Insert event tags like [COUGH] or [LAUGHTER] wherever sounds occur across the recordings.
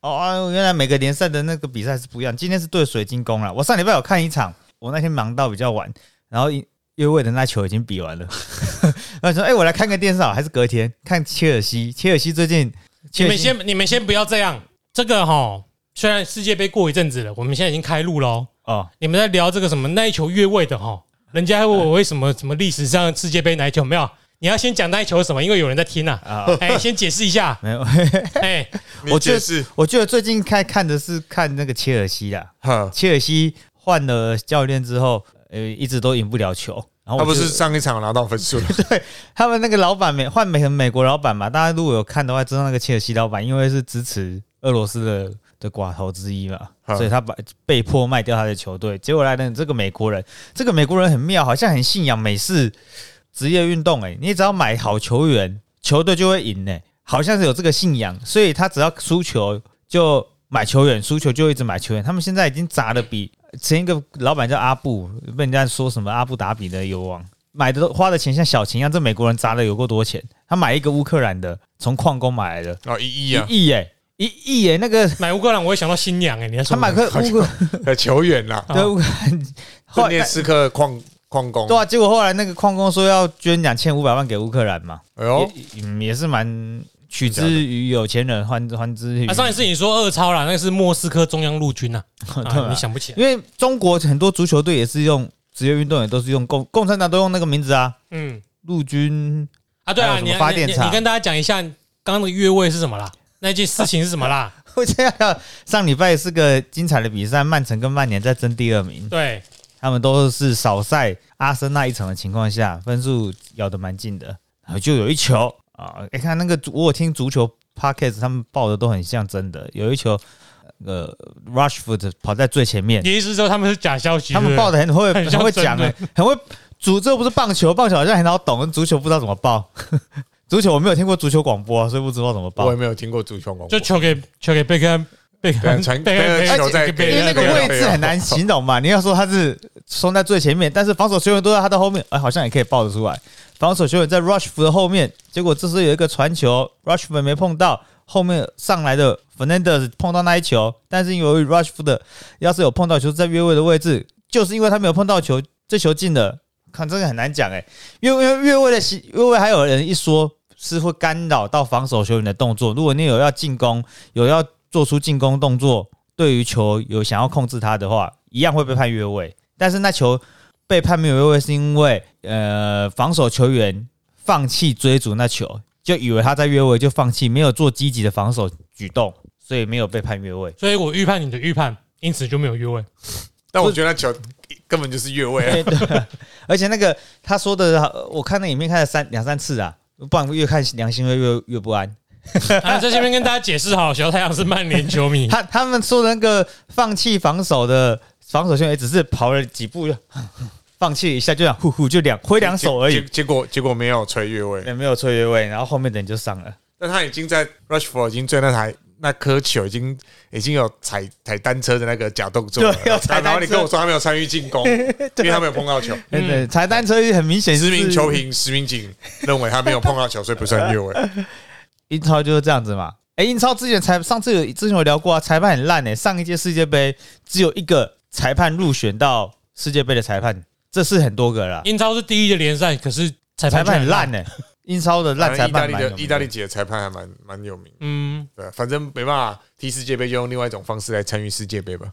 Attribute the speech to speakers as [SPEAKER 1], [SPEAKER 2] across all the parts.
[SPEAKER 1] 哦啊，原来每个联赛的那个比赛是不一样。今天是对水晶宫了，啊我上礼拜有看一场，我那天忙到比较晚，然后越位的那球已经比完了， [LAUGHS] 然后说哎、我来看个电视好，还是隔天看切尔西？切尔西最近，
[SPEAKER 2] 你
[SPEAKER 1] 切尔
[SPEAKER 2] 们
[SPEAKER 1] 西
[SPEAKER 2] 先你们先不要这样，这个哈，虽然世界杯过一阵子了，我们现在已经开录喽。
[SPEAKER 1] 哦，
[SPEAKER 2] 你们在聊这个什么那一球越位的哈，人家还问我为什么什么历史上世界杯哪一球没有？啊你要先讲那一球是什么，因为有人在听呐、啊
[SPEAKER 1] 啊。
[SPEAKER 2] 哎、先解释一下。
[SPEAKER 1] 没有，
[SPEAKER 2] 哎、
[SPEAKER 1] 我
[SPEAKER 3] 你
[SPEAKER 1] 觉得
[SPEAKER 3] 解释，
[SPEAKER 1] 我觉得最近看看的是看那个切尔西啦，
[SPEAKER 3] 哈，
[SPEAKER 1] 切尔西换了教练之后，呃，一直都赢不了球。然后
[SPEAKER 3] 他
[SPEAKER 1] 我
[SPEAKER 3] 不
[SPEAKER 1] 就是
[SPEAKER 3] 上一场拿到分数
[SPEAKER 1] [LAUGHS]
[SPEAKER 3] 了，
[SPEAKER 1] 他们那个老板美换美美国老板嘛，大家如果有看的话，知道那个切尔西老板因为是支持俄罗斯的的寡头之一嘛，
[SPEAKER 3] 嗯
[SPEAKER 1] 所以他把被迫卖掉他的球队。结果来的这个美国人，这个美国人很妙，好像很信仰美式职业运动、欸。你只要买好球员，球队就会赢诶、好像是有这个信仰，所以他只要输球就买球员，输球就一直买球员。他们现在已经砸的比前一个老板叫阿布，被人家说什么阿布达比的油王，买的都花的钱像小钱一样。这美国人砸的有够多钱，他买一个乌克兰的，从矿工买来的，
[SPEAKER 3] 哦，一亿啊，
[SPEAKER 1] 一亿耶，一亿耶，那个
[SPEAKER 2] 买乌克兰我会想到新娘哎、你在
[SPEAKER 1] 他
[SPEAKER 2] 说
[SPEAKER 1] 买
[SPEAKER 2] 什么？
[SPEAKER 1] 个乌克
[SPEAKER 3] 呃球员啦，
[SPEAKER 1] 对乌克兰，后来
[SPEAKER 3] 顿涅斯克矿矿工
[SPEAKER 1] 对，啊，结果后来那个矿工说要捐两千五百万给乌克兰嘛，
[SPEAKER 3] 哎
[SPEAKER 2] 哦
[SPEAKER 3] 呦，
[SPEAKER 1] 也嗯也是蛮取之于有钱人，还还之于
[SPEAKER 2] 啊，上一次你说二超啦，那个是莫斯科中央陆军呐、
[SPEAKER 1] [LAUGHS]
[SPEAKER 2] 啊
[SPEAKER 1] 对啊
[SPEAKER 2] 你想不起来？
[SPEAKER 1] 因为中国很多足球队也是用职业运动员都是用共共产党都用那个名字啊，
[SPEAKER 2] 嗯，
[SPEAKER 1] 陆军 [LAUGHS]
[SPEAKER 2] 啊，对
[SPEAKER 1] 还
[SPEAKER 2] 啊，
[SPEAKER 1] 有什
[SPEAKER 2] 你
[SPEAKER 1] 么发电
[SPEAKER 2] 你
[SPEAKER 1] 厂
[SPEAKER 2] 你跟大家讲一下刚刚的越位是什么啦？那件事情是什么
[SPEAKER 1] [LAUGHS]
[SPEAKER 2] 啦？
[SPEAKER 1] 我这样上礼拜是个精彩的比赛，曼城跟曼联在争第二名，
[SPEAKER 2] 对，
[SPEAKER 1] 他们都是少赛阿森纳一场的情况下，分数咬得蛮近的，然后就有一球啊，你、看那个足我有听足球 podcast 他们报的都很像真的，有一球呃 Rushford 跑在最前面，
[SPEAKER 2] 你意思说他们是假消息？
[SPEAKER 1] 他们报
[SPEAKER 2] 的
[SPEAKER 1] 的很会
[SPEAKER 2] 很
[SPEAKER 1] 很
[SPEAKER 2] 像
[SPEAKER 1] 会讲
[SPEAKER 2] 真的
[SPEAKER 1] 哎、很会足这不是棒球，棒球好像很好懂，足球不知道怎么报， [LAUGHS] 足球我没有听过足球广播，啊所以不知道怎么报
[SPEAKER 3] 我也。没有听过足球广
[SPEAKER 2] 就
[SPEAKER 3] 播，
[SPEAKER 2] 球给球给贝克汉，贝克汉
[SPEAKER 3] 对传
[SPEAKER 2] 贝克汉
[SPEAKER 3] 贝克汉球
[SPEAKER 2] 给
[SPEAKER 3] 在
[SPEAKER 2] 贝
[SPEAKER 1] 因
[SPEAKER 2] 克
[SPEAKER 1] 为
[SPEAKER 2] 汉
[SPEAKER 1] 那个位置很难形容嘛，你要说他是冲在最前面，但是防守球员都在他的后面，哎，好像也可以报得出来。防守球员在 Rushford 的后面，结果这时候有一个传球，Rushford 没碰到，后面上来的 Fernandez 碰到那一球，但是由于 Rushford 要是有碰到球在越位的位置，就是因为他没有碰到球，这球进了。看这个很难讲哎、越越越位的行越位还有人一说是会干扰到防守球员的动作，如果你有要进攻，有要做出进攻动作，对于球有想要控制他的话，一样会被判越位。但是那球被判没有越位，是因为呃防守球员放弃追逐那球，就以为他在越位，就放弃，没有做积极的防守举动，所以没有被判越位。
[SPEAKER 2] 所以我预判你的预判，因此就没有越位。
[SPEAKER 3] 但我觉得那球根本就是
[SPEAKER 1] [LAUGHS]
[SPEAKER 3] 越位啊，
[SPEAKER 1] 对对，而且那个他说的，呃我看那影片看了三两三次啊，不然越看良心会越越不安。
[SPEAKER 2] [LAUGHS] 啊，在这边跟大家解释好，小太阳是曼联球
[SPEAKER 1] [LAUGHS]
[SPEAKER 2] 迷，
[SPEAKER 1] 他他们说的那个放弃防守的防守球员，只是跑了几步就 [LAUGHS] 放弃一下，就想呼呼就两挥两手而已
[SPEAKER 3] 结，结果结果没有吹越位，
[SPEAKER 1] 也没有吹越位，然后后面的人就上了。
[SPEAKER 3] 但他已经在 Rushford 已经追那台那颗球，已经已经有踩踩单车的那个假动作了。
[SPEAKER 1] 对有踩单车啊
[SPEAKER 3] 然后你跟我说他没有参与
[SPEAKER 1] [LAUGHS]
[SPEAKER 3] 进攻，因为他没有碰到球。
[SPEAKER 1] 对对，踩单车很明显，
[SPEAKER 3] 实嗯名球，评实名警认为他没有碰到球，所以不算越位。
[SPEAKER 1] 英超就是这样子嘛。哎，英超之前裁上次有之前有聊过啊，裁判很烂哎、上一届世界杯只有一个裁判入选到世界杯的裁判，这是很多个了，
[SPEAKER 2] 英超是第一的联赛，可是裁
[SPEAKER 1] 裁
[SPEAKER 2] 判
[SPEAKER 1] 判
[SPEAKER 2] 却
[SPEAKER 1] 很烂。
[SPEAKER 3] [LAUGHS]
[SPEAKER 1] 哎、英超的 [LAUGHS] 烂裁
[SPEAKER 3] 意大
[SPEAKER 1] 判
[SPEAKER 3] 利
[SPEAKER 1] 蛮有名
[SPEAKER 3] 的
[SPEAKER 1] 的
[SPEAKER 3] 呃意大利籍的裁判还蛮蛮有名。
[SPEAKER 2] 嗯，
[SPEAKER 3] 对，啊反正没办法踢世界杯，就用另外一种方式来参与世界杯吧。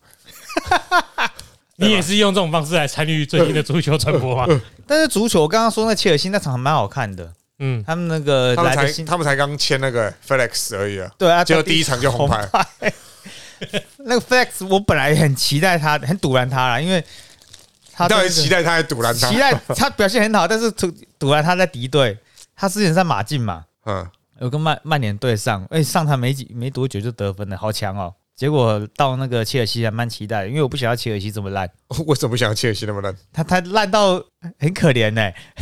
[SPEAKER 2] 你也是用这种方式来参与最近的足球传播吗？
[SPEAKER 1] 但是足球我刚刚说那切尔西那场还蛮好看的，
[SPEAKER 2] 嗯，
[SPEAKER 1] 他们那个
[SPEAKER 3] 他们
[SPEAKER 1] 来的
[SPEAKER 3] 才
[SPEAKER 1] 新
[SPEAKER 3] 他们才刚签那个 Felix 而已啊，
[SPEAKER 1] 对啊，
[SPEAKER 3] 结果第一场就红牌
[SPEAKER 1] 红牌那个 Flex 我本来很期待他，很堵拦他啦，因为他
[SPEAKER 3] 你 [LAUGHS] 到
[SPEAKER 1] 真
[SPEAKER 3] 底
[SPEAKER 1] 的
[SPEAKER 3] 期待他还堵拦
[SPEAKER 1] [LAUGHS]
[SPEAKER 3] 他
[SPEAKER 1] 期？待他表现很好，但是突突然他在敌对，他之前在马竞嘛，
[SPEAKER 3] 嗯，
[SPEAKER 1] 有跟曼曼联对上，哎、上他没几没多久就得分了，好强哦！结果到那个切尔西还蛮期待的，因为我不想要切尔西这么烂，
[SPEAKER 3] 为什么不想切尔西那么烂？
[SPEAKER 1] 他他烂到很可怜呢、 [LAUGHS]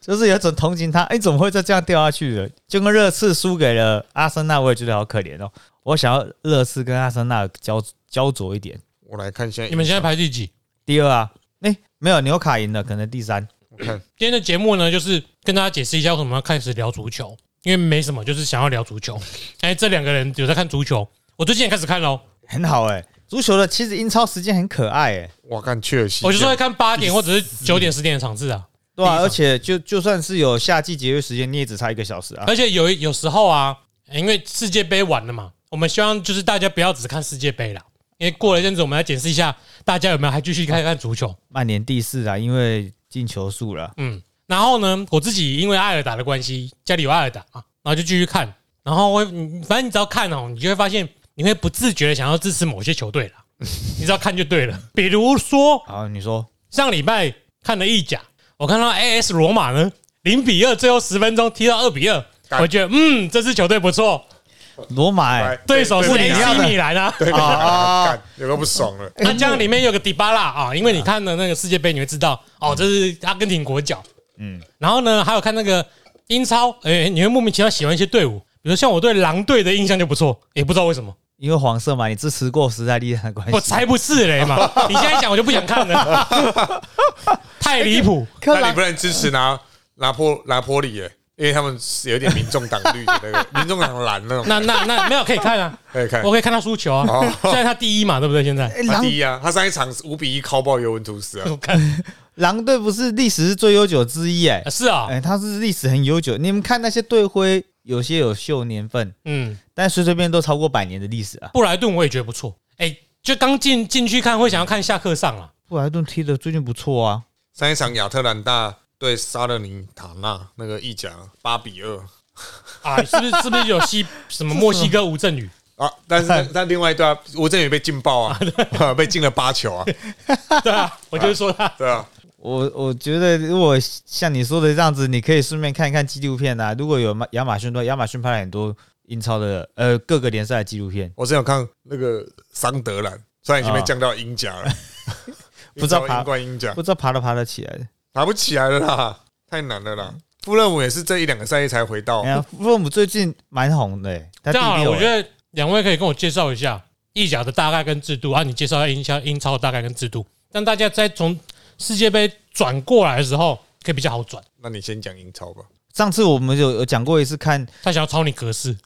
[SPEAKER 1] 就是有种同情他，哎、怎么会再这样掉下去的？就跟热刺输给了阿森纳，我也觉得好可怜哦。我想要热刺跟阿森纳焦焦灼一点。
[SPEAKER 3] 我来看一下
[SPEAKER 2] 你们现在排第几？
[SPEAKER 1] 第二啊，哎、没有纽卡赢了，可能第三。
[SPEAKER 3] 我看
[SPEAKER 2] 今天的节目呢，就是跟大家解释一下为什么要开始聊足球，因为没什么，就是想要聊足球。哎，这两个人有在看足球，我最近也开始看喽，
[SPEAKER 1] 很好哎、足球的其实英超时间很可爱哎、
[SPEAKER 3] 我看切尔西，
[SPEAKER 2] 我就说会看八点或者是九点十点的场次啊。
[SPEAKER 1] 对啊，
[SPEAKER 2] 第一场
[SPEAKER 1] 而且就就算是有夏季节约时间，你也只差一个小时啊。
[SPEAKER 2] 而且有有时候啊，因为世界杯完了嘛，我们希望就是大家不要只看世界杯啦，因为过了一阵子我们来检视一下大家有没有还继续看看足球。
[SPEAKER 1] 曼联第四啊，因为进球数了，
[SPEAKER 2] 嗯，然后呢，我自己因为艾尔达的关系，家里有艾尔达嘛，然后就继续看，然后我你反正你只要看哦，你就会发现你会不自觉的想要支持某些球队啦，你只要看就对了。比如说
[SPEAKER 1] 好，你说
[SPEAKER 2] 上礼拜看了意甲，我看到 AS 罗马呢零比二，最后十分钟踢到二比二，
[SPEAKER 3] 干
[SPEAKER 2] 我觉得嗯，这支球队不错，
[SPEAKER 1] 罗马哎、
[SPEAKER 3] 哎
[SPEAKER 2] 对手是
[SPEAKER 1] 对对
[SPEAKER 2] AC 米兰啊。哎
[SPEAKER 3] 对
[SPEAKER 1] 啊啊
[SPEAKER 3] 干有个不爽了，
[SPEAKER 2] 那这样里面有个迪巴拉啊，因为你看了那个世界杯，你会知道哦，这是阿根廷国脚。
[SPEAKER 1] 嗯，
[SPEAKER 2] 然后呢，还有看那个英超，哎、你会莫名其妙喜欢一些队伍，比如像我对狼队的印象就不错，也不知道为什么，
[SPEAKER 1] 因为黄色嘛，你支持过时代力量的关系。
[SPEAKER 2] 我才不是嘞嘛！你现在讲我就不想看了，太离谱。
[SPEAKER 1] 克
[SPEAKER 3] 那
[SPEAKER 1] 朗
[SPEAKER 3] 你不能支持拿拿破拿坡里耶，因为他们是有点民众党绿的
[SPEAKER 2] [LAUGHS]
[SPEAKER 3] 那个民众党蓝那种，
[SPEAKER 2] 那那那没有可以看啊，
[SPEAKER 3] 可以看
[SPEAKER 2] 我。可以看他输球啊
[SPEAKER 3] 哦，
[SPEAKER 2] 虽然他第一嘛，对不对？现在
[SPEAKER 1] 哎
[SPEAKER 3] 他
[SPEAKER 1] 狼
[SPEAKER 3] 第一啊，他上一场五比一敲爆尤文图斯啊，
[SPEAKER 2] 我看
[SPEAKER 1] 狼队不是历史是最悠久之一哎、
[SPEAKER 2] 啊是啊
[SPEAKER 1] 哎、，它是历史很悠久。你们看那些队徽，有些有秀年份，
[SPEAKER 2] 嗯，
[SPEAKER 1] 但随随便便都超过百年的历史啊。
[SPEAKER 2] 布莱顿我也觉得不错，哎，就刚进进去看会想要看下课上啊，
[SPEAKER 1] 布莱顿踢的最近不错啊，
[SPEAKER 3] 上一场亚特兰大对沙勒尼塔纳那个意甲八比二
[SPEAKER 2] 啊，是不是是不是有
[SPEAKER 3] [LAUGHS]
[SPEAKER 2] 西什么墨西哥无阵雨？
[SPEAKER 3] 啊，
[SPEAKER 1] [LAUGHS]
[SPEAKER 3] 但是但另外一队啊，吴镇宇被劲爆啊，啊被进了八球啊，
[SPEAKER 2] 对啊，我就是说他
[SPEAKER 3] 对啊，
[SPEAKER 1] 我我觉得如果像你说的这样子，你可以顺便看一看纪录片啊。如果有马亚马逊的话，亚马逊拍了很多英超的呃各个联赛的纪录片，
[SPEAKER 3] 我之前有看那个桑德兰，虽然已经被降到英甲了，
[SPEAKER 1] [LAUGHS] 不知道爬
[SPEAKER 3] 英冠英甲
[SPEAKER 1] 不知道爬都爬得起来的。
[SPEAKER 3] 爬不起来了啦，太难了啦。富勒姆也是这一两个赛季才回到
[SPEAKER 1] 哎，呀，父母最近蛮红的、欸，他
[SPEAKER 2] 这
[SPEAKER 1] 第
[SPEAKER 2] 样好了，
[SPEAKER 1] 六、
[SPEAKER 2] 我觉
[SPEAKER 1] 欸。
[SPEAKER 2] 得两位可以跟我介绍一下意甲的大概跟制度啊，你介绍一下英超英超的大概跟制度，让大家在从世界杯转过来的时候可以比较好转。
[SPEAKER 3] 那你先讲英超吧。
[SPEAKER 1] 上次我们有有讲过一次
[SPEAKER 2] [LAUGHS]
[SPEAKER 1] 看
[SPEAKER 2] 他想要抄你格
[SPEAKER 3] [LAUGHS]
[SPEAKER 2] 式，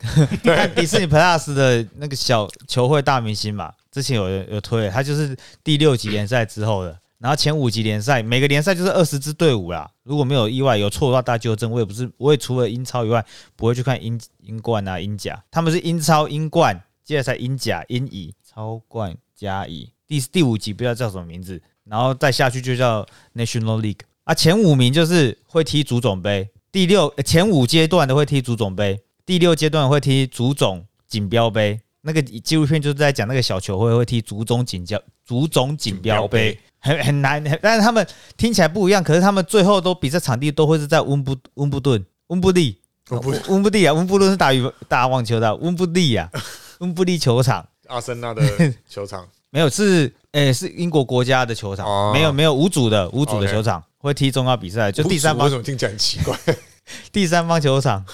[SPEAKER 1] 看迪士尼 Plus 的那个小球会大明星嘛，之前有人有推，他就是第六级联赛之后的，然后前五级联赛每个联赛就是二十支队伍啦，如果没有意外有错的话大纠正，我也不是，我也除了英超以外不会去看英英冠啊英甲，他们是英超英冠，接着才英甲英乙超冠加乙，第第五级不知道叫什么名字，然后再下去就叫 National League 啊，前五名就是会踢足总杯。第六呃前五阶段的会踢足总杯，第六阶段会踢足总锦标杯，那个纪录片就是在讲那个小球会会踢足总锦标足总锦标杯，很很难，很但是他们听起来不一样，可是他们最后都比赛场地都会是在温布温布顿温布利
[SPEAKER 3] 我不
[SPEAKER 1] 温布利啊，温布顿是打羽打网球的温布利
[SPEAKER 3] [LAUGHS]
[SPEAKER 1] 啊，温布利球场。
[SPEAKER 3] 阿森纳的球场，
[SPEAKER 1] 没有，是诶、是英国国家的球场，
[SPEAKER 3] 哦
[SPEAKER 1] 没有没有无组的无组的
[SPEAKER 3] OK
[SPEAKER 1] 球场会踢中高比赛， [LAUGHS] 就第三
[SPEAKER 3] 为
[SPEAKER 1] 方
[SPEAKER 3] 什么听起来很奇怪？
[SPEAKER 1] 第三方球场。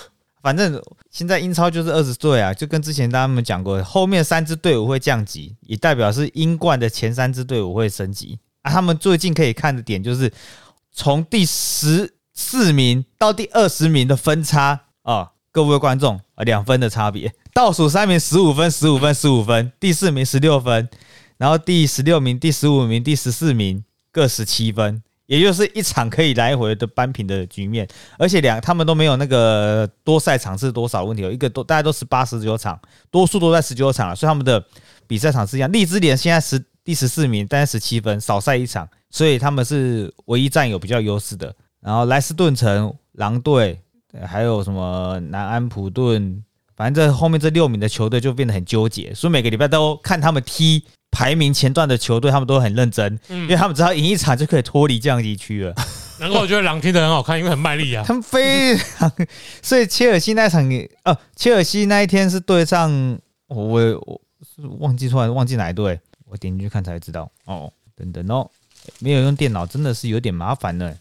[SPEAKER 1] 反正现在英超就是二十队啊，就跟之前他们讲过，后面三支队伍会降级，也代表是英冠的前三支队伍会升级啊。他们最近可以看的点就是从第十四名到第二十名的分差啊，各位观众啊，两分的差别，倒数三名十五分，十五分，十五分，第四名十六分，然后第十六名、第十五名、第十四名各十七分，也就是一场可以来回的扳平的局面，而且两他们都没有那个多赛场次多少问题，有一个都大家都十八十九场，多数都在十九场了，所以他们的比赛场次一样。利兹联现在十第十四名，但是十七分，少赛一场，所以他们是唯一占有比较优势的。然后莱斯顿城、狼队，呃还有什么南安普顿，反正这后面这六名的球队就变得很纠结，所以每个礼拜都看他们踢排名前段的球队，他们都很认真，因为他们只要赢一场就可以脱离降级区了。
[SPEAKER 2] 难怪我觉得狼踢得很好看，因为很卖力啊。
[SPEAKER 1] 他们非常，所以切尔西那场也，呃，切尔西那一天是对上哦我我我是忘记突然忘记哪一队，我点进去看才知道哦。等等哦，没有用电脑真的是有点麻烦呢，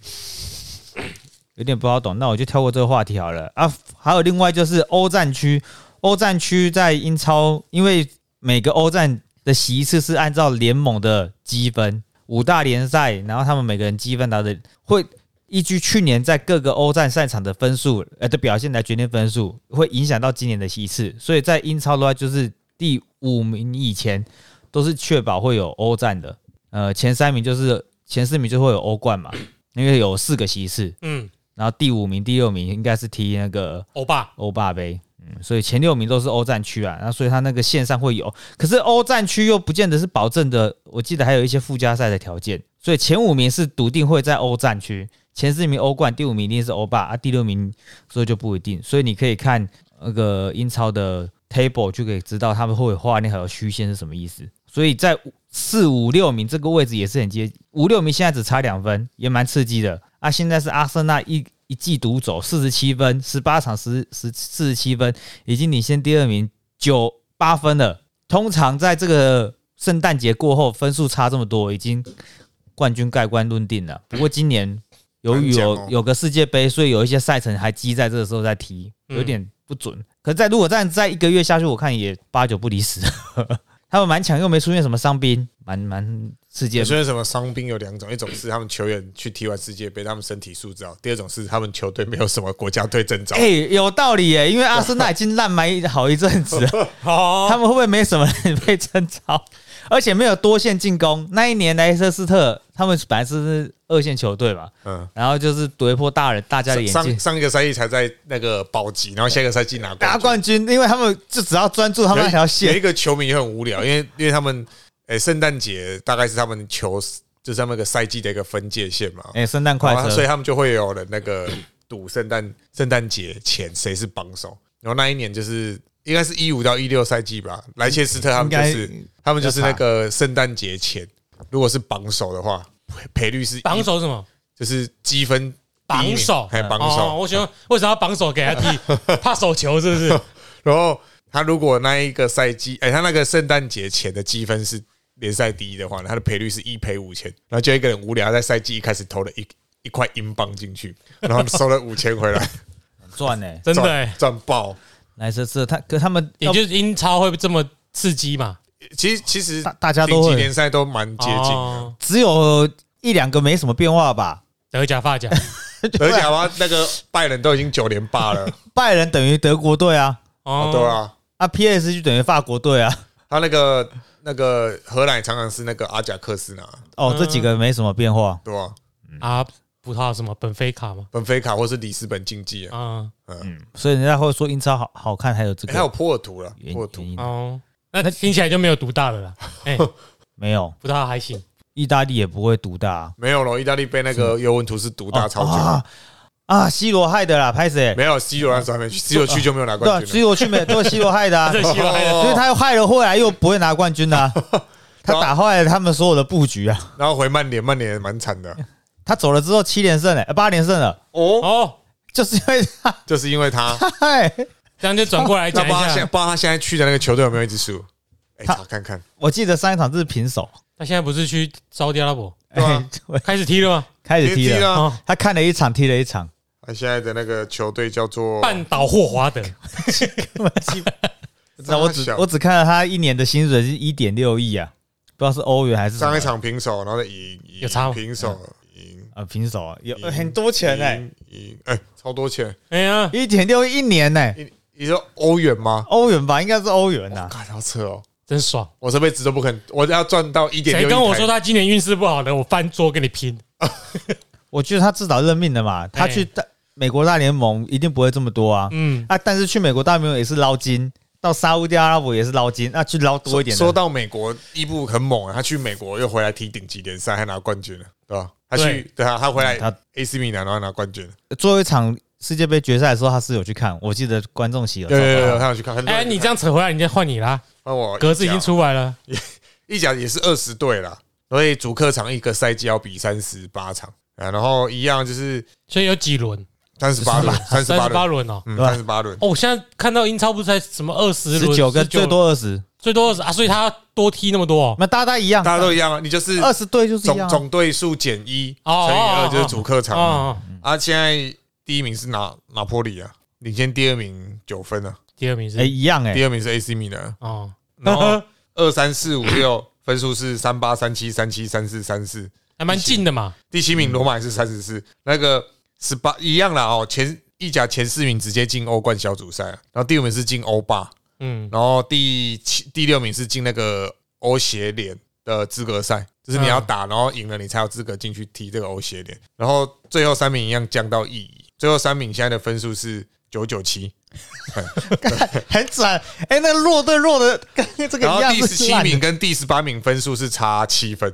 [SPEAKER 1] 有点不好懂。那我就跳过这个话题好了啊。还有另外就是欧战区，欧战区在英超，因为每个欧战的席次是按照联盟的积分，五大联赛，然后他们每个人积分达的会依据去年在各个欧战赛场的分数，呃的表现来决定分数，会影响到今年的席次。所以在英超的话，就是第五名以前都是确保会有欧战的，呃，前三名就是前四名就会有欧冠嘛，因为有四个席次，
[SPEAKER 2] 嗯，
[SPEAKER 1] 然后第五名、第六名应该是踢那个
[SPEAKER 2] 欧巴，
[SPEAKER 1] 欧霸杯，嗯，所以前六名都是欧战区啊，那所以他那个线上会有，可是欧战区又不见得是保证的，我记得还有一些附加赛的条件，所以前五名是笃定会在欧战区，前四名欧冠，第五名一定是欧霸啊，第六名所以就不一定，所以你可以看那个英超的 table 就可以知道他们会画那条虚线是什么意思，所以在四五六名这个位置也是很接近，五六名现在只差两分，也蛮刺激的啊！现在是阿森纳一一季独走，四十七分，十八场十十四十七分，已经领先第二名九八分了。通常在这个圣诞节过后，分数差这么多，已经冠军盖棺论定了。不过今年由于
[SPEAKER 3] 难讲
[SPEAKER 1] 有
[SPEAKER 3] 哦
[SPEAKER 1] 有个世界杯，所以有一些赛程还积在这个时候再踢，有点不准。可是在如果再再一个月下去，我看也八九不离十。他们蛮强，又没出现什么伤兵，蛮蛮世界
[SPEAKER 3] 有些什么伤兵有两种，一种是他们球员去踢完世界杯，他们身体素质好；第二种是他们球队没有什么国家队征召
[SPEAKER 1] 哎、。有道理耶，因为阿森纳已经烂埋好一阵子
[SPEAKER 3] [LAUGHS]
[SPEAKER 1] 了，
[SPEAKER 3] 哦
[SPEAKER 2] 好，
[SPEAKER 1] 他们会不会没什么人被征召？而且没有多线进攻。那一年莱瑟斯特他们本来是二线球队嘛，
[SPEAKER 3] 嗯，
[SPEAKER 1] 然后就是夺破大人大家的眼
[SPEAKER 3] 上
[SPEAKER 1] 睛，
[SPEAKER 3] 上一个赛季才在那个保级，然后下一个赛季拿
[SPEAKER 1] 拿
[SPEAKER 3] 军。
[SPEAKER 1] 冠军，因为他们就只要专注他们那条
[SPEAKER 3] 有
[SPEAKER 1] 线
[SPEAKER 3] 一个球迷也很无聊，因为因为他们，诶、圣诞节大概是他们球就是他们一个赛季的一个分界线嘛。
[SPEAKER 1] 哎，圣诞快
[SPEAKER 3] 然后哦所以
[SPEAKER 1] 车！
[SPEAKER 3] 他们就会有人那个赌圣诞圣诞节前谁是榜首。然后那一年就是应该是一五到一六赛季吧，莱切斯特他们就
[SPEAKER 1] 应
[SPEAKER 3] 是
[SPEAKER 1] 该
[SPEAKER 3] 他们就是那个圣诞节前，如果是榜首的话，赔赔率是一
[SPEAKER 2] 榜首是什么？
[SPEAKER 3] 就是积分第一名
[SPEAKER 2] 榜首
[SPEAKER 3] 还榜
[SPEAKER 2] 哦，
[SPEAKER 3] 首。
[SPEAKER 2] 我喜欢为什么要榜首给他
[SPEAKER 3] [LAUGHS]
[SPEAKER 2] 踢？怕手球是不是？
[SPEAKER 3] 然后他如果那一个赛季，哎，他那个圣诞节前的积分是联赛第一的话呢，他的赔率是一赔五千。然后就一个人无聊在赛季一开始投了一一块英镑进去，然后收了五千回来，
[SPEAKER 1] 赚呢、
[SPEAKER 2] 真的
[SPEAKER 3] 赚
[SPEAKER 2] 欸，
[SPEAKER 3] 赚爆。
[SPEAKER 1] 莱瑟斯特他可他们
[SPEAKER 2] 也
[SPEAKER 1] 要
[SPEAKER 2] 就是英超会这么刺激嘛？
[SPEAKER 3] 其实其实
[SPEAKER 1] 大大家都会
[SPEAKER 3] 顶级联赛都蛮接近
[SPEAKER 1] [LAUGHS]
[SPEAKER 3] 的，
[SPEAKER 2] 哦
[SPEAKER 1] 只有一两个没什么变化吧？
[SPEAKER 2] 德甲、
[SPEAKER 3] [LAUGHS]
[SPEAKER 2] 法甲，
[SPEAKER 1] 啊
[SPEAKER 3] 而且哇，那个拜仁都已经九连霸了，
[SPEAKER 1] 拜仁等于德国队啊，
[SPEAKER 2] [LAUGHS] 哦
[SPEAKER 3] 对，啊，
[SPEAKER 1] 啊 PS 就等于法国队啊。
[SPEAKER 3] 他那个那个荷兰常常是那个阿贾克斯拿，
[SPEAKER 1] 哦，这几个没什么变化。
[SPEAKER 3] 对吧？
[SPEAKER 2] 啊，葡萄什么本菲卡嘛，
[SPEAKER 3] 本菲卡或是里斯本竞技啊，
[SPEAKER 2] 啊，
[SPEAKER 1] 嗯，所以人家会说英超好好看，还有这
[SPEAKER 3] 哎诶还有啊
[SPEAKER 1] 个
[SPEAKER 3] 波尔图了，
[SPEAKER 1] 原
[SPEAKER 3] 波尔
[SPEAKER 1] 原
[SPEAKER 3] 图
[SPEAKER 1] 因
[SPEAKER 2] 哦，那听起来就没有独大的啦。哎，
[SPEAKER 1] 没有。
[SPEAKER 2] 葡萄还行，
[SPEAKER 1] 意大利也不会独大啊，
[SPEAKER 3] 没有咯，意大利被那个尤文图斯独大超久，
[SPEAKER 1] 啊啊！西罗害的啦，拍谁？
[SPEAKER 3] 没有 C 罗那时候还
[SPEAKER 1] [LAUGHS]
[SPEAKER 3] 没去，C 罗去就没有拿
[SPEAKER 1] 对啊
[SPEAKER 3] 冠，军
[SPEAKER 1] 西
[SPEAKER 3] 了。哦
[SPEAKER 1] 罗去没
[SPEAKER 3] [LAUGHS]
[SPEAKER 1] 都是西罗害的啊，
[SPEAKER 2] 这
[SPEAKER 1] 所
[SPEAKER 2] 西罗还
[SPEAKER 1] 以他又害了，后来又不会拿冠军的
[SPEAKER 3] [LAUGHS]
[SPEAKER 1] 啊，他打坏了他们所有的布局啊。
[SPEAKER 3] 然后回曼联，曼联也蛮惨的，
[SPEAKER 1] 他走了之后七连胜了，呃八连胜了，
[SPEAKER 3] 哦，
[SPEAKER 2] 哦，
[SPEAKER 1] 就是因为他，
[SPEAKER 3] 就是因为他，
[SPEAKER 1] 哎，
[SPEAKER 2] 这样就转过来
[SPEAKER 3] 那
[SPEAKER 2] 讲
[SPEAKER 3] 不
[SPEAKER 2] 一
[SPEAKER 3] 知道他现在
[SPEAKER 2] 下，
[SPEAKER 3] 不知道他现在去的那个球队有没有一直输，哎，
[SPEAKER 1] 他
[SPEAKER 3] 查看看，
[SPEAKER 1] [LAUGHS] 我记得上一场是平手，
[SPEAKER 2] 他现在不是去烧掉阿拉伯，
[SPEAKER 1] 哎
[SPEAKER 3] 对啊，
[SPEAKER 1] 对
[SPEAKER 2] 开始踢了吗？
[SPEAKER 1] [LAUGHS] 开始踢
[SPEAKER 3] 别
[SPEAKER 1] 了，
[SPEAKER 3] 啊，
[SPEAKER 2] 哦，
[SPEAKER 1] 他看了一场，踢了一场，
[SPEAKER 3] 他啊现在的那个球队叫做
[SPEAKER 2] 半岛霍华德，
[SPEAKER 1] 那我只
[SPEAKER 3] 小
[SPEAKER 1] 我只看了他一年的薪水是一点六亿啊，不知道是欧元还是什么
[SPEAKER 3] 上一场平手，然后再赢，赢
[SPEAKER 2] 有差吗嗯
[SPEAKER 3] 平手赢
[SPEAKER 1] 啊平手啊，有
[SPEAKER 3] 赢
[SPEAKER 1] 很多钱哎、
[SPEAKER 3] 赢赢哎，超多钱！
[SPEAKER 2] 哎呀，
[SPEAKER 1] 一点六亿一年呢、
[SPEAKER 3] 你你说欧元吗？
[SPEAKER 1] 欧元吧，应该是欧元呐、
[SPEAKER 3] 哇干好扯哦！
[SPEAKER 2] 真爽！
[SPEAKER 3] 我这辈子都不肯，我要赚到一点
[SPEAKER 2] 谁
[SPEAKER 3] 六。
[SPEAKER 2] 跟我说他今年运势不好的，我翻桌跟你拼。
[SPEAKER 1] 我觉得他至少认命了嘛，他去大美国大联盟一定不会这么多啊。
[SPEAKER 2] 嗯，
[SPEAKER 1] 啊，但是去美国大联盟也是捞金，到沙乌地阿拉伯也是捞金，那、去捞多一点的
[SPEAKER 3] 说说到美国，伊布很猛啊，他去美国又回来踢顶级联赛，还拿冠军了，对吧？他去对啊，他回来
[SPEAKER 1] 嗯他
[SPEAKER 3] AC 米兰，然后拿冠军了。
[SPEAKER 1] 最后一场世界杯决赛的时候，他是有去看，我记得观众席有
[SPEAKER 3] 有
[SPEAKER 1] 照
[SPEAKER 3] 有
[SPEAKER 1] 到
[SPEAKER 3] 有
[SPEAKER 1] 他。
[SPEAKER 3] 有，他有去看。很多人
[SPEAKER 2] 哎，
[SPEAKER 3] 去
[SPEAKER 2] 你
[SPEAKER 3] 看
[SPEAKER 2] 这样扯回来，人家换你啦，
[SPEAKER 3] 帮我啊
[SPEAKER 2] 格子已
[SPEAKER 3] 嗯一
[SPEAKER 2] 经
[SPEAKER 3] 甲
[SPEAKER 2] 出来了。
[SPEAKER 3] 意甲也是二十队啦，所以主客场一个赛季要比三十八场啊，然后一样就是
[SPEAKER 2] 所以有几轮？
[SPEAKER 3] 三十八轮，
[SPEAKER 2] 三
[SPEAKER 3] 三十八
[SPEAKER 2] 十八
[SPEAKER 3] 轮，
[SPEAKER 2] 轮哦。
[SPEAKER 3] 嗯，
[SPEAKER 1] 对吧
[SPEAKER 3] 三十八轮。
[SPEAKER 2] 哦，我现在看到英超不是才什么二十轮，
[SPEAKER 1] 十九个
[SPEAKER 2] 19
[SPEAKER 1] 最多二十，
[SPEAKER 2] 最多二十啊，所以他要多踢那么多哦。
[SPEAKER 1] 那大家一样，
[SPEAKER 3] 大家都一样啊，你就是
[SPEAKER 1] 二十队就是一
[SPEAKER 3] 总
[SPEAKER 1] 样啊。
[SPEAKER 3] 总队数减一
[SPEAKER 2] 哦哦
[SPEAKER 3] 乘以二
[SPEAKER 2] 哦
[SPEAKER 3] 就是主客
[SPEAKER 2] 哦
[SPEAKER 3] 场嘛
[SPEAKER 2] 哦，哦
[SPEAKER 3] 啊。现在第一名是拿拿破里啊，领先第二名九分啊，
[SPEAKER 2] 第二名
[SPEAKER 1] 哎、
[SPEAKER 2] 是
[SPEAKER 1] 一样哎、
[SPEAKER 3] 第二名是 AC 米兰，啊
[SPEAKER 2] 哦，
[SPEAKER 1] [LAUGHS]
[SPEAKER 3] 然后二三四五六分数是三八三七三七三四三四，
[SPEAKER 2] 还蛮近的嘛。
[SPEAKER 3] 第七名罗马也是三十四，那个十八一样啦哦，前意甲前四名直接进欧冠小组赛啊，然后第五名是进欧霸，
[SPEAKER 2] 嗯，
[SPEAKER 3] 然后第七、第六名是进那个欧协联的资格赛，就是你要
[SPEAKER 1] 嗯
[SPEAKER 3] 打，然后赢了你才有资格进去踢这个欧协联。然后最后三名一样降到一乙，最后三名现在的分数是九九七，
[SPEAKER 1] 很惨。哎、那个弱对弱的， [LAUGHS] 跟这个
[SPEAKER 3] 然
[SPEAKER 1] 一
[SPEAKER 3] 后
[SPEAKER 1] 样
[SPEAKER 3] 第十
[SPEAKER 1] 是
[SPEAKER 3] 七
[SPEAKER 1] 烂
[SPEAKER 3] 名
[SPEAKER 1] 的。
[SPEAKER 3] 跟第十八名分数是差
[SPEAKER 1] [LAUGHS]
[SPEAKER 3] 七分，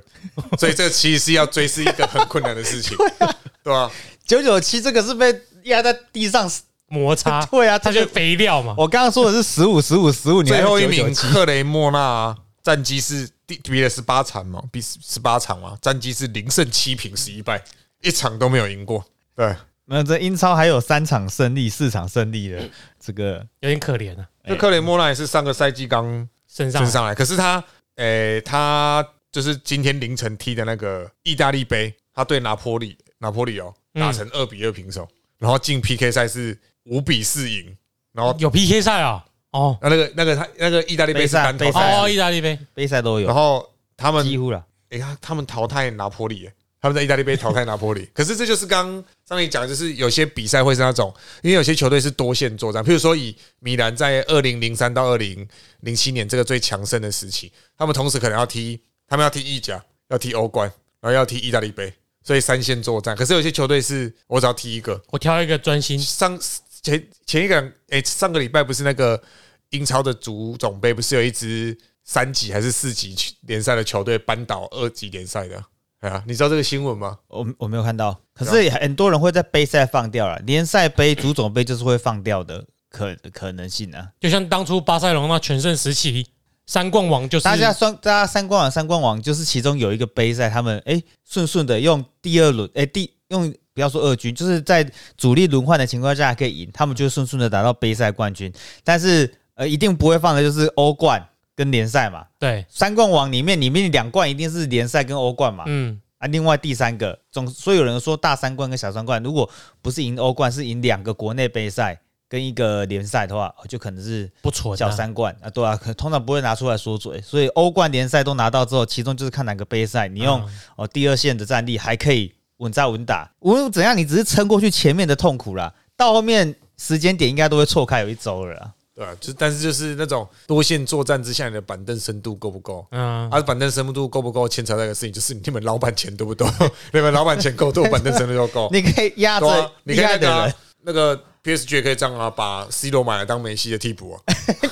[SPEAKER 3] 所以这其实是要追是一个很困难的事情，
[SPEAKER 1] 啊
[SPEAKER 3] 对啊吧、
[SPEAKER 1] 九九七这个是被压在地上，，
[SPEAKER 2] 摩擦
[SPEAKER 1] 对啊，
[SPEAKER 2] 它
[SPEAKER 1] 他
[SPEAKER 2] 就
[SPEAKER 1] 就是
[SPEAKER 2] 肥料嘛。
[SPEAKER 1] 我刚刚说的是十五十五十五，你还
[SPEAKER 3] 最
[SPEAKER 1] 有
[SPEAKER 3] 后一名
[SPEAKER 1] 997
[SPEAKER 3] 克雷莫纳、啊、战绩是第比了十八场嘛，比十八场嘛，战绩是零胜七平十一败，一场都没有赢过。对，
[SPEAKER 1] 没有，这英超还有三场胜利、四场胜利的这个
[SPEAKER 2] 有点可怜啊，
[SPEAKER 3] 就克雷莫纳也是上个赛季刚
[SPEAKER 2] 身上
[SPEAKER 3] 升上来，可是他，诶、他就是今天凌晨踢的那个意大利杯，他对拿坡里，拿坡里哦，
[SPEAKER 1] 嗯
[SPEAKER 3] 打成二比二平手，然后进 PK 赛是五比四赢，然后
[SPEAKER 2] 有 PK 赛啊，哦
[SPEAKER 3] 那那个那个他那个意大利杯是单淘
[SPEAKER 1] 杯赛啊
[SPEAKER 3] 汰，
[SPEAKER 2] 哦，意大利杯，
[SPEAKER 1] 杯赛都
[SPEAKER 3] 然
[SPEAKER 1] 有，
[SPEAKER 3] 后他们
[SPEAKER 1] 几乎了。
[SPEAKER 3] 哎、他他们淘汰拿破里耶，他们在意大利杯淘汰拿破里。 [LAUGHS] 可是这就是刚上面讲的，就是有些比赛会是那种，因为有些球队是多线作战，譬如说以米兰在二零零三到二零零七年这个最强盛的时期，他们同时可能要踢，他们要踢意甲，要踢欧冠，然后要踢意大利杯，所以三线作战。可是有些球队是我只要踢一个，
[SPEAKER 2] 我挑一个专心，
[SPEAKER 3] 上前前一个哎、诶上个礼拜不是那个英超的足总杯，不是有一支三级还是四级联赛的球队扳倒二级联赛的？哎呀、你知道这个新闻吗？
[SPEAKER 1] 我我没有看到，可是很多人会在杯赛放掉了，联赛杯、足总杯就是会放掉的可可能性啊。
[SPEAKER 2] 就像当初巴塞罗那全盛时期，三冠王就是
[SPEAKER 1] 大家双大家三冠王三冠王就是其中有一个杯赛，他们哎顺顺的用第二轮哎、第用不要说二军，就是在主力轮换的情况下可以赢，他们就顺顺的拿到杯赛冠军。但是呃一定不会放的就是欧冠跟联赛嘛，
[SPEAKER 2] 对，
[SPEAKER 1] 三冠王里面里面两冠一定是联赛跟欧冠嘛。
[SPEAKER 2] 嗯，
[SPEAKER 1] 啊，另外第三个总，所以有人说大三冠跟小三冠，如果不是赢欧冠，是赢两个国内杯赛跟一个联赛的话，哦就可能是
[SPEAKER 2] 不错，
[SPEAKER 1] 小三冠啊，对啊，可通常不会拿出来说嘴，所以欧冠联赛都拿到之后，其中就是看哪个杯赛，你
[SPEAKER 3] 啊
[SPEAKER 1] 用、
[SPEAKER 2] 嗯
[SPEAKER 1] 哦第二线的战力还可以稳扎稳打，无论怎样，你只是撑过去前面的痛苦啦，到后面时间点应该都会错开有一周了啦。
[SPEAKER 3] 对啊，就但是就是那种多线作战之下，你的板凳深度够不够？
[SPEAKER 2] 嗯，
[SPEAKER 3] 而、啊、板凳深度够不够牵扯到一个事情，就是你们老板钱多不 [LAUGHS] 多？你们老板钱够多，板凳深度就够。
[SPEAKER 1] 你可以压
[SPEAKER 3] 对啊
[SPEAKER 1] 着，
[SPEAKER 3] 你看
[SPEAKER 1] 厉害的
[SPEAKER 3] 那个啊、
[SPEAKER 1] 人，
[SPEAKER 3] 那个 PSG 也可以这样啊，把 C 罗买来当梅西的替补啊， [LAUGHS]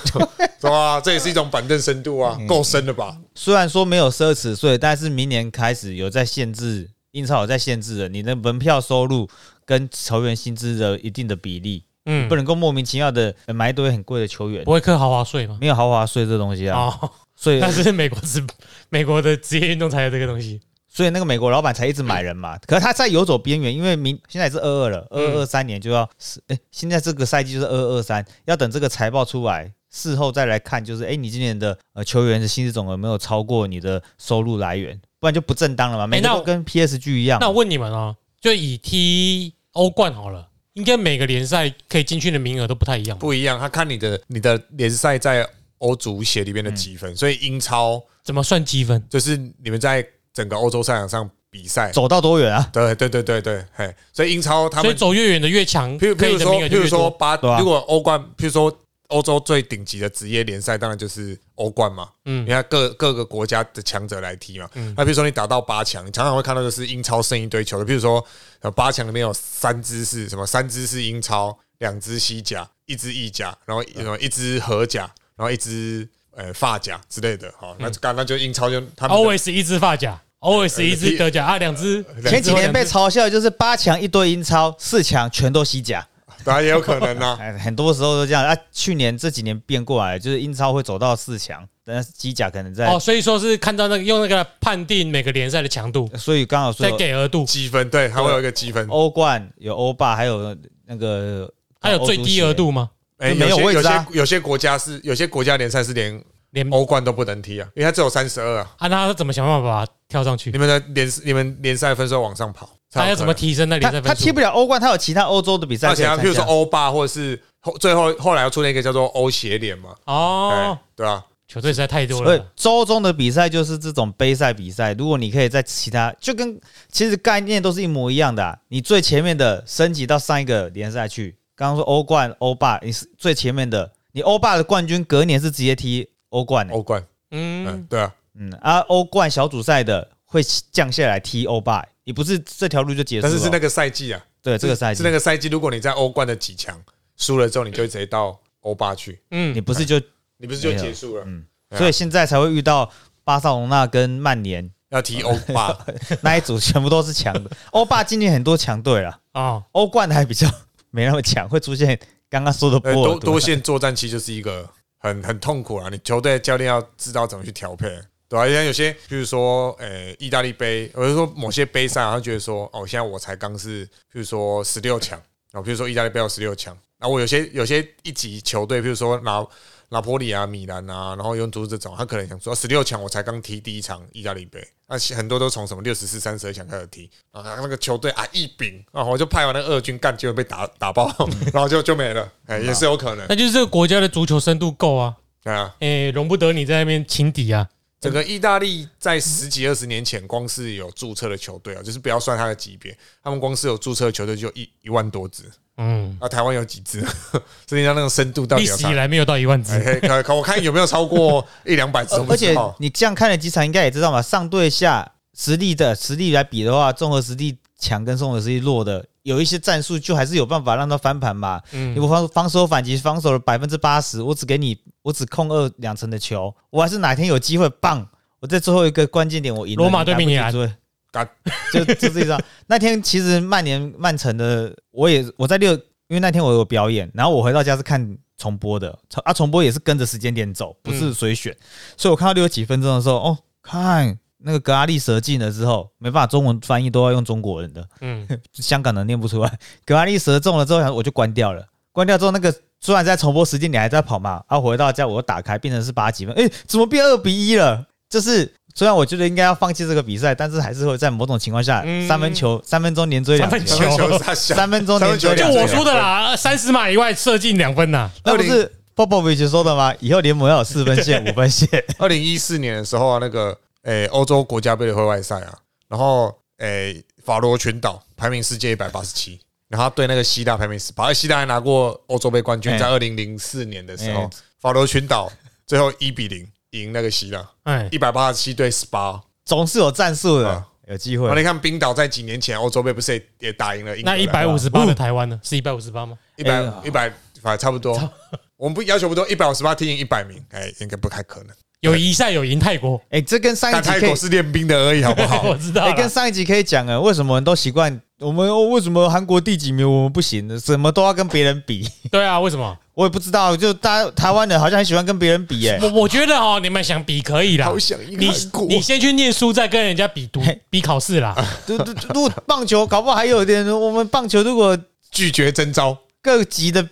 [SPEAKER 3] 对啊，这也是一种板凳深度啊，够深了吧？
[SPEAKER 1] 虽然说没有奢侈税，但是明年开始有在限制，英超有在限制了你的门票收入跟球员薪资的一定的比例，
[SPEAKER 2] 嗯，
[SPEAKER 1] 不能够莫名其妙的买一堆很贵的球员
[SPEAKER 3] 哦
[SPEAKER 2] 不，会克豪华税吗？
[SPEAKER 1] 没有豪华税这东西啊，
[SPEAKER 2] 哦， [LAUGHS]
[SPEAKER 1] 所以
[SPEAKER 2] 但是 [LAUGHS] 美国职美国的职业运动才有这个东西，
[SPEAKER 1] 所以那个美国老板才一直买人
[SPEAKER 2] [CLEARS THROAT]
[SPEAKER 1] 嘛。可是他在游走边缘，因为明现在也是二二了，二
[SPEAKER 2] 嗯
[SPEAKER 1] 二三年就要是哎、现在这个赛季就是二二三，要等这个财报出来，事后再来看，就是哎、你今年的呃球员的薪资总额有没有超过你的收入来源，不然就不正当了嘛。每个
[SPEAKER 2] 那
[SPEAKER 1] 都
[SPEAKER 2] 我
[SPEAKER 1] 跟 PSG 一样
[SPEAKER 2] 那，我问你们哦，就以踢欧冠好了，应该每个联赛可以进去的名额都不太一样吧，
[SPEAKER 3] 不一样，他看你的你的联赛在欧足协里面的积分，所以英超
[SPEAKER 2] 怎么算积分？
[SPEAKER 3] 就是你们在整个欧洲赛场上比赛，
[SPEAKER 1] 走到多远啊？
[SPEAKER 3] 对对对对对，嘿，所以英超他
[SPEAKER 2] 所以
[SPEAKER 3] 们，
[SPEAKER 2] 走越远的越强，
[SPEAKER 3] 譬如
[SPEAKER 2] 可
[SPEAKER 3] 譬
[SPEAKER 2] 以
[SPEAKER 3] 如
[SPEAKER 2] 的
[SPEAKER 3] 说
[SPEAKER 2] 名额
[SPEAKER 3] 譬
[SPEAKER 2] 就
[SPEAKER 3] 如
[SPEAKER 2] 越
[SPEAKER 3] 说
[SPEAKER 2] 多。
[SPEAKER 3] 八，
[SPEAKER 1] 对啊
[SPEAKER 3] 如果欧冠，譬如说欧洲最顶级的职业联赛，当然就是欧冠嘛，
[SPEAKER 2] 嗯
[SPEAKER 3] 你看各各个国家的强者来踢嘛。那比如说你打到八强，你常常会看到就是英超剩一堆球队，比如说呃八强里面有三支是什么？三支是英超，两支西甲，一支意甲，然后
[SPEAKER 2] 嗯
[SPEAKER 3] 什么一支荷甲，然后一支呃法甲之类的。好，
[SPEAKER 2] 嗯
[SPEAKER 3] 那刚那就英超就他们 [LAUGHS] 的呃
[SPEAKER 2] always 一支发夹，always 一支德甲啊，两支。
[SPEAKER 1] 前几年被
[SPEAKER 2] 两支
[SPEAKER 1] 嘲笑的就是八强一堆英超，四强全都西甲。
[SPEAKER 3] 当然也有可能啊。
[SPEAKER 1] 哎，很多时候都这样啊。去年这几年变过来，就是英超会走到四强，但是西甲可能在，
[SPEAKER 2] 哦，所以说是看到那个用那个来判定每个联赛的强度，
[SPEAKER 1] 所以刚好说
[SPEAKER 3] 啊
[SPEAKER 2] 再给额度，
[SPEAKER 3] 积分对，他会有一个积分，
[SPEAKER 1] 欧冠有欧霸，还有那个
[SPEAKER 2] 还有最低额，度吗？
[SPEAKER 3] 哎，
[SPEAKER 1] 没有
[SPEAKER 3] 些
[SPEAKER 1] 位
[SPEAKER 3] 有
[SPEAKER 1] 置啊
[SPEAKER 3] 些有些国家是有些国家联赛是连
[SPEAKER 2] 联
[SPEAKER 3] 欧冠都不能踢啊，因为它只有三十二啊。
[SPEAKER 2] 啊，那他怎么想办法把它跳上去
[SPEAKER 3] 你？们的联你们联赛分数往上跑，才有
[SPEAKER 2] 他要怎么
[SPEAKER 3] 可能
[SPEAKER 2] 提升那
[SPEAKER 1] 他
[SPEAKER 2] 联赛
[SPEAKER 1] 他
[SPEAKER 2] 分
[SPEAKER 1] 踢
[SPEAKER 2] 数
[SPEAKER 1] 不？了欧冠，他有其他欧洲的比赛
[SPEAKER 3] 而
[SPEAKER 1] 可以
[SPEAKER 3] 且啊，
[SPEAKER 1] 参加。
[SPEAKER 3] 譬如说欧霸，或者是后最后后来又出了一个叫做欧协联嘛，
[SPEAKER 2] 哦
[SPEAKER 3] 哎，，对啊，
[SPEAKER 2] 球队实在太多
[SPEAKER 1] 所以
[SPEAKER 2] 了。
[SPEAKER 1] 周中的比赛就是这种杯赛比赛，如果你可以在其他就跟其实概念都是一模一样的啊、你最前面的升级到上一个联赛去，刚刚说欧冠、欧霸，你是最前面的，你你欧霸的冠军隔年是直接踢欧冠的、
[SPEAKER 3] 欧冠，嗯
[SPEAKER 2] 嗯，，
[SPEAKER 3] 对啊，
[SPEAKER 1] 嗯啊，欧冠小组赛的会降下来踢欧霸、你不是这条路就结束
[SPEAKER 3] 但
[SPEAKER 1] 了哦。
[SPEAKER 3] 是是那个赛季啊，
[SPEAKER 1] 对这个赛
[SPEAKER 3] 是
[SPEAKER 1] 季
[SPEAKER 3] 那，个赛季，如果你在欧冠的几强输了之后，你就会直接到欧霸去，
[SPEAKER 1] 你
[SPEAKER 2] 嗯，
[SPEAKER 1] 不是就
[SPEAKER 3] 你不是就结束了？
[SPEAKER 1] 嗯
[SPEAKER 3] 对啊
[SPEAKER 1] 所以现在才会遇到巴塞罗那跟曼
[SPEAKER 3] [LAUGHS]
[SPEAKER 1] 联
[SPEAKER 3] 要踢欧霸，
[SPEAKER 1] 那一组，全部都是强的。欧霸今年很多强队了，
[SPEAKER 2] 哦，
[SPEAKER 1] 欧冠还比较没那么强，会出现刚刚说的
[SPEAKER 3] 呃，
[SPEAKER 1] 波尔
[SPEAKER 3] 多
[SPEAKER 1] 多
[SPEAKER 3] 多线作战其实就是一个很很痛苦啊。你球队的教练要知道怎么去调配，对啊，像有些，比如说，呃，意大利杯，或者说某些杯赛，他觉得说，哦，现在我才刚是，比如说十六强，然后比如说意大利杯有十六强，然后我有些有些一级球队，比如说拿。拿坡里啊、米兰啊，然后尤文图斯这种，他可能想说十六强我才刚踢第一场意大利杯，那很多都从什么六十四、三十二强开始踢，啊，那个球队啊一饼啊，我就派完那二军干，结果被打打爆，然后就就没了，哎，也是有可能，
[SPEAKER 2] 那就是这个国家的足球深度够啊，
[SPEAKER 3] 对啊，
[SPEAKER 2] 哎，容不得你在那边轻敌啊，
[SPEAKER 3] 整个意大利在十几二十年前，光是有注册的球队啊，就是不要算它的级别，他们光是有注册的球队就一一万多支，
[SPEAKER 2] 嗯，
[SPEAKER 3] 啊，台湾有几支？ [LAUGHS] 所以像那种深度到底
[SPEAKER 2] 历
[SPEAKER 3] 有
[SPEAKER 2] 史
[SPEAKER 3] 啥
[SPEAKER 2] 以？来没有到一万
[SPEAKER 3] 哎
[SPEAKER 2] 只，
[SPEAKER 3] 嘿可可我看有没有超过一两百支，我
[SPEAKER 1] 而
[SPEAKER 3] 不
[SPEAKER 1] 而
[SPEAKER 3] 知
[SPEAKER 1] 且
[SPEAKER 3] 道
[SPEAKER 1] 你这样看了几场，应该也知道嘛，上对下实力的实力来比的话，综合实力强跟综合实力弱的，有一些战术就还是有办法让他翻盘嘛。
[SPEAKER 2] 嗯
[SPEAKER 1] 你，不防防守反击，防守了百分之八十，我只给你，我只控二两成的球，我还是哪天有机会棒，我在最后一个关键点我赢了。
[SPEAKER 2] 罗马对米兰
[SPEAKER 1] 对
[SPEAKER 3] 干，
[SPEAKER 1] [LAUGHS] 就就这一张。那天其实曼联曼城的，我也我在六，因为那天我有表演，然后我回到家是看重播的，重啊重播也是跟着时间点走，不是随选，所以我看到六十几分钟的时候，哦，看那个格拉利蛇进了之后，没办法，中文翻译都要用中国人的，
[SPEAKER 2] 嗯，
[SPEAKER 1] [LAUGHS] 香港的念不出来。格拉利蛇中了之后，我就关掉了。关掉之后，那个虽然在重播时间，你还在跑嘛，啊，回到家我又打开，变成是八几分，诶，怎么变二比一了？就是虽然我觉得应该要放弃这个比赛，但是还是会在某种情况下，
[SPEAKER 2] 嗯
[SPEAKER 1] 三分球三分钟连追两
[SPEAKER 2] 三分
[SPEAKER 1] 球
[SPEAKER 2] 球，
[SPEAKER 3] 三分球傻
[SPEAKER 1] [LAUGHS]
[SPEAKER 3] 笑
[SPEAKER 1] 三分钟
[SPEAKER 3] 三
[SPEAKER 1] 连
[SPEAKER 3] 分球
[SPEAKER 1] 追
[SPEAKER 2] 就
[SPEAKER 1] 两
[SPEAKER 2] 我
[SPEAKER 1] 球，
[SPEAKER 2] 说的
[SPEAKER 3] 哎
[SPEAKER 2] 啦，三十码以外射进两分呐，
[SPEAKER 1] 那不
[SPEAKER 3] 20
[SPEAKER 1] 是 Bobovic 说的吗？以后联盟要有四分
[SPEAKER 2] [LAUGHS]
[SPEAKER 1] 线、五分线，
[SPEAKER 3] 二零一四年的时候啊，那个诶欧、洲国家杯的会外赛啊，然后诶、法罗群岛排名世界一百八十七，然后他对那个希腊排名十八，而希腊还拿过欧洲杯冠军，
[SPEAKER 1] 哎
[SPEAKER 3] 在二零零四年的时候，
[SPEAKER 1] 哎
[SPEAKER 3] 法罗群岛最后一比零赢那个希腊，
[SPEAKER 2] 哎，
[SPEAKER 3] 一百八十七对十八。
[SPEAKER 1] 总是有战术的
[SPEAKER 3] 啊，
[SPEAKER 1] 有机
[SPEAKER 3] 然
[SPEAKER 1] 会
[SPEAKER 3] 后。你看冰岛在几年前欧洲杯不是也也打赢了嗯英格
[SPEAKER 2] 那
[SPEAKER 3] 兰？
[SPEAKER 2] 一百五十八的台湾呢？是一百五十八吗？
[SPEAKER 3] 一
[SPEAKER 1] 哎
[SPEAKER 3] 百
[SPEAKER 1] 呀
[SPEAKER 3] 一百反正差不多，我们不要求不多，一百五十八踢赢一百名，哎，应该不太可能。
[SPEAKER 2] 有一赛有赢泰
[SPEAKER 3] [LAUGHS]
[SPEAKER 2] 国，
[SPEAKER 1] 哎，这跟上一
[SPEAKER 3] 但
[SPEAKER 1] 集
[SPEAKER 3] 泰
[SPEAKER 1] 可以
[SPEAKER 3] 国是练兵的而已，好不好
[SPEAKER 2] [LAUGHS] 我？知道
[SPEAKER 1] 哎、
[SPEAKER 2] 啦，
[SPEAKER 1] 跟上一集可以讲啊，为什么人都习惯我们、哦为什么韩国第几名我们不行，什么都要跟别人比， [LAUGHS]
[SPEAKER 2] 对啊，为什么？
[SPEAKER 1] 我也不知道，就大家台湾人好像很喜欢跟别人比、耶。
[SPEAKER 2] 我我觉得哦，你们想比可以啦
[SPEAKER 3] 好，想赢
[SPEAKER 2] 你
[SPEAKER 3] 韩国啊
[SPEAKER 2] 你先去念书，再跟人家比读比考试啦。
[SPEAKER 1] 就就就如果棒球搞不好还有点，我们棒球如果
[SPEAKER 3] 拒绝征招，
[SPEAKER 1] 各级的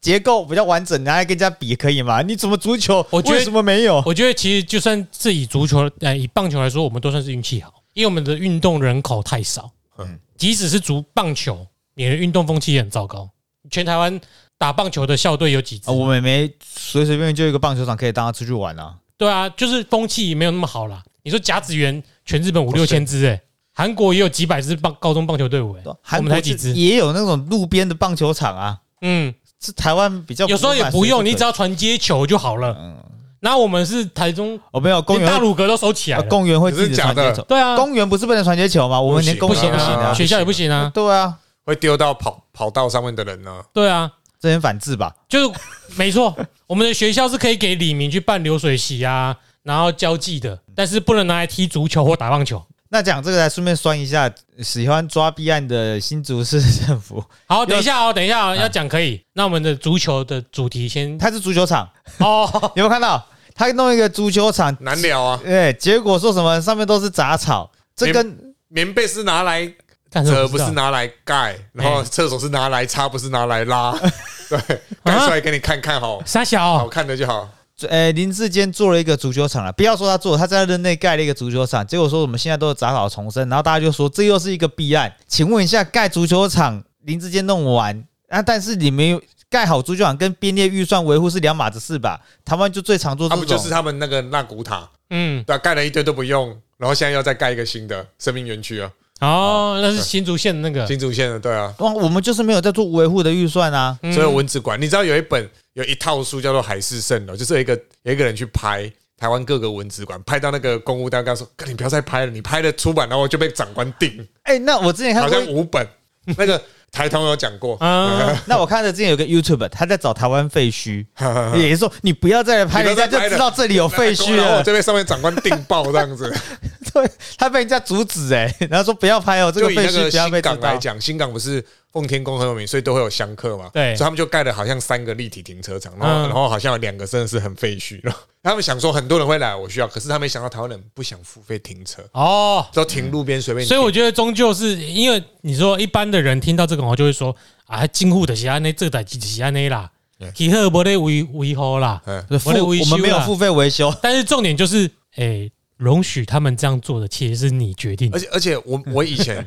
[SPEAKER 1] 结构比较完整，拿来跟人家比可以吗？你怎么足球
[SPEAKER 2] 我觉得
[SPEAKER 1] 为什么没有？
[SPEAKER 2] 我觉得其实就算是以足球呃以棒球来说，我们都算是运气好，因为我们的运动人口太少
[SPEAKER 3] 嗯。
[SPEAKER 2] 即使是足棒球，你的运动风气也很糟糕。全台湾打棒球的校队有几支
[SPEAKER 1] 啊，？我们没随随便便就有一个棒球场可以大家出去玩啊。
[SPEAKER 2] 对啊，就是风气没有那么好啦。你说甲子园全日本五六千
[SPEAKER 1] 哦
[SPEAKER 2] 支哎、韩国也有几百支棒高中棒球队伍哎、
[SPEAKER 1] 啊韩
[SPEAKER 2] 我
[SPEAKER 1] 国
[SPEAKER 2] 们才几
[SPEAKER 1] 就
[SPEAKER 2] 支？
[SPEAKER 1] 也有那种路边的棒球场啊，
[SPEAKER 2] 嗯，
[SPEAKER 1] 是台湾比较
[SPEAKER 2] 有时候也不用，你只
[SPEAKER 1] 道
[SPEAKER 2] 要传接球就好了。那我们是台中，
[SPEAKER 1] 哦没有嗯公
[SPEAKER 2] 连
[SPEAKER 1] 园
[SPEAKER 2] 大
[SPEAKER 1] 会
[SPEAKER 2] 鲁阁都收起来
[SPEAKER 1] 啊
[SPEAKER 2] 了。
[SPEAKER 1] 公园会自
[SPEAKER 3] 可
[SPEAKER 1] 己
[SPEAKER 3] 是假
[SPEAKER 1] 传
[SPEAKER 3] 的
[SPEAKER 1] 接球。
[SPEAKER 2] 对啊，
[SPEAKER 1] 公园不是不能传接球吗？我们连公
[SPEAKER 2] 不
[SPEAKER 1] 园
[SPEAKER 2] 行
[SPEAKER 1] 都不行
[SPEAKER 2] 啊，
[SPEAKER 1] 啊，
[SPEAKER 2] 学校也不行啊。
[SPEAKER 1] 对啊，
[SPEAKER 3] 会丢到跑跑道上面的人呢？
[SPEAKER 2] 对啊，
[SPEAKER 1] 这很反制吧？
[SPEAKER 2] 就是没错，我们的学校是可以给李明去办流水席啊，然后交际的，但是不能拿来踢足球或打棒球。
[SPEAKER 1] 那讲这个来顺便酸一下，喜欢抓弊案的新竹市政府， [LAUGHS]
[SPEAKER 2] 好，等一下哦，等一下哦，要讲可以。那我们的足球的主题先
[SPEAKER 1] 它是足球场，
[SPEAKER 2] 哦，
[SPEAKER 1] 有没有看到？他弄一个足球场，
[SPEAKER 3] 难聊啊！
[SPEAKER 1] 哎，结果说什么上面都是杂草，这跟
[SPEAKER 3] 棉被是拿来
[SPEAKER 2] 但是
[SPEAKER 3] 折，
[SPEAKER 2] 我
[SPEAKER 3] 不
[SPEAKER 2] 知道
[SPEAKER 3] 是拿来盖，然后
[SPEAKER 2] 哎
[SPEAKER 3] 厕所是拿来擦，不是拿来
[SPEAKER 2] [LAUGHS]
[SPEAKER 3] 拉。对，盖出来给你看看好，
[SPEAKER 2] 傻小
[SPEAKER 3] 好
[SPEAKER 2] 啊哦，
[SPEAKER 3] 看的就好。
[SPEAKER 1] 呃林志坚做了一个足球场了，不要说他做，他在任内盖了一个足球场，结果说我们现在都是杂草丛生，然后大家就说这又是一个弊案。请问一下，盖足球场林志坚弄完啊，但是你们盖好足球场跟编列预算维护是两码子事吧？台湾就最常做这
[SPEAKER 3] 他
[SPEAKER 1] 种
[SPEAKER 3] 啊不，就是他们那个纳古塔，
[SPEAKER 2] 嗯
[SPEAKER 3] 对啊，盖了一堆都不用，然后现在要再盖一个新的生命园区啊，
[SPEAKER 2] 哦，那是新竹县的那个
[SPEAKER 3] 新竹县的，对啊。
[SPEAKER 1] 哇，我们就是没有在做维护的预算啊。
[SPEAKER 2] 嗯
[SPEAKER 3] 所以蚊子馆，你知道有一本有一套书叫做《海市蜃楼》，就是有一个有一个人去拍台湾各个蚊子馆，拍到那个公务单，跟他说：“哥，你不要再拍了，你拍了出版，然后就被长官定，
[SPEAKER 1] 哎、那我之前看
[SPEAKER 3] 好像
[SPEAKER 1] 过，
[SPEAKER 3] 五
[SPEAKER 1] [LAUGHS]
[SPEAKER 3] 本。”那个台通有讲过，
[SPEAKER 2] 啊，
[SPEAKER 3] [LAUGHS]
[SPEAKER 1] 那我看的之前有个 YouTube，他在找台湾废墟，也是说你不要再来拍，
[SPEAKER 3] 嗯你
[SPEAKER 1] 人
[SPEAKER 3] 不
[SPEAKER 1] 家
[SPEAKER 3] 要再
[SPEAKER 1] 就
[SPEAKER 3] 拍了
[SPEAKER 1] 知道这里有废墟啊
[SPEAKER 3] [LAUGHS] 然后
[SPEAKER 1] 了
[SPEAKER 3] 我。就被哦上面长官定爆这样子。
[SPEAKER 1] 对，他被人家阻止哎、然后说不要拍 [LAUGHS] 哦，这个
[SPEAKER 3] 就以
[SPEAKER 1] 废
[SPEAKER 3] 那
[SPEAKER 1] 墟
[SPEAKER 3] 个
[SPEAKER 1] 不要
[SPEAKER 3] 新
[SPEAKER 1] 被知
[SPEAKER 3] 港来
[SPEAKER 1] 道。
[SPEAKER 3] 讲，新港不是奉天宫很有名，所以都会有香客嘛。
[SPEAKER 2] 对
[SPEAKER 3] 所以他们就盖了好像三个立体停车场，然后、
[SPEAKER 2] 嗯
[SPEAKER 3] 然后好像有两个真的是很废墟了。 [LAUGHS] 他们想说很多人会来，我需要，可是他没想到台湾人不想付费停车，
[SPEAKER 2] 哦，
[SPEAKER 3] 都停路边
[SPEAKER 1] 嗯
[SPEAKER 3] 随便停。
[SPEAKER 2] 所以我觉得终究是因为你说一般的人听到这个，我就会说啊，进户的是安内，这代志就是安内啦
[SPEAKER 3] 对，
[SPEAKER 2] 其他不得维维护啦。
[SPEAKER 3] 嗯，
[SPEAKER 1] 付
[SPEAKER 2] 我的维
[SPEAKER 1] 我
[SPEAKER 2] 修
[SPEAKER 1] 们没有
[SPEAKER 2] 啦
[SPEAKER 1] 付费维修， [LAUGHS]
[SPEAKER 2] 但是重点就是，哎，容许他们这样做的，其实是你决定的
[SPEAKER 3] 而。且而且
[SPEAKER 2] [LAUGHS]
[SPEAKER 3] 我我以前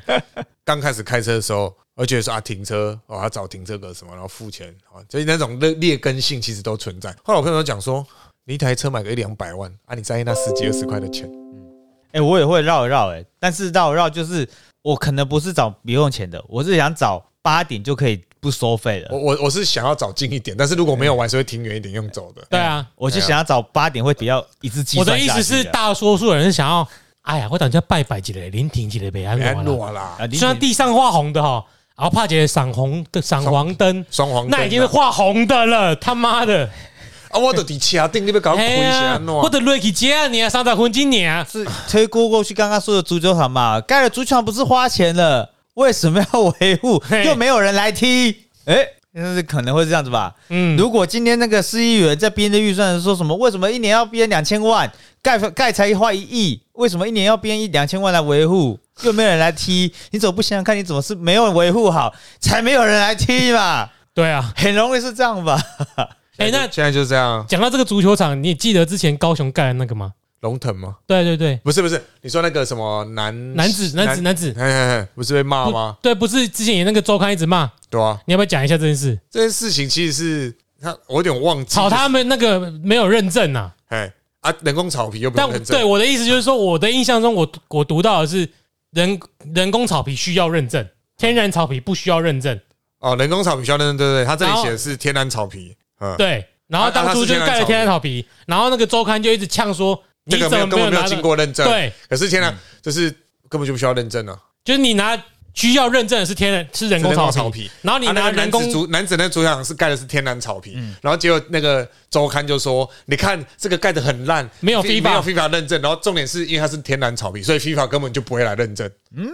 [SPEAKER 3] 刚开始开车的时候，我觉得说啊停车哦，要找停车格什么，然后付钱啊，所以那种劣劣根性其实都存在。后来我朋友讲说，你一台车买个一两百万啊，你在意那十几二十块的钱？
[SPEAKER 1] 哎、我也会绕一绕哎、但是绕一绕就是我可能不是找不用钱的，我是想找八点就可以不收费
[SPEAKER 3] 我
[SPEAKER 2] 哦
[SPEAKER 1] 的，
[SPEAKER 3] 我我是想要找近一点，但是如果没有玩，是会停远一点用走的。
[SPEAKER 2] 对啊，
[SPEAKER 1] 哎我就想要找八点会比较一次计
[SPEAKER 2] 我
[SPEAKER 1] 算
[SPEAKER 2] 的意
[SPEAKER 1] 下
[SPEAKER 2] 思是，
[SPEAKER 1] 去啊
[SPEAKER 2] 大多数人是想要，哎呀，我等下拜拜几嘞，临停几嘞，北安
[SPEAKER 3] 安
[SPEAKER 2] 罗啦。
[SPEAKER 3] 诺啦，
[SPEAKER 1] 啊，你
[SPEAKER 2] 虽然地上画红的哈，然后怕姐闪红的闪黄灯，
[SPEAKER 3] 双黄灯啊
[SPEAKER 2] 那已经是画红的了，他妈的！
[SPEAKER 3] 啊，我的底气啊，定你被搞啊亏
[SPEAKER 2] 哎
[SPEAKER 3] 一下
[SPEAKER 2] 呀
[SPEAKER 3] 安，
[SPEAKER 2] 我
[SPEAKER 3] 诺。
[SPEAKER 2] 的瑞奇姐啊，你啊，三十分今年啊，
[SPEAKER 1] 是推估过去刚刚说的足球场嘛，盖了足球场不是花钱了，为什么要维护？
[SPEAKER 2] 嘿
[SPEAKER 1] 又没有人来踢，哎、那是可能会这样子吧。
[SPEAKER 2] 嗯，
[SPEAKER 1] 如果今天那个市议员在编的预算说什么，为什么一年要编两千万，盖盖才花一亿，为什么一年要编一两千万来维护？又没有人来踢，你怎么不想想看你怎么是没有维护好，才没有人来踢嘛？ [LAUGHS]
[SPEAKER 2] 对啊，
[SPEAKER 1] 很容易是这样吧？
[SPEAKER 2] 哎，那
[SPEAKER 3] 现在就这样，
[SPEAKER 2] 讲到这个足球场，你也记得之前高雄盖的那个吗？
[SPEAKER 3] 龙腾吗？
[SPEAKER 2] 对对对，
[SPEAKER 3] 不是不是，你说那个什么嗯男
[SPEAKER 2] 男子男子男子，
[SPEAKER 3] 嘿嘿嘿不是被骂吗
[SPEAKER 2] 不？对，不是之前也那个周刊一直骂，
[SPEAKER 3] 对啊，
[SPEAKER 2] 你要不要讲一下这件事？
[SPEAKER 3] 这件事情其实是他，我有点忘记
[SPEAKER 2] 吵他，们那个没有认证呐、
[SPEAKER 3] 哎啊，人工草皮又不
[SPEAKER 2] 但
[SPEAKER 3] 用认证
[SPEAKER 2] 对，我的意思就是说，我的印象中我，我读到的是人人工草皮需要认证，天然草皮不需要认证。
[SPEAKER 3] 哦，人工草皮需要认证，对对对，他这
[SPEAKER 2] 然
[SPEAKER 3] 里
[SPEAKER 2] 后
[SPEAKER 3] 写的是天然草皮，嗯，
[SPEAKER 2] 对，然后
[SPEAKER 3] 啊
[SPEAKER 2] 当初就盖了天然草皮，然后那个周刊就一直呛说，你
[SPEAKER 3] 这个
[SPEAKER 2] 怎
[SPEAKER 3] 没
[SPEAKER 2] 么
[SPEAKER 3] 有根本没
[SPEAKER 2] 拿
[SPEAKER 3] 有
[SPEAKER 2] 到
[SPEAKER 3] 经？过认证，，
[SPEAKER 2] 对，嗯
[SPEAKER 3] 可是天然就是根本就不需要认证啊，
[SPEAKER 2] 就是你拿需要认证的是天然是人工
[SPEAKER 3] 是人工
[SPEAKER 2] 草
[SPEAKER 3] 草
[SPEAKER 2] 皮
[SPEAKER 3] 皮，
[SPEAKER 2] 然后你
[SPEAKER 3] 啊那
[SPEAKER 2] 拿
[SPEAKER 3] 个
[SPEAKER 2] 人
[SPEAKER 3] 男
[SPEAKER 2] 工嗯
[SPEAKER 3] 子足男子那足球场是盖的是天然草皮，然后结果那个周刊就说，你看这个盖的很烂，
[SPEAKER 2] 没有
[SPEAKER 3] Fi-
[SPEAKER 2] FIFA
[SPEAKER 3] 没有 FIFA 认证，然后重点是因为它是天然草皮，所以 FIFA 根本就不会来认证。嗯，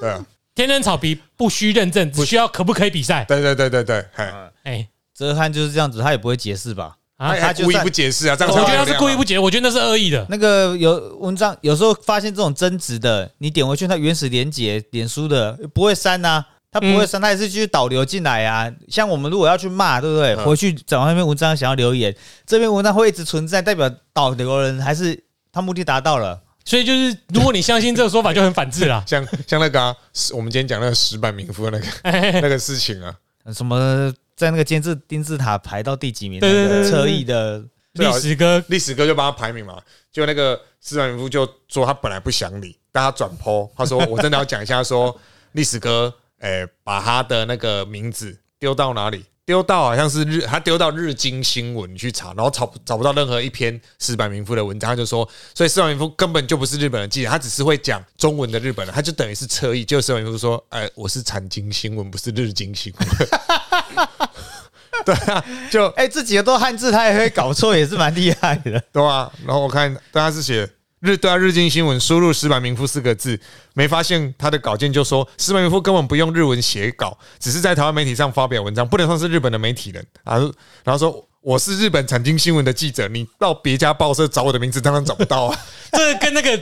[SPEAKER 3] 对啊，
[SPEAKER 2] 天然草皮不需认证，只需要可不可以比赛。
[SPEAKER 3] 对对对对对，嘿，
[SPEAKER 1] 啊
[SPEAKER 2] 哎，
[SPEAKER 1] [LAUGHS] 哲翰就是这样子，他也不会解释吧？
[SPEAKER 2] 啊
[SPEAKER 3] 他
[SPEAKER 1] 他
[SPEAKER 3] 还
[SPEAKER 1] 就
[SPEAKER 3] 故意
[SPEAKER 1] 算
[SPEAKER 3] 不解释啊，这样
[SPEAKER 2] 我
[SPEAKER 3] 才
[SPEAKER 2] 觉得
[SPEAKER 3] 有
[SPEAKER 2] 他
[SPEAKER 3] 流
[SPEAKER 2] 是
[SPEAKER 3] 量啊
[SPEAKER 2] 故意不解，我觉得那是恶意的。
[SPEAKER 1] 那个有文章有时候发现这种争执的，你点回去它原始连接脸书的不会删呐、它不会
[SPEAKER 2] 嗯
[SPEAKER 1] 删，它也是继续导流进来啊。像我们如果要去骂，对不对？
[SPEAKER 3] 嗯。
[SPEAKER 1] 回去找那篇文章想要留言，这篇文章会一直存在，代表导流的人还是他目的达到了。
[SPEAKER 2] 所以就是，如果你相信这个说法，就很反智啦
[SPEAKER 3] [LAUGHS] 像像那个啊，是我们今天讲那个石板民夫的那个那个事情啊，
[SPEAKER 1] 什么在那个监制金字塔排到第几名？
[SPEAKER 2] 对对对
[SPEAKER 1] 那个
[SPEAKER 2] 对对
[SPEAKER 1] 侧翼的
[SPEAKER 2] 历
[SPEAKER 3] 啊
[SPEAKER 2] 史哥
[SPEAKER 3] 历史哥就帮他排名嘛，就那个斯坦夫就说他本来不想理，但他转剖，他说我真的要讲一下说，历史哥，诶、把他的那个名字丢到哪里？丢到好像是日，他丢到日经新闻去查，然后找不找不到任何一篇石板明夫的文章，他就说，所以石板明夫根本就不是日本人记者，他只是会讲中文的日本人，他就等于是侧翼。就石板明夫说，哎、我是产经新闻，不是日经新闻。 [LAUGHS] 对啊，就
[SPEAKER 1] 哎、这几个都汉字，他也会搞错，也是蛮厉害的。
[SPEAKER 3] 对啊，然后我看大家是写日对啊日经新闻输入石板明夫四个字，没发现他的稿件就说石板明夫根本不用日文写稿，只是在台湾媒体上发表文章，不能算是日本的媒体人啊。然后说我是日本产经新闻的记者，你到别家报社找我的名字当然找不到啊，
[SPEAKER 2] 这跟那个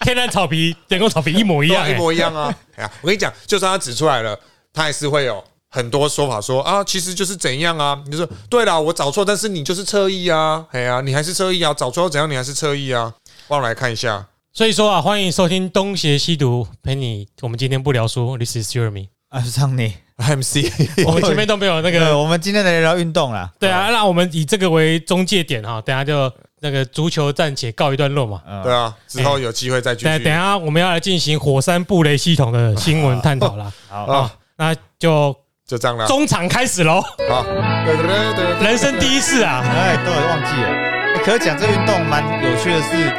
[SPEAKER 2] 天然草皮、人工草皮一模一
[SPEAKER 3] 对
[SPEAKER 2] 样、
[SPEAKER 3] 啊，一
[SPEAKER 2] 欸。
[SPEAKER 3] 模一样啊。哎呀，我跟你讲，就算他指出来了，他还是会有。很多说法说啊，其实就是怎样啊，你就说对啦，我找错，但是你就是侧翼啊，哎呀、你还是侧翼啊，找错又怎样，你还是侧翼啊。让我来看一下，
[SPEAKER 2] 所以说啊，欢迎收听《东邪西毒》，陪你。我们今天不聊书，This is Jeremy。
[SPEAKER 1] 啊，上你，
[SPEAKER 3] I'm C，
[SPEAKER 2] 我们前面都没有那
[SPEAKER 1] 对，
[SPEAKER 2] 个，啊
[SPEAKER 1] 我们今天来聊运动啦。
[SPEAKER 2] 对啊，那我们以这个为中介点哈，等下就那个足球暂且告一段落嘛。
[SPEAKER 1] 嗯
[SPEAKER 3] [LAUGHS] 对啊，之后有机会再继
[SPEAKER 1] 哎
[SPEAKER 2] 等等一
[SPEAKER 3] 续。
[SPEAKER 2] 下我们要来进行火山布雷系统的新闻探讨
[SPEAKER 1] [LAUGHS]
[SPEAKER 2] 啦。
[SPEAKER 1] 好，
[SPEAKER 3] 啊，
[SPEAKER 2] 那就
[SPEAKER 3] 就这样啦。
[SPEAKER 2] 中场开
[SPEAKER 1] [LAUGHS]
[SPEAKER 2] 始喽，
[SPEAKER 3] 好，对对对对对
[SPEAKER 2] 人生第一次啊，
[SPEAKER 1] 哎，都有忘记了。欸可是讲这运动蛮有趣的是，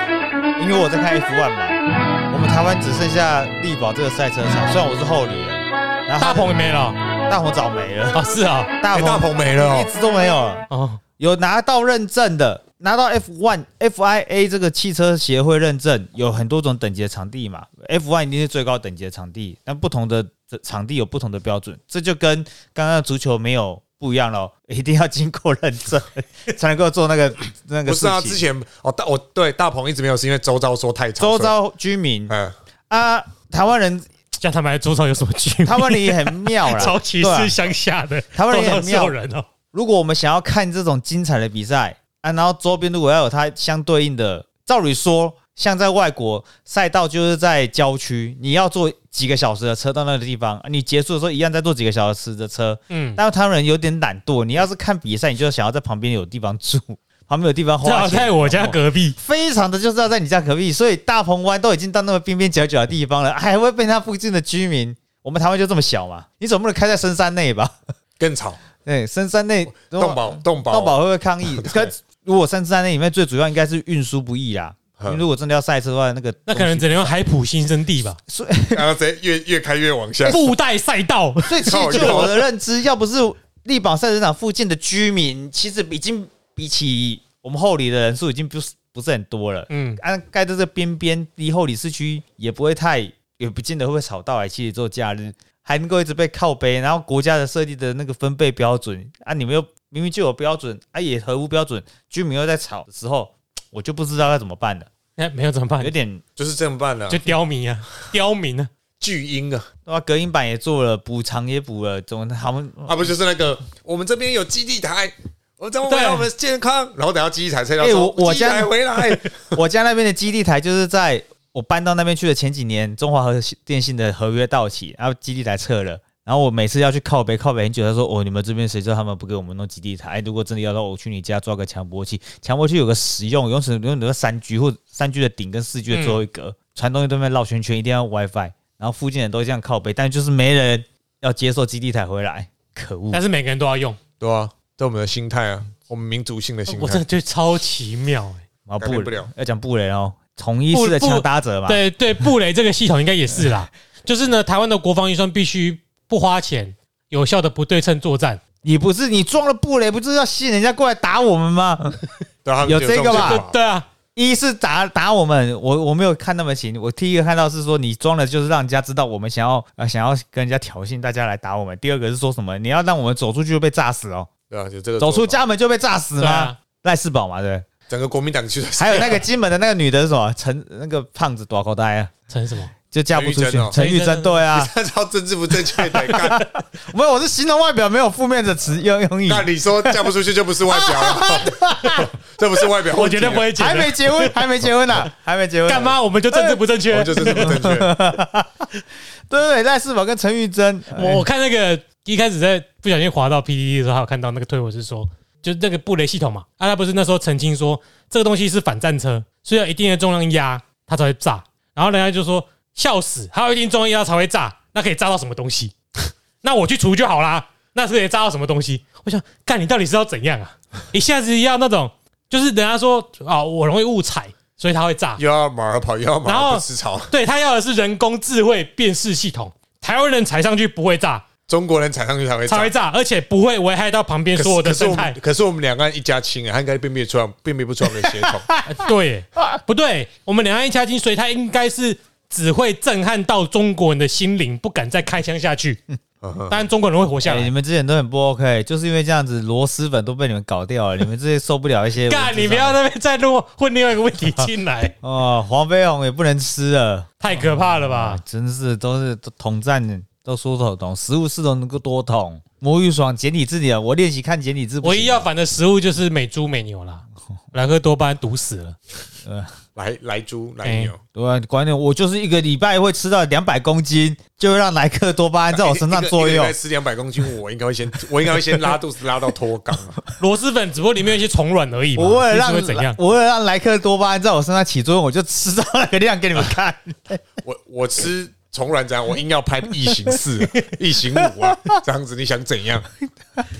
[SPEAKER 1] 因为我在看 F1 嘛，我们台湾只剩下力宝这个赛车场，虽然我是后里人，然后他
[SPEAKER 2] 大鹏也没了
[SPEAKER 1] 大鹏早没了，
[SPEAKER 2] 啊，是啊，
[SPEAKER 1] 大
[SPEAKER 3] 哎大
[SPEAKER 1] 鹏
[SPEAKER 3] 鹏没了
[SPEAKER 1] 一
[SPEAKER 3] 哦，
[SPEAKER 1] 直都没有了。
[SPEAKER 2] 哦，
[SPEAKER 1] 有拿到认证的，拿到 F1 FIA 这个汽车协会认证，有很多种等级的场地嘛。F1 一定是最高等级的场地，但不同的场地有不同的标准，这就跟刚刚的足球没有不一样咯，一定要经过认证 [LAUGHS] 才能够做那个那个
[SPEAKER 3] 不
[SPEAKER 1] 事
[SPEAKER 3] 是
[SPEAKER 1] 情。
[SPEAKER 3] 啊，之前哦大我对大鹏一直没有，是因为周遭说太
[SPEAKER 1] 周
[SPEAKER 3] 吵。
[SPEAKER 1] 遭居民
[SPEAKER 2] 哎
[SPEAKER 3] 所以嗯，
[SPEAKER 1] 啊，台湾
[SPEAKER 2] [LAUGHS]
[SPEAKER 1] 人，
[SPEAKER 2] 像他们来主场有什么区别？
[SPEAKER 1] 台湾人也很妙
[SPEAKER 2] [LAUGHS]
[SPEAKER 1] 啦，
[SPEAKER 2] 超歧
[SPEAKER 1] 对啊
[SPEAKER 2] 视乡下的，
[SPEAKER 1] 台湾人
[SPEAKER 2] [LAUGHS]
[SPEAKER 1] 也
[SPEAKER 2] 到
[SPEAKER 1] 很
[SPEAKER 2] 处
[SPEAKER 1] 妙
[SPEAKER 2] 有人哦，
[SPEAKER 1] 如果我们想要看这种精彩的比赛啊，然后周边如果要有它相对应的，照理说，像在外国赛道就是在郊区，你要坐几个小时的车到那个地方，啊你结束的时候一样再坐几个小时的车。
[SPEAKER 2] 嗯，
[SPEAKER 1] 但是他们人有点懒惰，你要是看比赛，你就想要在旁边有地方住，旁边有地方
[SPEAKER 2] 正
[SPEAKER 1] 花
[SPEAKER 2] 好
[SPEAKER 1] 钱。
[SPEAKER 2] 啊
[SPEAKER 1] 哦
[SPEAKER 2] 在我家隔壁，
[SPEAKER 1] 非常的就是要在你家隔壁，所以大鹏湾都已经到那么边边角角的地方了，还会被他附近的居民。我们台湾就这么小嘛，你总不能开在深山内吧？ [LAUGHS]
[SPEAKER 3] 更吵。
[SPEAKER 1] 对，深山内
[SPEAKER 3] 哦动保动保
[SPEAKER 1] 动保会不会抗议？可如果三山那里面最主要应该是运输不易啦。因
[SPEAKER 3] 嗯
[SPEAKER 1] 为如果真的要赛车的话，那个
[SPEAKER 2] 那可能只能用海普新生地吧，
[SPEAKER 1] 所以
[SPEAKER 3] [LAUGHS] 然后直接越越开越往下。
[SPEAKER 2] 布袋赛道， [LAUGHS]
[SPEAKER 1] 所以其
[SPEAKER 3] 靠
[SPEAKER 1] 实就
[SPEAKER 3] 腰
[SPEAKER 1] 我的认知，要不是力宝赛车场附近的居民，其实已经比起我们后里的人数已经不是不是很多了。
[SPEAKER 2] 嗯，
[SPEAKER 1] 按盖在这边边离后里市区也不会太，也不见得会不会吵到来。其实做假日还能够一直被靠背，然后国家的设立的那个分配标准啊，你们又明明就有标准啊，也合乎标准，居民又在吵的时候，我就不知道该怎么办了，
[SPEAKER 2] 那哎没有怎么办
[SPEAKER 1] 有？点。
[SPEAKER 3] 就是这么办了
[SPEAKER 2] 就，刁民啊，刁民啊，
[SPEAKER 3] 巨婴啊，
[SPEAKER 1] 对啊，隔音板也做了，补偿也补了，总他们
[SPEAKER 3] 啊不就是那个我们这边有基地台，我怎么
[SPEAKER 2] 对
[SPEAKER 3] 为我们健康？然后等下基地台车要
[SPEAKER 1] 哎
[SPEAKER 3] 说
[SPEAKER 1] 我我
[SPEAKER 3] 基地台
[SPEAKER 1] 家
[SPEAKER 3] 回来，
[SPEAKER 1] [LAUGHS] 我家那边的基地台就是在我搬到那边去的前几年，中华和电信的合约到期，然后基地台撤了。然后我每次要去靠北靠北很久，他说：“哦，你们这边谁知道他们不给我们弄基地台？哎如果真的要到我去你家抓个强波器，强波器有个实用，有什么有那个三 G 或三 G 的顶跟四 G 的最后一格，传东西都在那边绕圈圈，一定要 WiFi。然后附近人都这样靠北，但就是没人要接受基地台回来，可恶
[SPEAKER 2] 但！是每个人都要用，
[SPEAKER 3] 对啊，这我们的心态啊，我们民族性的
[SPEAKER 1] 哦
[SPEAKER 3] 心
[SPEAKER 2] 我真
[SPEAKER 3] 态
[SPEAKER 2] 的，觉得超奇妙欸
[SPEAKER 1] 啊，
[SPEAKER 3] 改变不了
[SPEAKER 1] 要讲布雷哦，统一式的
[SPEAKER 2] 布布
[SPEAKER 1] 强搭者嘛，
[SPEAKER 2] 对对，布雷这个系统应该也是 [LAUGHS] 啦，就是呢，台湾的国防预算必须不花钱，有效的不对称作战，
[SPEAKER 1] 你不是你装了布雷，不就是要吸引人家过来打我们吗？ [LAUGHS]
[SPEAKER 3] 对啊他们
[SPEAKER 1] 有
[SPEAKER 3] 就
[SPEAKER 1] 这
[SPEAKER 3] 种
[SPEAKER 1] 个
[SPEAKER 3] 想
[SPEAKER 1] 吧
[SPEAKER 3] 法
[SPEAKER 2] 对对啊，
[SPEAKER 1] 一是打打我们，我我没有看那么勤，我第一个看到是说你装了就是让人家知道我们想要呃想要跟人家挑衅，大家来打我们。第二个是说什么？你要让我们走出去就被炸死哦，
[SPEAKER 3] 对啊，有这个
[SPEAKER 1] 走出
[SPEAKER 3] 做法，
[SPEAKER 1] 家门就被炸死
[SPEAKER 2] 对
[SPEAKER 1] 吗？
[SPEAKER 2] 啊，
[SPEAKER 1] 赖世宝嘛，对不对。
[SPEAKER 3] 整个国民党去的
[SPEAKER 1] 还有那个金门的那个女的是什么？陈那个胖子短口袋啊，
[SPEAKER 2] 成什么？
[SPEAKER 1] 就嫁不出去
[SPEAKER 3] 陈玉珍哦。
[SPEAKER 1] 陈玉珍对啊，
[SPEAKER 3] [LAUGHS] 他超政治不正确
[SPEAKER 2] [LAUGHS]
[SPEAKER 3] 的，
[SPEAKER 2] 哎
[SPEAKER 3] 干
[SPEAKER 1] 没有，我是形容外表没有负面的词用用语。
[SPEAKER 3] 那你说嫁不出去就不是外表了，
[SPEAKER 2] [LAUGHS]
[SPEAKER 3] 这不是外表，啊
[SPEAKER 2] 我绝对不，会
[SPEAKER 1] 还
[SPEAKER 2] 讲
[SPEAKER 1] 没
[SPEAKER 2] 的。
[SPEAKER 1] 结婚，还没结婚呢、还没结婚呢、啊
[SPEAKER 2] 干嘛？我们就政治不正确
[SPEAKER 3] 哦我。就政治不正确。
[SPEAKER 1] 对对对，赖世宝跟陈玉珍，呃
[SPEAKER 2] 我我看那个一开始在不小心滑到 PPT 的时候，还有看到那个推文是说，就是那个布雷系统嘛，啊，他不是那时候澄清说这个东西是反战车，所以要一定的重量压它才会炸。然后人家就说笑死，还有一定重量压才会炸，那可以炸到什么东西？ [LAUGHS] 那我去除就好啦。那是可以炸到什么东西？我想，干你到底是要怎样啊？一下子要那种，就是人家说啊，我容易误踩，所以它会炸。
[SPEAKER 3] 又要马儿跑，又要马
[SPEAKER 2] 然
[SPEAKER 3] 儿
[SPEAKER 2] 后
[SPEAKER 3] 不吃草，
[SPEAKER 2] 对他要的是人工智慧辨识系统，台湾人踩上去不会炸，
[SPEAKER 3] 中国人踩上
[SPEAKER 2] [LAUGHS]
[SPEAKER 3] 去才会
[SPEAKER 2] 才
[SPEAKER 3] 炸
[SPEAKER 2] 会。炸，而且不会危害到旁边
[SPEAKER 3] 可
[SPEAKER 2] 所有
[SPEAKER 3] 是
[SPEAKER 2] 的
[SPEAKER 3] 可是
[SPEAKER 2] 生
[SPEAKER 3] 我
[SPEAKER 2] 态 [LAUGHS]
[SPEAKER 3] 们。可是我们两岸一家亲啊，他应该辨别出来，辨别不出来我们的血
[SPEAKER 2] [LAUGHS]
[SPEAKER 3] 统。
[SPEAKER 2] 呃
[SPEAKER 3] [LAUGHS]
[SPEAKER 2] 对，不对？我们两岸一家亲，所以他应该是只会震撼到中国人的心灵，不敢再开枪下去。
[SPEAKER 3] 嗯哼
[SPEAKER 2] 当然，中国人会活下
[SPEAKER 1] 哎你
[SPEAKER 2] 来。
[SPEAKER 1] 们之前都很不 OK，就是因为这样子，螺蛳粉都被你们搞掉了，你们这些受不了一些文字上
[SPEAKER 2] [LAUGHS] 干，
[SPEAKER 1] 的。，
[SPEAKER 2] 你不要在那边再弄混另外一个问题进来
[SPEAKER 1] [LAUGHS] 哦，黄飞鸿也不能吃了
[SPEAKER 2] 太可怕了
[SPEAKER 1] 啊
[SPEAKER 2] 吧！！
[SPEAKER 1] 真是都是都统战都说头统，食物是都能够多统。魔芋爽简体字的，啊我练习看简体字不行，
[SPEAKER 2] 唯一要反的食物就是美猪美牛啦，莱克多巴胺毒死了
[SPEAKER 1] 呃。
[SPEAKER 3] 来来猪
[SPEAKER 2] 哎
[SPEAKER 3] 来牛，
[SPEAKER 1] 对啊，观念我就是一个礼拜会吃到两百公斤，就会让莱克多巴胺在我身
[SPEAKER 2] [LAUGHS]
[SPEAKER 1] 上作用
[SPEAKER 3] 再。吃两百公斤，我应该会先，我应该会先拉肚子拉到脱
[SPEAKER 2] [LAUGHS]
[SPEAKER 3] 肛啊。
[SPEAKER 2] 螺蛳粉只不过里面有一些虫卵而已嘛，
[SPEAKER 1] 我为了
[SPEAKER 2] 其实会
[SPEAKER 1] 让
[SPEAKER 2] 怎样？
[SPEAKER 1] 我为了让莱克多巴胺在我身上起作用，我就吃到那个量给你们
[SPEAKER 2] [LAUGHS]
[SPEAKER 1] 看。
[SPEAKER 3] 我我吃虫卵怎样？我硬要拍异形四、异形五啊，这样子你想怎样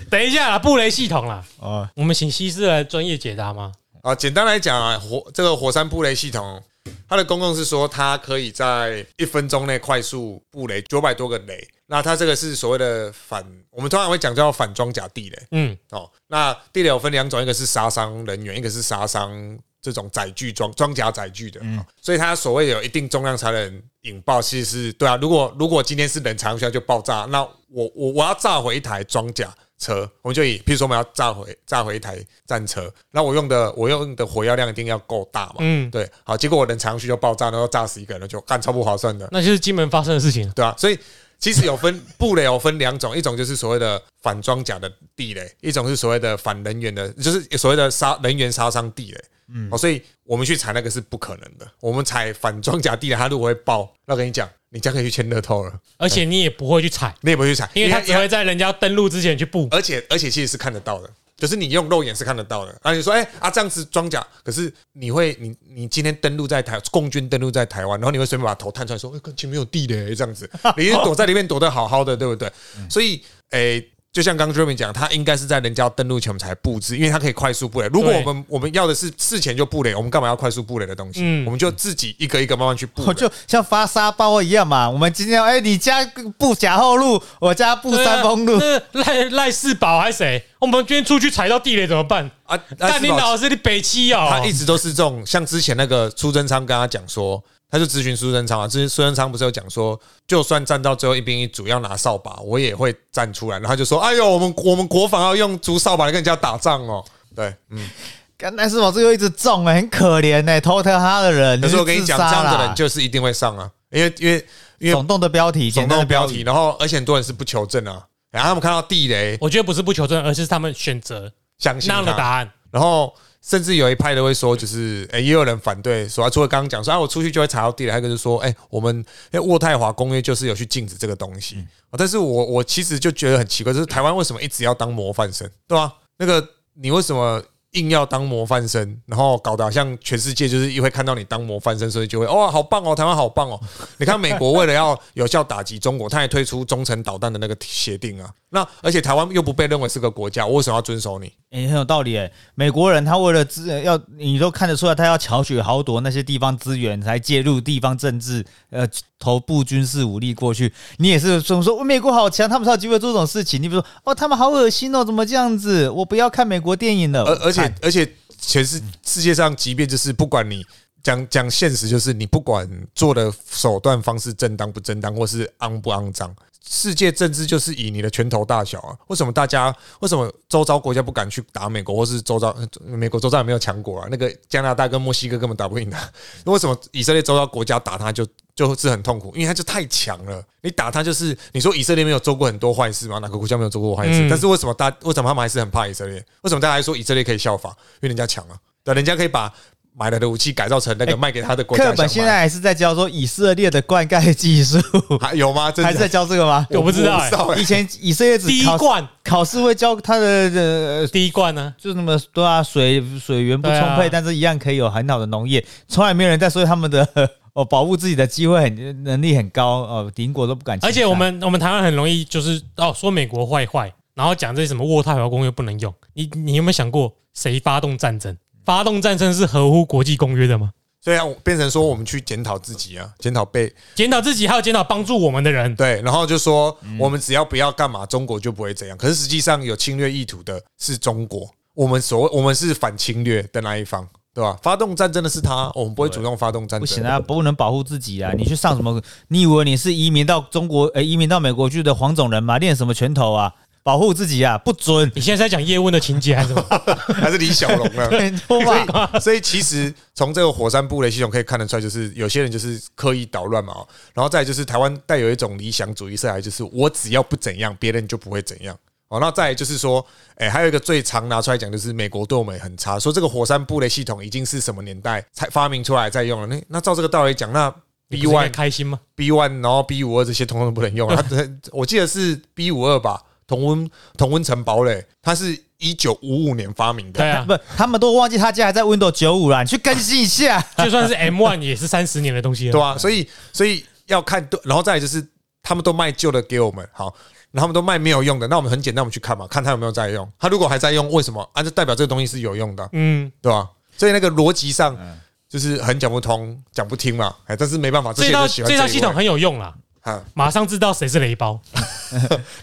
[SPEAKER 2] 等一下啦，布雷系统啦，
[SPEAKER 1] 哦，
[SPEAKER 2] 我们请西施来专业解答吗？
[SPEAKER 3] 啊？简单来讲啊，火这个火山布雷系统，它的功用是说，它可以在一分钟内快速布雷九百多个雷。那它这个是所谓的反，我们通常会讲叫反装甲地雷。
[SPEAKER 2] 嗯，
[SPEAKER 3] 哦，那地雷有分两种，一个是杀伤人员，一个是杀伤这种载具装装甲载具的、哦所以它所谓有一定重量才能引爆，其实是对啊。如果如果今天是冷藏下就爆炸，那我我我要炸回一台装甲车，我们就以譬如说我们要炸回炸回一台战车，那我用的我用的火药量一定要够大嘛，
[SPEAKER 2] 嗯
[SPEAKER 3] 对，好，结果我冷藏下去就爆炸，然后炸死一个人就干超不划算的，
[SPEAKER 2] 那就是金门发生的事情。
[SPEAKER 3] 对啊，所以其实有分布雷有分两种，一种就是所谓的反装甲的地雷，一种是所谓的反人员的，就是所谓的杀人员杀伤地雷。嗯，哦，所以我们去踩那个是不可能的。我们踩反装甲地雷，它如果会爆，那我跟你讲，你将可以去签乐透了，
[SPEAKER 2] 而且你也不会去踩，
[SPEAKER 3] 你也不会去踩，
[SPEAKER 2] 因为它只
[SPEAKER 3] 它
[SPEAKER 2] 会在人家登陆之前去布。
[SPEAKER 3] 而且而且其实是看得到的，就是你用肉眼是看得到的。啊，你说，哎、啊，这样子装甲，可是你会，你你今天登陆在台，共军登陆在台湾，然后你会随便把头探出来说，哎、前面有地雷，这样子，你躲在里面躲得好好的，对不对？所以，哎、就像刚 Jeremy 讲，他应该是在人家登陆前我们才布置，因为他可以快速布雷。如果
[SPEAKER 2] 对
[SPEAKER 3] 我们我们要的是事前就布雷，我们干嘛要快速布雷的东西？
[SPEAKER 2] 嗯
[SPEAKER 3] 我们就自己一个一个慢慢去布
[SPEAKER 1] 我
[SPEAKER 3] 雷。
[SPEAKER 1] 就像发沙包一样嘛。我们今天哎、你家布甲后路，我家布三峰路，
[SPEAKER 2] 对啊那赖赖世宝还是谁？我们今天出去踩到地雷怎么办？
[SPEAKER 3] 啊，啊
[SPEAKER 2] 但你老师你北七哦，
[SPEAKER 3] 他一直都是这种，像之前那个苏贞昌跟他讲说，他就咨询苏贞昌啊，之前苏贞昌不是有讲说，就算站到最后一兵一卒要拿扫把，我也会站出来。然后他就说，哎呦，我们 [LAUGHS] 我们国防要用竹扫把来跟人家打仗哦。对，嗯，
[SPEAKER 1] 干但是我这又一直中哎、很可怜哎、头疼他的人。
[SPEAKER 3] 可是我跟你讲，这样的人
[SPEAKER 1] 就
[SPEAKER 3] 就是一定会上啊，因为因为因为
[SPEAKER 1] 耸动的标题，
[SPEAKER 3] 总
[SPEAKER 1] 简单
[SPEAKER 3] 动
[SPEAKER 1] 的
[SPEAKER 3] 标题，，然后而且很多人是不求证啊，然后他们看到地雷
[SPEAKER 2] 我觉得不是不求证，而是他们选择
[SPEAKER 3] 相信
[SPEAKER 2] 那样的
[SPEAKER 3] 他
[SPEAKER 2] 答。案。
[SPEAKER 3] 然后甚至有一派的会说，就是诶、也有人反对说，啊除了刚刚讲说啊，我出去就会踩到地雷，还有一个就是说，诶、我们因为渥太华公约就是有去禁止这个东西，啊但是我我其实就觉得很奇怪，就是台湾为什么一直要当模范生，对吧、那个你为什么？硬要当模范生，然后搞得好像全世界就是一会看到你当模范生，所以就会哦，好棒哦，台湾好棒哦。你看美国为了要有效打击中国，他也推出中程导弹的那个协定啊。那而且台湾又不被认为是个国家，我为什么要遵守你？
[SPEAKER 1] 哎、很有道理哎、美国人他为了资要，你都看得出来，他要巧取豪夺那些地方资源，才介入地方政治，呃，投部军事武力过去。你也是说说、哦美国好强，他们才有机会做这种事情。你比如说，哦，他们好恶心哦，怎么这样子？我不要看美国电影了。
[SPEAKER 3] 而而
[SPEAKER 1] 看
[SPEAKER 3] 且而且，全世世界上，即便就是不管你讲讲现实，就是你不管做的手段方式正当不正当，或是肮不肮脏，世界政治就是以你的拳头大小啊。为什么大家为什么周遭国家不敢去打美国，或是周遭呃美国周遭也没有强国啊？那个加拿大跟墨西哥根本打不赢他、啊 [LAUGHS] 为什么以色列周遭国家打他就就是很痛苦？因为他就太强了，你打他就是你说以色列没有做过很多坏事吗？哪个国家没有做过坏事？
[SPEAKER 2] 嗯
[SPEAKER 3] 但是为什么大为什么他们还是很怕以色列？为什么大家还说以色列可以效法？因为人家强啊，对，人家可以把买来的武器改造成那个卖给他的国家
[SPEAKER 1] 课
[SPEAKER 3] 想买。
[SPEAKER 1] 本现在还是在教说以色列的灌溉技术，
[SPEAKER 3] 还有吗？真的
[SPEAKER 1] 还是在教这个吗？
[SPEAKER 2] 我不知道
[SPEAKER 3] 我道哎
[SPEAKER 1] 以前以色列只
[SPEAKER 2] 第一
[SPEAKER 1] 考
[SPEAKER 2] 罐，
[SPEAKER 1] 考试会教他的呃，
[SPEAKER 2] 第一罐呢？
[SPEAKER 1] 就那么对啊，水水源不充
[SPEAKER 2] 对
[SPEAKER 1] 沛，
[SPEAKER 2] 啊
[SPEAKER 1] 但是一样可以有很好的农业，从来没有人在说他们的 [LAUGHS] 呵呵哦保护自己的机会很能力很高哦，邻国都不敢侵占。
[SPEAKER 2] 而且我们我们台湾很容易就是哦说美国坏坏，然后讲这些什么渥太华公约不能用。你你有没有想过谁发动战争？发动战争是合乎国际公约的吗？
[SPEAKER 3] 所以啊，我变成说我们去检讨自己啊，检讨被
[SPEAKER 2] 检讨自己，还有检讨帮助我们的人。
[SPEAKER 3] 对，然后就说
[SPEAKER 1] 嗯
[SPEAKER 3] 我们只要不要干嘛，中国就不会怎样。可是实际上有侵略意图的是中国，我们所谓我们是反侵略的那一方，对吧？发动战争的是他，我们不会主动发动战
[SPEAKER 1] 不行
[SPEAKER 3] 争。
[SPEAKER 1] 啊，不能保护自己啊！你去上什么？你以为你是移民到中国，呃，移民到美国去的黄种人吗？练什么拳头啊？保护自己啊，不
[SPEAKER 2] [LAUGHS]
[SPEAKER 1] 准！
[SPEAKER 2] 你现在在讲叶问的情节还是什
[SPEAKER 3] [LAUGHS]
[SPEAKER 2] 么？
[SPEAKER 3] [LAUGHS] 还是李小龙啊呢？
[SPEAKER 1] 多吧。
[SPEAKER 3] [LAUGHS] 所以其实从这个火山布雷系统可以看得出来，就是有些人就是刻意捣乱嘛、哦然后再来就是台湾带有一种理想主义色彩，就是我只要不怎样，别人就不会怎样。哦，那再来就是说，哎、还有一个最常拿出来讲，就是美国对我们也很差，说这个火山布雷系统已经是什么年代才发明出来在用了。那那照这个道理讲，那
[SPEAKER 2] 你不
[SPEAKER 3] B
[SPEAKER 2] 是应该
[SPEAKER 3] one
[SPEAKER 2] 开心吗？
[SPEAKER 3] B one，然后 B 五二这些通通都不能用了。它我记得是 B 五二吧，同温同温层堡垒，它是一九五五年发明的。
[SPEAKER 2] 对啊，
[SPEAKER 1] [LAUGHS] 不，他们都忘记他家还在 Windows 九五啦，你去更新一下。
[SPEAKER 3] [LAUGHS]
[SPEAKER 2] 就算是 M one 也是三十年的东西了。
[SPEAKER 3] 对啊，所以所以要看对，然后再来就是他们都卖旧的给我们，好，然后他们都卖没有用的，那我们很简单，我们去看嘛，看他有没有在用。他如果还在用，为什么？啊，就代表这个东西是有用的啊，
[SPEAKER 2] 嗯，
[SPEAKER 3] 对吧、所以那个逻辑上就是很讲不通，讲不听嘛，哎，但是没办法，这
[SPEAKER 2] 这
[SPEAKER 3] 些
[SPEAKER 2] 套
[SPEAKER 3] 人喜欢
[SPEAKER 2] 这套系统
[SPEAKER 3] 一位
[SPEAKER 2] 很有用啦，
[SPEAKER 3] 啊，
[SPEAKER 2] 马上知道谁是雷包。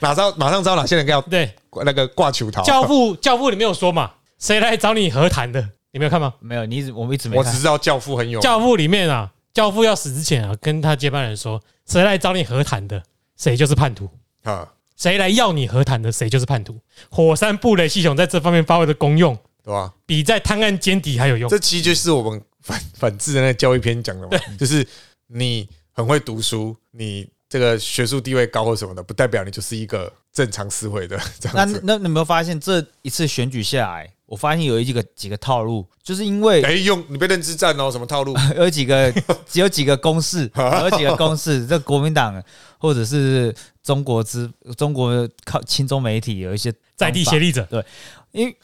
[SPEAKER 3] 马上马上知道哪些人要
[SPEAKER 2] 对，
[SPEAKER 3] 那个挂球桃。
[SPEAKER 2] 教父教父里面有说嘛，谁来找你和谈的？你没有看吗？
[SPEAKER 1] 没有，你一直我们一直没
[SPEAKER 3] 我只
[SPEAKER 1] 看。
[SPEAKER 3] 知道教父很有，
[SPEAKER 2] 教父里面啊，教父要死之前啊，跟他接班人说，谁来找你和谈的，谁就是叛徒；
[SPEAKER 3] 啊，
[SPEAKER 2] 谁来要你和谈的，谁就是叛徒。火山布雷系统在这方面发挥的功用，
[SPEAKER 3] 对吧？
[SPEAKER 2] 比在探案歼敌还有用。
[SPEAKER 3] 这其实就是我们反反制的那个教育篇讲的嘛，就是你很会读书，你这个学术地位高或什么的，不代表你就是一个正常思维的这
[SPEAKER 1] 那
[SPEAKER 3] 样子。
[SPEAKER 1] 那你有没有发现这一次选举下来，我发现有一个几个套路，就是因 [LAUGHS] 为
[SPEAKER 3] 哎，用你被认知战哦，什么套路？ [LAUGHS]
[SPEAKER 1] 有几 [LAUGHS] 个只有几个公式，有几个公 [LAUGHS] 式，这国民党或者是中国之中国靠亲中媒体有一些
[SPEAKER 2] 在地
[SPEAKER 1] 方法
[SPEAKER 2] 协，力者，
[SPEAKER 1] 因为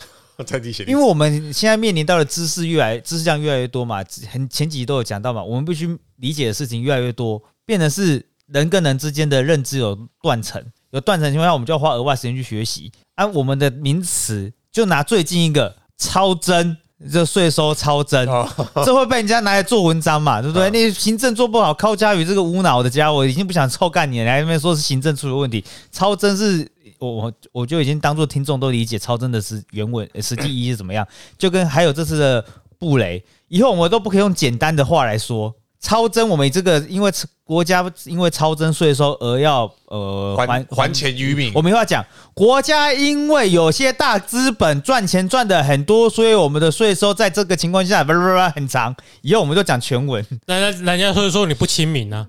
[SPEAKER 3] 在地写，
[SPEAKER 1] 因为我们现在面临到的知识越来知识量越来越多嘛，很前几集都有讲到嘛，我们必须理解的事情越来越多，变成是人跟人之间的认知有断层，有断层的情况下，我们就要花额外时间去学习。按、我们的名词，就拿最近一个超征，这税收超征，
[SPEAKER 3] 哦，
[SPEAKER 1] [LAUGHS] 这会被人家拿来做文章嘛，对不对？
[SPEAKER 3] 嗯
[SPEAKER 1] 那行政做不好，靠家宇这个无脑的家伙，已经不想臭干你了，你还在那边说是行政出了问题，超真是。我我我就已经当做听众都理解超真的是原文呃实际意义是怎么样，就跟还有这次的布雷，以后我们都不可以用简单的话来说超真，我们这个因为国家因为超征税收而要呃
[SPEAKER 3] 还还钱于民
[SPEAKER 1] 我。没话讲，国家因为有些大资本赚钱赚的很多，所以我们的税收在这个情况下，不不不很长。以后我们就讲全文，
[SPEAKER 2] 那那人家说说你不亲民啊，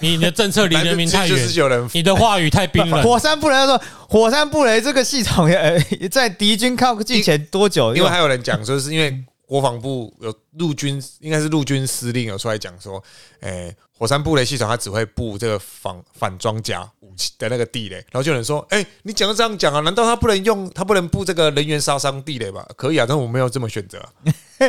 [SPEAKER 2] 你的政策离人民太
[SPEAKER 3] 就 [LAUGHS]
[SPEAKER 2] 远，
[SPEAKER 3] 是有人
[SPEAKER 2] 你的话语太
[SPEAKER 3] [LAUGHS]
[SPEAKER 2] 冰冷。
[SPEAKER 1] 火山布雷说，火山布雷这个系统呃， [LAUGHS] 在敌军靠近前多久？
[SPEAKER 3] 因为还有人讲说，是因为国防部有陆军，应该是陆军司令有出来讲说，诶、火山布雷系统它只会布这个防反装甲武器的那个地雷，然后就有人说，哎、你讲就这样讲啊，难道它不能用，它不能布这个人员杀伤地雷吧？可以啊，但我没有这么选择啊、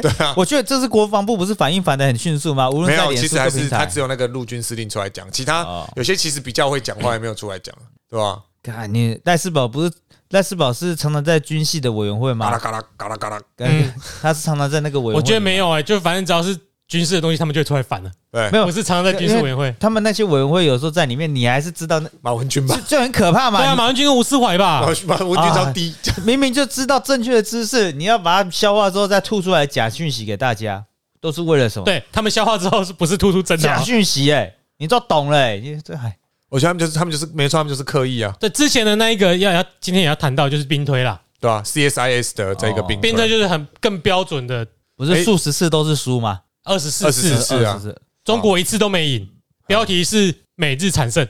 [SPEAKER 3] 对啊。
[SPEAKER 1] 我觉得这是国防部不是反应反的很迅速吗？无
[SPEAKER 3] 没
[SPEAKER 1] 论在
[SPEAKER 3] 有，
[SPEAKER 1] 脸
[SPEAKER 3] 其
[SPEAKER 1] 书
[SPEAKER 3] 实还
[SPEAKER 1] 各
[SPEAKER 3] 是
[SPEAKER 1] 平
[SPEAKER 3] 他
[SPEAKER 1] 台
[SPEAKER 3] 只，有那个陆军司令出来讲，其他
[SPEAKER 1] 哦
[SPEAKER 3] 有些其实比较会讲话，也没有出来讲，啊对吧？
[SPEAKER 1] 看你赖世宝不是赖世宝是常常在军系的委员会
[SPEAKER 3] 嘎啦
[SPEAKER 1] 吗？
[SPEAKER 3] 嘎啦嘎啦嘎啦，
[SPEAKER 1] 嗯，他是常常在那个委员会。
[SPEAKER 2] 我觉得没有哎、就反正只要是军事的东西，他们就会出来反了。
[SPEAKER 3] 对
[SPEAKER 1] 没，有
[SPEAKER 2] 我是常常在军事委员会，
[SPEAKER 1] 他们那些委员会有时候在里面，你还是知道那
[SPEAKER 3] 马文君吧
[SPEAKER 1] 就，就很可怕嘛。
[SPEAKER 2] 对啊，马文君跟吴思怀
[SPEAKER 3] 马
[SPEAKER 1] 哦
[SPEAKER 2] 吧，
[SPEAKER 3] 文马文
[SPEAKER 1] 啊
[SPEAKER 3] 君超低， [LAUGHS]
[SPEAKER 1] 明明就知道正确的知识，你要把它消化之后再吐出来假讯息给大家，都是为了什么？，
[SPEAKER 2] 对他们消化之后是不是突出真的啊、
[SPEAKER 1] 假讯息哎、你都懂了哎、你这还
[SPEAKER 3] 我觉得他们就是他们就是没错，他们就是刻意啊。
[SPEAKER 2] 对之前的那一个要要今天也要谈到就是兵推啦，
[SPEAKER 3] 对啊 c s i s 的这个病
[SPEAKER 2] 兵推就是很更标准的
[SPEAKER 1] 不是数十次都是输吗？呃
[SPEAKER 2] 二十四
[SPEAKER 3] 是
[SPEAKER 2] 次，
[SPEAKER 3] 是啊
[SPEAKER 1] 24次
[SPEAKER 2] 中国一次都没赢，标题是每日惨胜，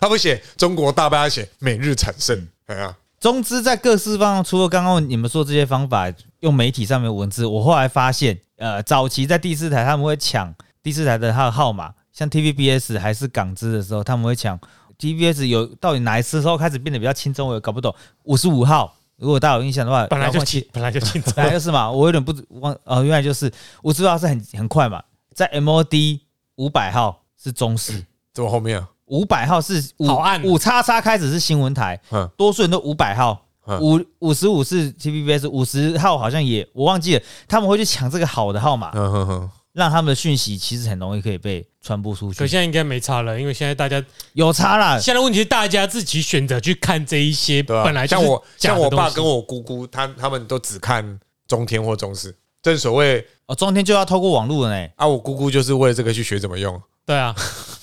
[SPEAKER 3] 他不写中国大败，他写每日产生，
[SPEAKER 2] 嗯
[SPEAKER 3] 哎呀，
[SPEAKER 1] 中资在各式方面，除了刚刚你们说这些方法，用媒体上面的文字，我后来发现，呃，早期在第四台他们会抢第四台的它的号码，像 TVBS 还是港资的时候，他们会抢 TVBS 有到底哪一次时候开始变得比较轻松，我也搞不懂。五十五号，如果大家有印象的话，
[SPEAKER 2] 本来就
[SPEAKER 1] 忘记
[SPEAKER 2] 竞本来就竞
[SPEAKER 1] 本来
[SPEAKER 2] 争，
[SPEAKER 1] 就是嘛，我有点不知忘哦，原来就是我知道是很很快嘛，在 MOD 五百号是中视，
[SPEAKER 3] 这么后面啊，
[SPEAKER 1] 五百号是五
[SPEAKER 2] 好暗
[SPEAKER 1] 五叉叉开始是新闻台，
[SPEAKER 3] 嗯
[SPEAKER 1] 多数人都五百号
[SPEAKER 3] 嗯，
[SPEAKER 1] 五五十五是 TVBS，五十号好像也我忘记了，他们会去抢这个好的号
[SPEAKER 2] 啊
[SPEAKER 1] 码，
[SPEAKER 3] 嗯哼哼，
[SPEAKER 1] 让他们的讯息其实很容易可以被传播出
[SPEAKER 2] 可
[SPEAKER 1] 去，
[SPEAKER 2] 现在应该没差了，因为现在大家
[SPEAKER 1] 有差啦，
[SPEAKER 2] 现在问题是大家自己选择去看这一些
[SPEAKER 3] 哎对吧、啊
[SPEAKER 2] 本来就
[SPEAKER 3] 像
[SPEAKER 2] 是
[SPEAKER 3] 我
[SPEAKER 2] 假的
[SPEAKER 3] 像我爸
[SPEAKER 2] 东西
[SPEAKER 3] 跟我姑姑，他他们都只看中天或中视，正所谓
[SPEAKER 1] 哦，中天就要透过网络了呢，
[SPEAKER 3] 啊，我姑姑就是为了这个去学怎么用，
[SPEAKER 2] 对啊，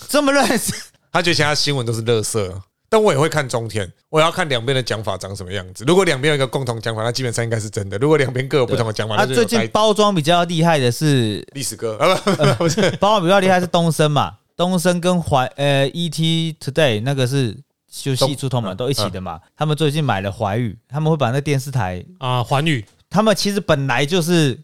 [SPEAKER 1] 这么认识，
[SPEAKER 3] 他觉得其他新闻都是垃圾。但我也会看中天，我也要看两边的讲法长什么样子。如果两边有一个共同讲法，那基本上应该是真的；如果两边各有不同的讲法，
[SPEAKER 1] 啊，
[SPEAKER 3] 那就有
[SPEAKER 1] 最近
[SPEAKER 3] 在
[SPEAKER 1] 包装比较厉害的是
[SPEAKER 3] 历史
[SPEAKER 2] [LAUGHS]
[SPEAKER 3] 哥啊，不不不是
[SPEAKER 2] 嗯
[SPEAKER 1] 包括比较厉害是东升嘛，东升跟环呃 ET E Today 那个是就系出同门都一起的嘛。他们最近买了华语，他们会把那电视台，
[SPEAKER 2] 啊，环宇
[SPEAKER 1] 他们其实本来就是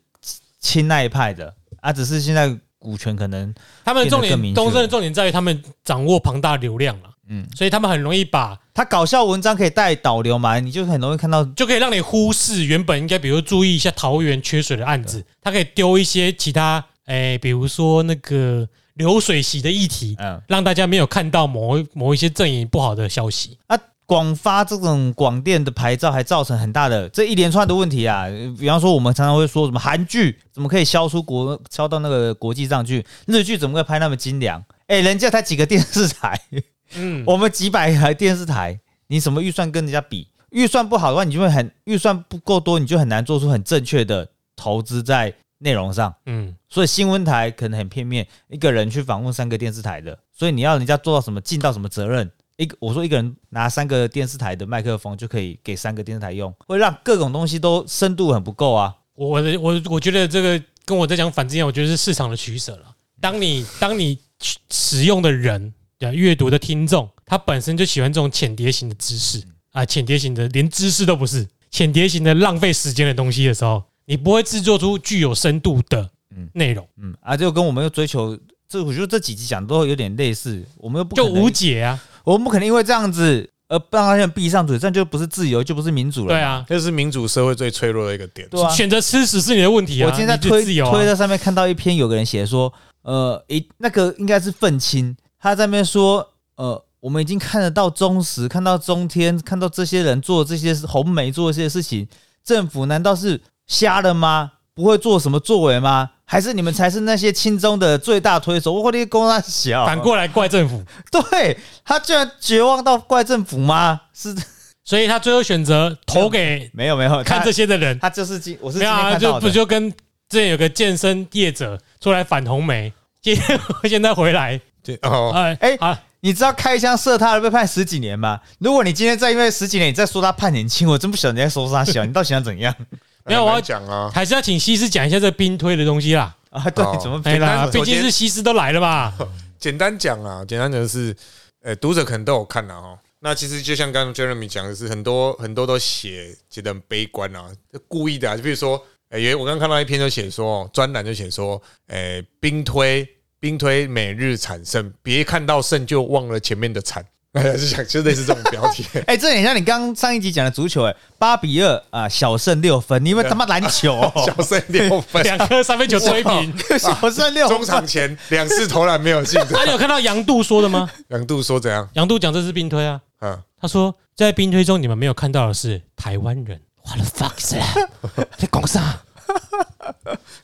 [SPEAKER 1] 亲那一派的啊，只是现在股权可能
[SPEAKER 2] 他们的重
[SPEAKER 1] 变得更明确
[SPEAKER 2] 点，东森的重点在于他们掌握庞大流量了，
[SPEAKER 1] 嗯
[SPEAKER 2] 嗯，所以他们很容易把
[SPEAKER 1] 他搞笑文章可以带导流嘛，你就很容易看到。
[SPEAKER 2] 就可以让你忽视原本应该，比如注意一下桃园缺水的案子，它可以丢一些其他，哎、比如说那个流水席的议题，
[SPEAKER 1] 嗯
[SPEAKER 2] 让大家没有看到某一某一些阵营不好的消息。
[SPEAKER 1] 啊，广发这种广电的牌照还造成很大的这一连串的问题啊。呃比方说，我们常常会说什么韩剧怎么可以销出国销到那个国际上去，日剧怎么可以拍那么精良？哎、人家才几个电视台，
[SPEAKER 2] 嗯，
[SPEAKER 1] 我们几百台电视台，你什么预算跟人家比？预算不好的话，你就会很预算不够多，你就很难做出很正确的投资在内容上。
[SPEAKER 2] 嗯，
[SPEAKER 1] 所以新闻台可能很片面，一个人去访问三个电视台的，所以你要人家做到什么，尽到什么责任。一个我说一个人拿三个电视台的麦克风就可以给三个电视台用，会让各种东西都深度很不够啊。
[SPEAKER 2] 我我的我我觉得这个跟我在讲反之前，我觉得是市场的取舍了。当你当你去使用的人，对啊阅读的听众，他本身就喜欢这种浅碟型的知识
[SPEAKER 1] 嗯
[SPEAKER 2] 啊，浅碟型的连知识都不是，浅碟型的浪费时间的东西的时候，你不会制作出具有深度的
[SPEAKER 1] 嗯
[SPEAKER 2] 内容，
[SPEAKER 1] 嗯，啊，就跟我们又追求这，我觉得这几集讲都有点类似，我们又不可
[SPEAKER 2] 就
[SPEAKER 1] 能
[SPEAKER 2] 无解啊。
[SPEAKER 1] 我们不可能因为这样子而让他人闭上嘴，这样就不是自由，就不是民主了。
[SPEAKER 2] 对，啊，
[SPEAKER 3] [LAUGHS] 这是民主社会最脆弱的一个点。
[SPEAKER 1] 对啊。
[SPEAKER 2] 选择吃屎是你的问题啊。
[SPEAKER 1] 我今天在
[SPEAKER 2] 你就
[SPEAKER 1] 推
[SPEAKER 2] 自由啊
[SPEAKER 1] 推特上面看到一篇，有个人写说，呃，一那个应该是愤青，他在那边说，呃，我们已经看得到中时，看到中天，看到这些人做这些红媒做这些事情，政府难道是瞎了吗？不会做什么作为吗？还是你们才是那些亲中的最大推手？我的公他小，
[SPEAKER 2] 反过来怪政府，
[SPEAKER 1] [LAUGHS] 对他居然绝望到怪政府吗？是
[SPEAKER 2] 所以他最后选择投给
[SPEAKER 1] 没有没有，
[SPEAKER 2] 看
[SPEAKER 1] 他
[SPEAKER 2] 这些的人。
[SPEAKER 1] 他就是今我是
[SPEAKER 2] 没
[SPEAKER 1] 今
[SPEAKER 2] 有
[SPEAKER 1] 天
[SPEAKER 2] 啊，
[SPEAKER 1] 看
[SPEAKER 2] 就
[SPEAKER 1] 到
[SPEAKER 2] 不
[SPEAKER 1] 的。
[SPEAKER 2] 就跟之前有个健身业者出来反红梅， [LAUGHS] 现现在回来，
[SPEAKER 3] 对哦，
[SPEAKER 2] 哎
[SPEAKER 1] 哎
[SPEAKER 2] 啊，
[SPEAKER 1] 你知道开枪射他的被判十几年吗？如果你今天再因为十几年你再说他判年轻，我真不晓得你在说他小，你到底想怎样 [LAUGHS]
[SPEAKER 2] 没有
[SPEAKER 3] 很难
[SPEAKER 2] 我要
[SPEAKER 3] 讲啊，
[SPEAKER 2] 还是要请西施讲一下这冰推的东西啦。
[SPEAKER 1] 啊？ [LAUGHS] 对
[SPEAKER 3] 哦，
[SPEAKER 1] 怎么
[SPEAKER 2] 哎
[SPEAKER 1] 评
[SPEAKER 2] 啦，
[SPEAKER 1] 啦？
[SPEAKER 2] 毕竟是西施都来
[SPEAKER 1] [LAUGHS]
[SPEAKER 2] 了嘛，
[SPEAKER 3] 简单讲啊，简单讲就是，呃，读者可能都有看了哈。那其实就像刚刚 Jeremy 讲的是，很多很多都写觉得很悲观啊，就故意的、啊。就比如说，呃，有我刚看到一篇就写说，专栏就写说，呃，兵推兵推每日产胜，别看到胜就忘了前面的惨，就想 [LAUGHS] 就类似这种标题。
[SPEAKER 1] 哎、这很像你刚上一集讲的足球、哎，八比二啊，小胜六分，你们他妈篮球、 [LAUGHS] 哦，
[SPEAKER 3] [LAUGHS] 小胜六分，
[SPEAKER 1] [LAUGHS]
[SPEAKER 2] 两颗三分球追平。
[SPEAKER 1] 小胜六
[SPEAKER 3] 中
[SPEAKER 1] 分，
[SPEAKER 3] 场前两次投篮没有进。
[SPEAKER 2] 啊，你有看到杨度说的吗？ [LAUGHS]
[SPEAKER 3] 杨度说怎样？
[SPEAKER 2] 杨度讲这是冰推啊，
[SPEAKER 3] 嗯，
[SPEAKER 2] 他说在冰推中你们没有看到的是台湾人。What the fuck 是啊？
[SPEAKER 1] [LAUGHS]
[SPEAKER 2] 在讲啥？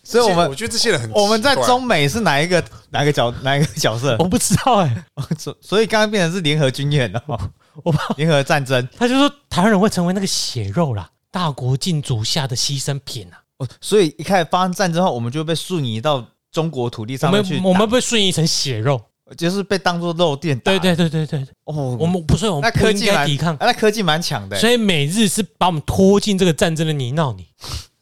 [SPEAKER 1] 所以我
[SPEAKER 3] 我
[SPEAKER 1] 们
[SPEAKER 3] 觉得这些人很奇怪
[SPEAKER 1] 我们在中美是哪一个哪一个角哪一个角色？
[SPEAKER 2] 我不知道哎、
[SPEAKER 1] 所所以刚刚变成是联合军演哦，
[SPEAKER 2] [LAUGHS] 我怕。
[SPEAKER 1] 联合战争。
[SPEAKER 2] 他就说台湾人会成为那个血肉啦，大国竞逐下的牺牲品啊。
[SPEAKER 1] 哦，所以一开始发生战争后，我们就被瞬移到中国土地
[SPEAKER 2] 我
[SPEAKER 1] 上面去
[SPEAKER 2] 们
[SPEAKER 1] 打，
[SPEAKER 2] 我们被瞬移成血肉。
[SPEAKER 1] 就是被当做肉垫打。
[SPEAKER 2] 对对对对对，
[SPEAKER 1] 哦，
[SPEAKER 2] 我们不是我
[SPEAKER 1] 那
[SPEAKER 2] 们不
[SPEAKER 1] 科
[SPEAKER 2] 应
[SPEAKER 1] 技
[SPEAKER 2] 该
[SPEAKER 1] 蛮
[SPEAKER 2] 抵抗，
[SPEAKER 1] 啊那科技蛮强的欸、
[SPEAKER 2] 所以美日是把我们拖进这个战争的泥淖里。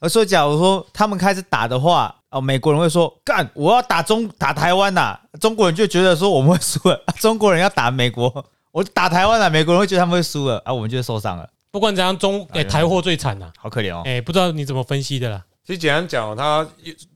[SPEAKER 1] 而呃所以假如说他们开始打的话，哦，美国人会说干，我要打中打台湾呐、啊中国人就觉得说我们会输了，啊中国人要打美国，我打台湾了、啊美国人会觉得他们会输了，啊，我们就会受伤了，
[SPEAKER 2] 不管怎样，中
[SPEAKER 1] 哎
[SPEAKER 2] 哎、
[SPEAKER 1] 呦
[SPEAKER 2] 台货最惨呐、
[SPEAKER 1] 好可怜哦。
[SPEAKER 2] 哎、不知道你怎么分析的啦。
[SPEAKER 3] 其实简单讲哦，他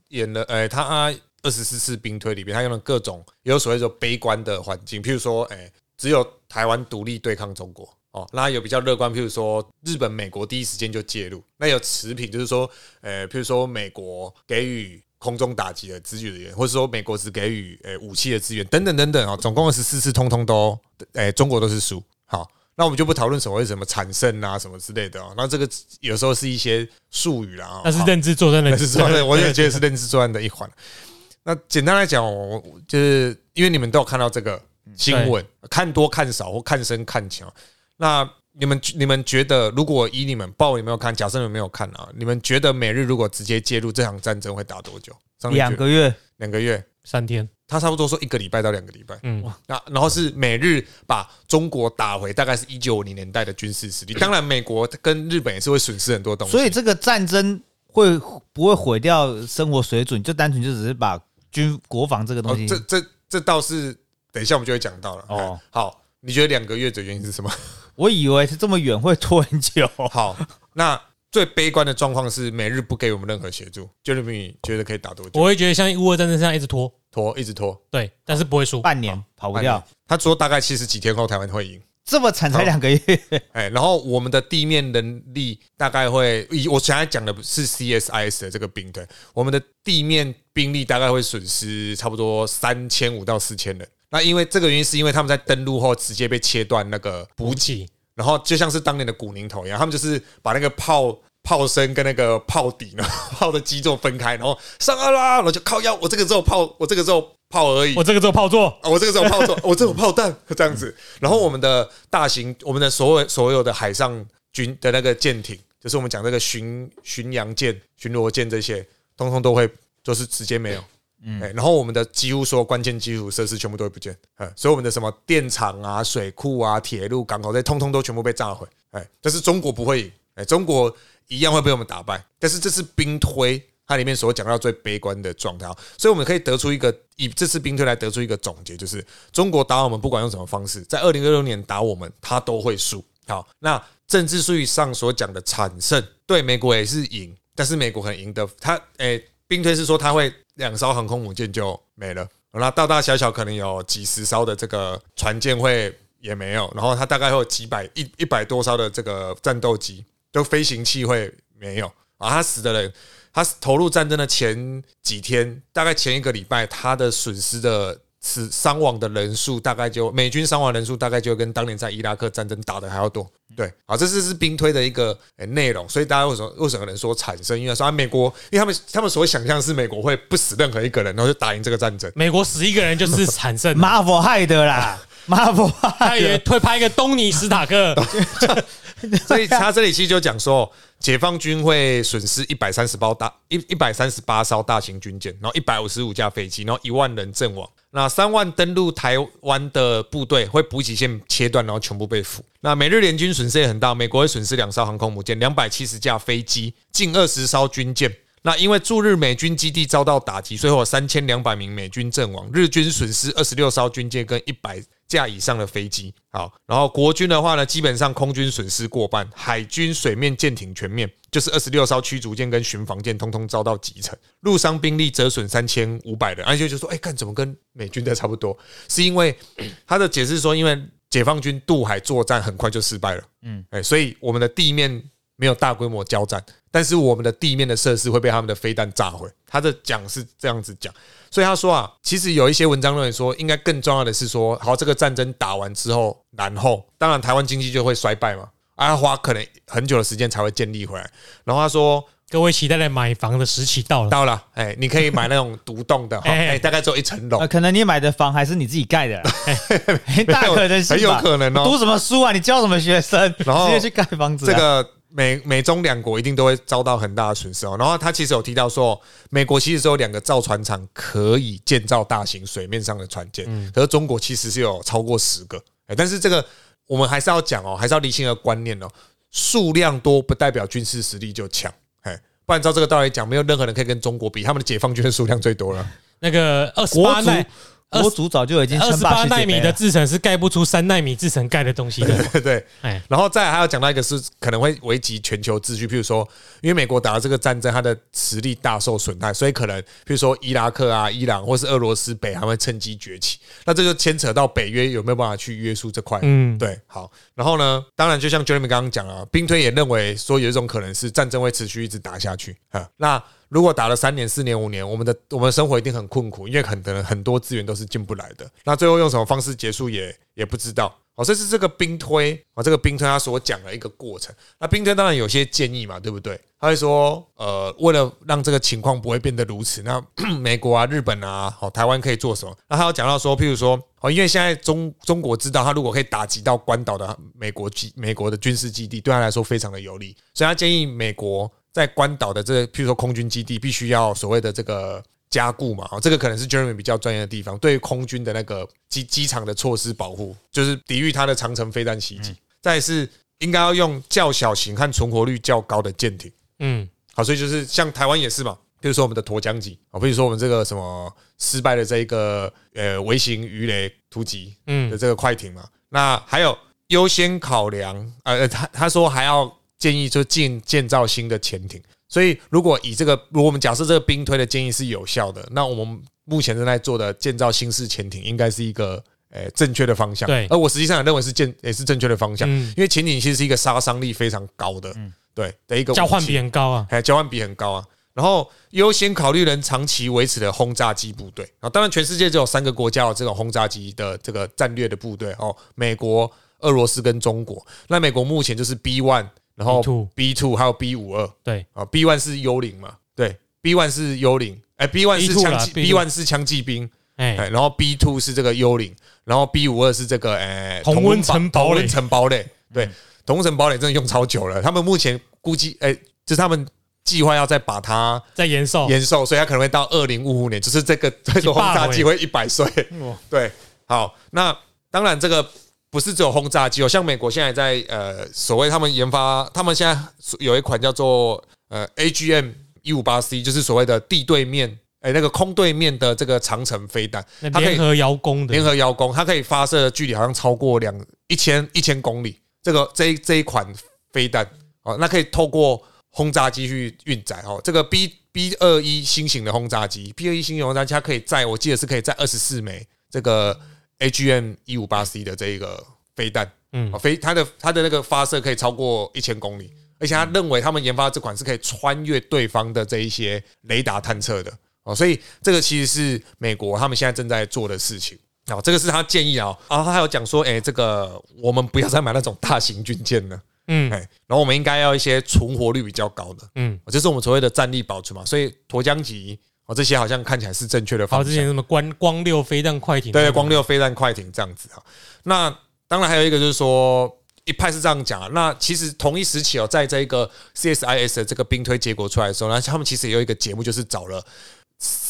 [SPEAKER 3] 演了，哎、他二十四次兵推里面，他用了各种也有所谓说悲观的环境，譬如说，哎、只有台湾独立对抗中国哦，那有比较乐观，譬如说日本、美国第一时间就介入，那有持平，就是说，呃，譬如说美国给予。空中打击的资源，或者说美国只给予诶、呃武器的资源，等等等等哦，总共二十四次，通通都诶、呃中国都是输。好，那我们就不讨论所谓什么产胜啊什么之类的哦。那这个有时候是一些术语啦、哦，
[SPEAKER 2] 那是
[SPEAKER 3] 好
[SPEAKER 2] 认知作战 [LAUGHS] 的，
[SPEAKER 3] 认知作案的，我也觉得是认知作案的一环。那简单来讲，我我就是因为你们都有看到这个
[SPEAKER 1] 嗯
[SPEAKER 3] 新闻，看多看少或看深看浅。那你们你们觉得，如果以你们报你们有看，假设你们没有看啊，你们觉得美日如果直接介入这场战争会打多久？上面觉
[SPEAKER 1] 两
[SPEAKER 3] 得
[SPEAKER 1] 个月，
[SPEAKER 3] 两个月，
[SPEAKER 2] 三天。
[SPEAKER 3] 他差不多说一个礼拜到两个礼拜。
[SPEAKER 2] 嗯，
[SPEAKER 3] 那然后是美日把中国打回，大概是一九五零年代的军事实力。当然，美国跟日本也是会损失很多东西。
[SPEAKER 1] 所以这个战争会不会毁掉生活水准？就单纯就只是把军国防这个东
[SPEAKER 3] 哦
[SPEAKER 1] 西，，
[SPEAKER 3] 这这这倒是等一下我们就会讲到了。
[SPEAKER 1] 哦
[SPEAKER 3] 哦，好，你觉得两个月的原因是什么？
[SPEAKER 1] 我以为是这么远会拖很
[SPEAKER 3] [LAUGHS]
[SPEAKER 1] 久，
[SPEAKER 3] 好，那最悲观的状况是每日不给我们任何协助。Jeremy 你觉得可以打多久？
[SPEAKER 2] 我会觉得像乌俄战争这样一直拖，
[SPEAKER 3] 拖一直拖，
[SPEAKER 2] 对，但是不会输。
[SPEAKER 1] 半年跑不
[SPEAKER 3] 半
[SPEAKER 1] 掉
[SPEAKER 3] 年，他说大概七十几天后台湾会赢。
[SPEAKER 1] 这么惨才两个月，，
[SPEAKER 3] 哎，然后我们的地面能力大概会以我刚才讲的是 CSIS 的这个兵队，我们的地面兵力大概会损失差不多三千五到四千人。那因为这个原因，是因为他们在登陆后直接被切断那个补
[SPEAKER 2] 补
[SPEAKER 3] 给，
[SPEAKER 2] 给
[SPEAKER 3] 然后就像是当年的古宁头一样，他们就是把那个炮炮身跟那个炮底呢，炮的基座分开，然后上岸啦，然后就靠腰，我这个只有炮，我这个只有炮而已，
[SPEAKER 2] 我这个做炮座，
[SPEAKER 3] 啊，我这个只有炮弹，我这种炮弹这样子。然后我们的大型，我们的所有所有的海上军的那个舰艇，就是我们讲这个巡巡洋舰、巡逻舰这些，通通都会就是直接没有。嗯，然后我们的几乎所有关键基础设施全部都会不见，哎，所以我们的什么电厂啊、水库啊、铁路、港口这些通通都全部被炸毁，哎，但是中国不会赢，哎，中国一样会被我们打败，但是这次兵推它里面所讲到最悲观的状态哦，所以我们可以得出一个以这次兵推来得出一个总结，就是中国打我们不管用什么方式，在二零二六年打我们，他都会输。好，那政治术语上所讲的惨胜，对美国也是赢，但是美国很赢得哎他诶、兵推是说他会两艘航空母舰就没了，那大大小小可能有几十艘的这个船舰会也没有，然后它大概会有几百一一百多艘的这个战斗机，就飞行器会没有啊，他死的人。他投入战争的前几天，大概前一个礼拜，他的损失的死伤亡的人数，大概就美军伤亡人数大概就跟当年在伊拉克战争打的还要多。对，好，这是是兵推的一个诶内容，所以大家为什么为什么有人说产生？因为说啊，美国，因为他们他们所想象是美国会不死任何一个人，然后就打赢这个战争。
[SPEAKER 2] 美国死一个人就是惨胜
[SPEAKER 1] ，Marvel 害的
[SPEAKER 3] [LAUGHS]
[SPEAKER 1] 啦，Marvel
[SPEAKER 2] 他
[SPEAKER 1] 害
[SPEAKER 2] 也
[SPEAKER 1] 的，
[SPEAKER 2] 会拍一个东尼史塔
[SPEAKER 1] [LAUGHS]
[SPEAKER 2] 克，
[SPEAKER 3] 所以他这里其实就讲说，解放军会损失一百三十包大一一百三十八艘大型军舰，然后一百五十五架飞机，然后一万人阵亡。那三万登陆台湾的部队会补给线切断，然后全部被俘。那美日联军损失也很大，美国会损失两艘航空母舰、两百七十架飞机、近二十艘军舰。那因为驻日美军基地遭到打击，所以有三千两百名美军阵亡，日军损失二十六艘军舰跟一百架以上的飞机。好，然后国军的话呢，基本上空军损失过半，海军水面舰艇全面，就是二十六艘驱逐舰跟巡防舰通通遭到击沉，陆商兵力折损三千五百人。而且就说，哎、看怎么跟美军的差不多？是因为他的解释说，因为解放军渡海作战很快就失败了，嗯，哎、所以我们的地面没有大规模交战，但是我们的地面的设施会被他们的飞弹炸毁。他的讲是这样子讲，所以他说啊，其实有一些文章认为说，应该更重要的是说，好，这个战争打完之后，然后当然台湾经济就会衰败嘛，啊，花可能很久的时间才会建立回来。然后他说，
[SPEAKER 2] 各位期待的买房的时期到了。
[SPEAKER 3] 到了，哎，你可以买那种独栋的，哈
[SPEAKER 2] 哎
[SPEAKER 3] 哎，大概只有一层楼
[SPEAKER 1] 呃，，可能你买的房还是你自己盖的啦，很大可能性吧
[SPEAKER 3] 很有可能哦
[SPEAKER 1] 读什么书啊？你教什么学生？
[SPEAKER 3] 然后
[SPEAKER 1] 直接去盖房子啊。
[SPEAKER 3] 这个美美中两国一定都会遭到很大的损失哦。然后他其实有提到说，美国其实只有两个造船厂可以建造大型水面上的船舰，
[SPEAKER 1] 嗯
[SPEAKER 3] 可是中国其实是有超过十个。哎，但是这个我们还是要讲哦，还是要理清一个观念哦，数量多不代表军事实力就强。哎，不然照这个道理讲，没有任何人可以跟中国比，他们的解放军的数量最多了。
[SPEAKER 2] 那个二十八
[SPEAKER 1] 国足
[SPEAKER 2] 奈
[SPEAKER 1] 国足早就已经
[SPEAKER 2] 二
[SPEAKER 1] 称
[SPEAKER 2] 十
[SPEAKER 1] 霸
[SPEAKER 2] 八
[SPEAKER 1] 世
[SPEAKER 2] 纳
[SPEAKER 1] 界
[SPEAKER 2] 米
[SPEAKER 1] 杯啊
[SPEAKER 2] 的
[SPEAKER 1] 了。
[SPEAKER 2] 制程是盖不出三纳米制程盖的东西
[SPEAKER 1] [LAUGHS]
[SPEAKER 2] 的。
[SPEAKER 3] 对对。
[SPEAKER 2] 哎，
[SPEAKER 3] 然后再来还要讲到一个是可能会危及全球秩序，譬如说，因为美国打了这个战争，它的实力大受损害，所以可能譬如说伊拉克啊、伊朗或是俄罗斯北韩会趁机崛起，那这就牵扯到北约有没有办法去约束这块。
[SPEAKER 2] 嗯，
[SPEAKER 3] 对，好，然后呢？当然，就像 Jeremy 刚刚讲了，兵推也认为说有一种可能是战争会持续一直打下去啊。那如果打了三年、四年、五年，我们的我们的生活一定很困苦，因为很可能很多资源都是进不来的。那最后用什么方式结束也也不知道。哦，这是这个兵推哦，这个兵推他所讲的一个过程。那兵推当然有些建议嘛，对不对？他会说，呃，为了让这个情况不会变得如此，那 [CLEARS THROAT] 美国啊、日本啊、好、台湾可以做什么？那他有讲到说，譬如说，哦，因为现在中中国知道，他如果可以打击到关岛的美国基美国的军事基地，对他来说非常的有利，所以他建议美国在关岛的这个，譬如说空军基地，必须要所谓的这个加固嘛，哦，这个可能是 Jeremy 比较专业的地方，对于空军的那个机机场的措施保护，就是抵御它的长城飞弹袭击。再来是应该要用较小型和存活率较高的舰艇。
[SPEAKER 2] 嗯，
[SPEAKER 3] 好，所以就是像台湾也是嘛，比如说我们的沱江级啊，比如说我们这个什么失败的这一个呃微型鱼雷突击
[SPEAKER 2] 嗯
[SPEAKER 3] 的这个快艇嘛，那还有优先考量，呃，他他说还要建议就建建造新的潜艇。所以如果以这个，如果我们假设这个兵推的建议是有效的，那我们目前正在做的建造新式潜艇，应该是一个呃正确的方向。
[SPEAKER 2] 对
[SPEAKER 3] 而我实际上也认为是建也是正确的方向，
[SPEAKER 2] 嗯
[SPEAKER 3] 因为潜艇其实是一个杀伤力非常高的，对的一个武器
[SPEAKER 2] 交换比很高啊，
[SPEAKER 3] 哎，交换比很高啊。然后优先考虑能长期维持的轰炸机部队啊，当然全世界只有三个国家有这种轰炸机的这个战略的部队哦，美国、俄罗斯跟中国。那美国目前就是 B one，然后
[SPEAKER 2] B2
[SPEAKER 3] B two 还有 B 五二
[SPEAKER 2] 对
[SPEAKER 3] 啊，B one 是幽灵嘛，对，B one 是幽灵，哎，B one 是
[SPEAKER 2] B2
[SPEAKER 3] 枪
[SPEAKER 2] 啦
[SPEAKER 3] 击
[SPEAKER 2] B2
[SPEAKER 3] ，B one 是枪击兵，
[SPEAKER 2] 哎，
[SPEAKER 3] 哎，然后 B two 是这个幽灵，然后 B 五二是这个哎
[SPEAKER 2] 同温层堡垒嗯
[SPEAKER 3] 同温层堡垒，对，同温层堡垒真的用超久了。他们目前估计，哎，就是他们计划要再把它
[SPEAKER 2] 在延寿，
[SPEAKER 3] 延寿，所以它可能会到二零五五年，就是这
[SPEAKER 2] [LAUGHS]
[SPEAKER 3] 个这个轰炸机会一百岁。
[SPEAKER 2] 嗯哇
[SPEAKER 3] 对，好，那当然这个不是只有轰炸机哦，像美国现在在呃，所谓他们研发，他们现在有一款叫做呃 AGM 一五八 C，就是所谓的地对面。哎、那个空对面的这个长城飞弹，
[SPEAKER 2] 那
[SPEAKER 3] 它可以
[SPEAKER 2] 联合邀功的
[SPEAKER 3] 联合邀功，它可以发射的距离好像超过两一千一千公里。这个这一这一款飞弹哦，那可以透过轰炸机去运载哦。这个 B B 二一新型的轰炸机，B 二一新型轰炸机它可以载，我记得是可以载二十四枚这个 AGM 一 E 五八 C 的这一个飞弹，
[SPEAKER 2] 嗯
[SPEAKER 3] 哦，飞它的它的那个发射可以超过一千公里。而且他认为他们研发这款是可以穿越对方的这一些雷达探测的哦，所以这个其实是美国他们现在正在做的事情。哦，这个是他建议啊、啊，他还有讲说，哎、这个我们不要再买那种大型军舰了，
[SPEAKER 2] 嗯
[SPEAKER 3] 哎、然后我们应该要一些存活率比较高的，
[SPEAKER 2] 嗯，
[SPEAKER 3] 哦这是我们所谓的战力保存嘛。所以沱江级哦，这些好像看起来是正确的
[SPEAKER 2] 还有
[SPEAKER 3] 方
[SPEAKER 2] 之
[SPEAKER 3] 向
[SPEAKER 2] 前。什么光光六飞弹快艇，
[SPEAKER 3] 对，光六飞弹快艇这样子哈。啊那当然还有一个就是说，一派是这样讲啊。那其实同一时期哦，在这个 CSIS 的这个兵推结果出来的时候，那他们其实也有一个节目，就是找了。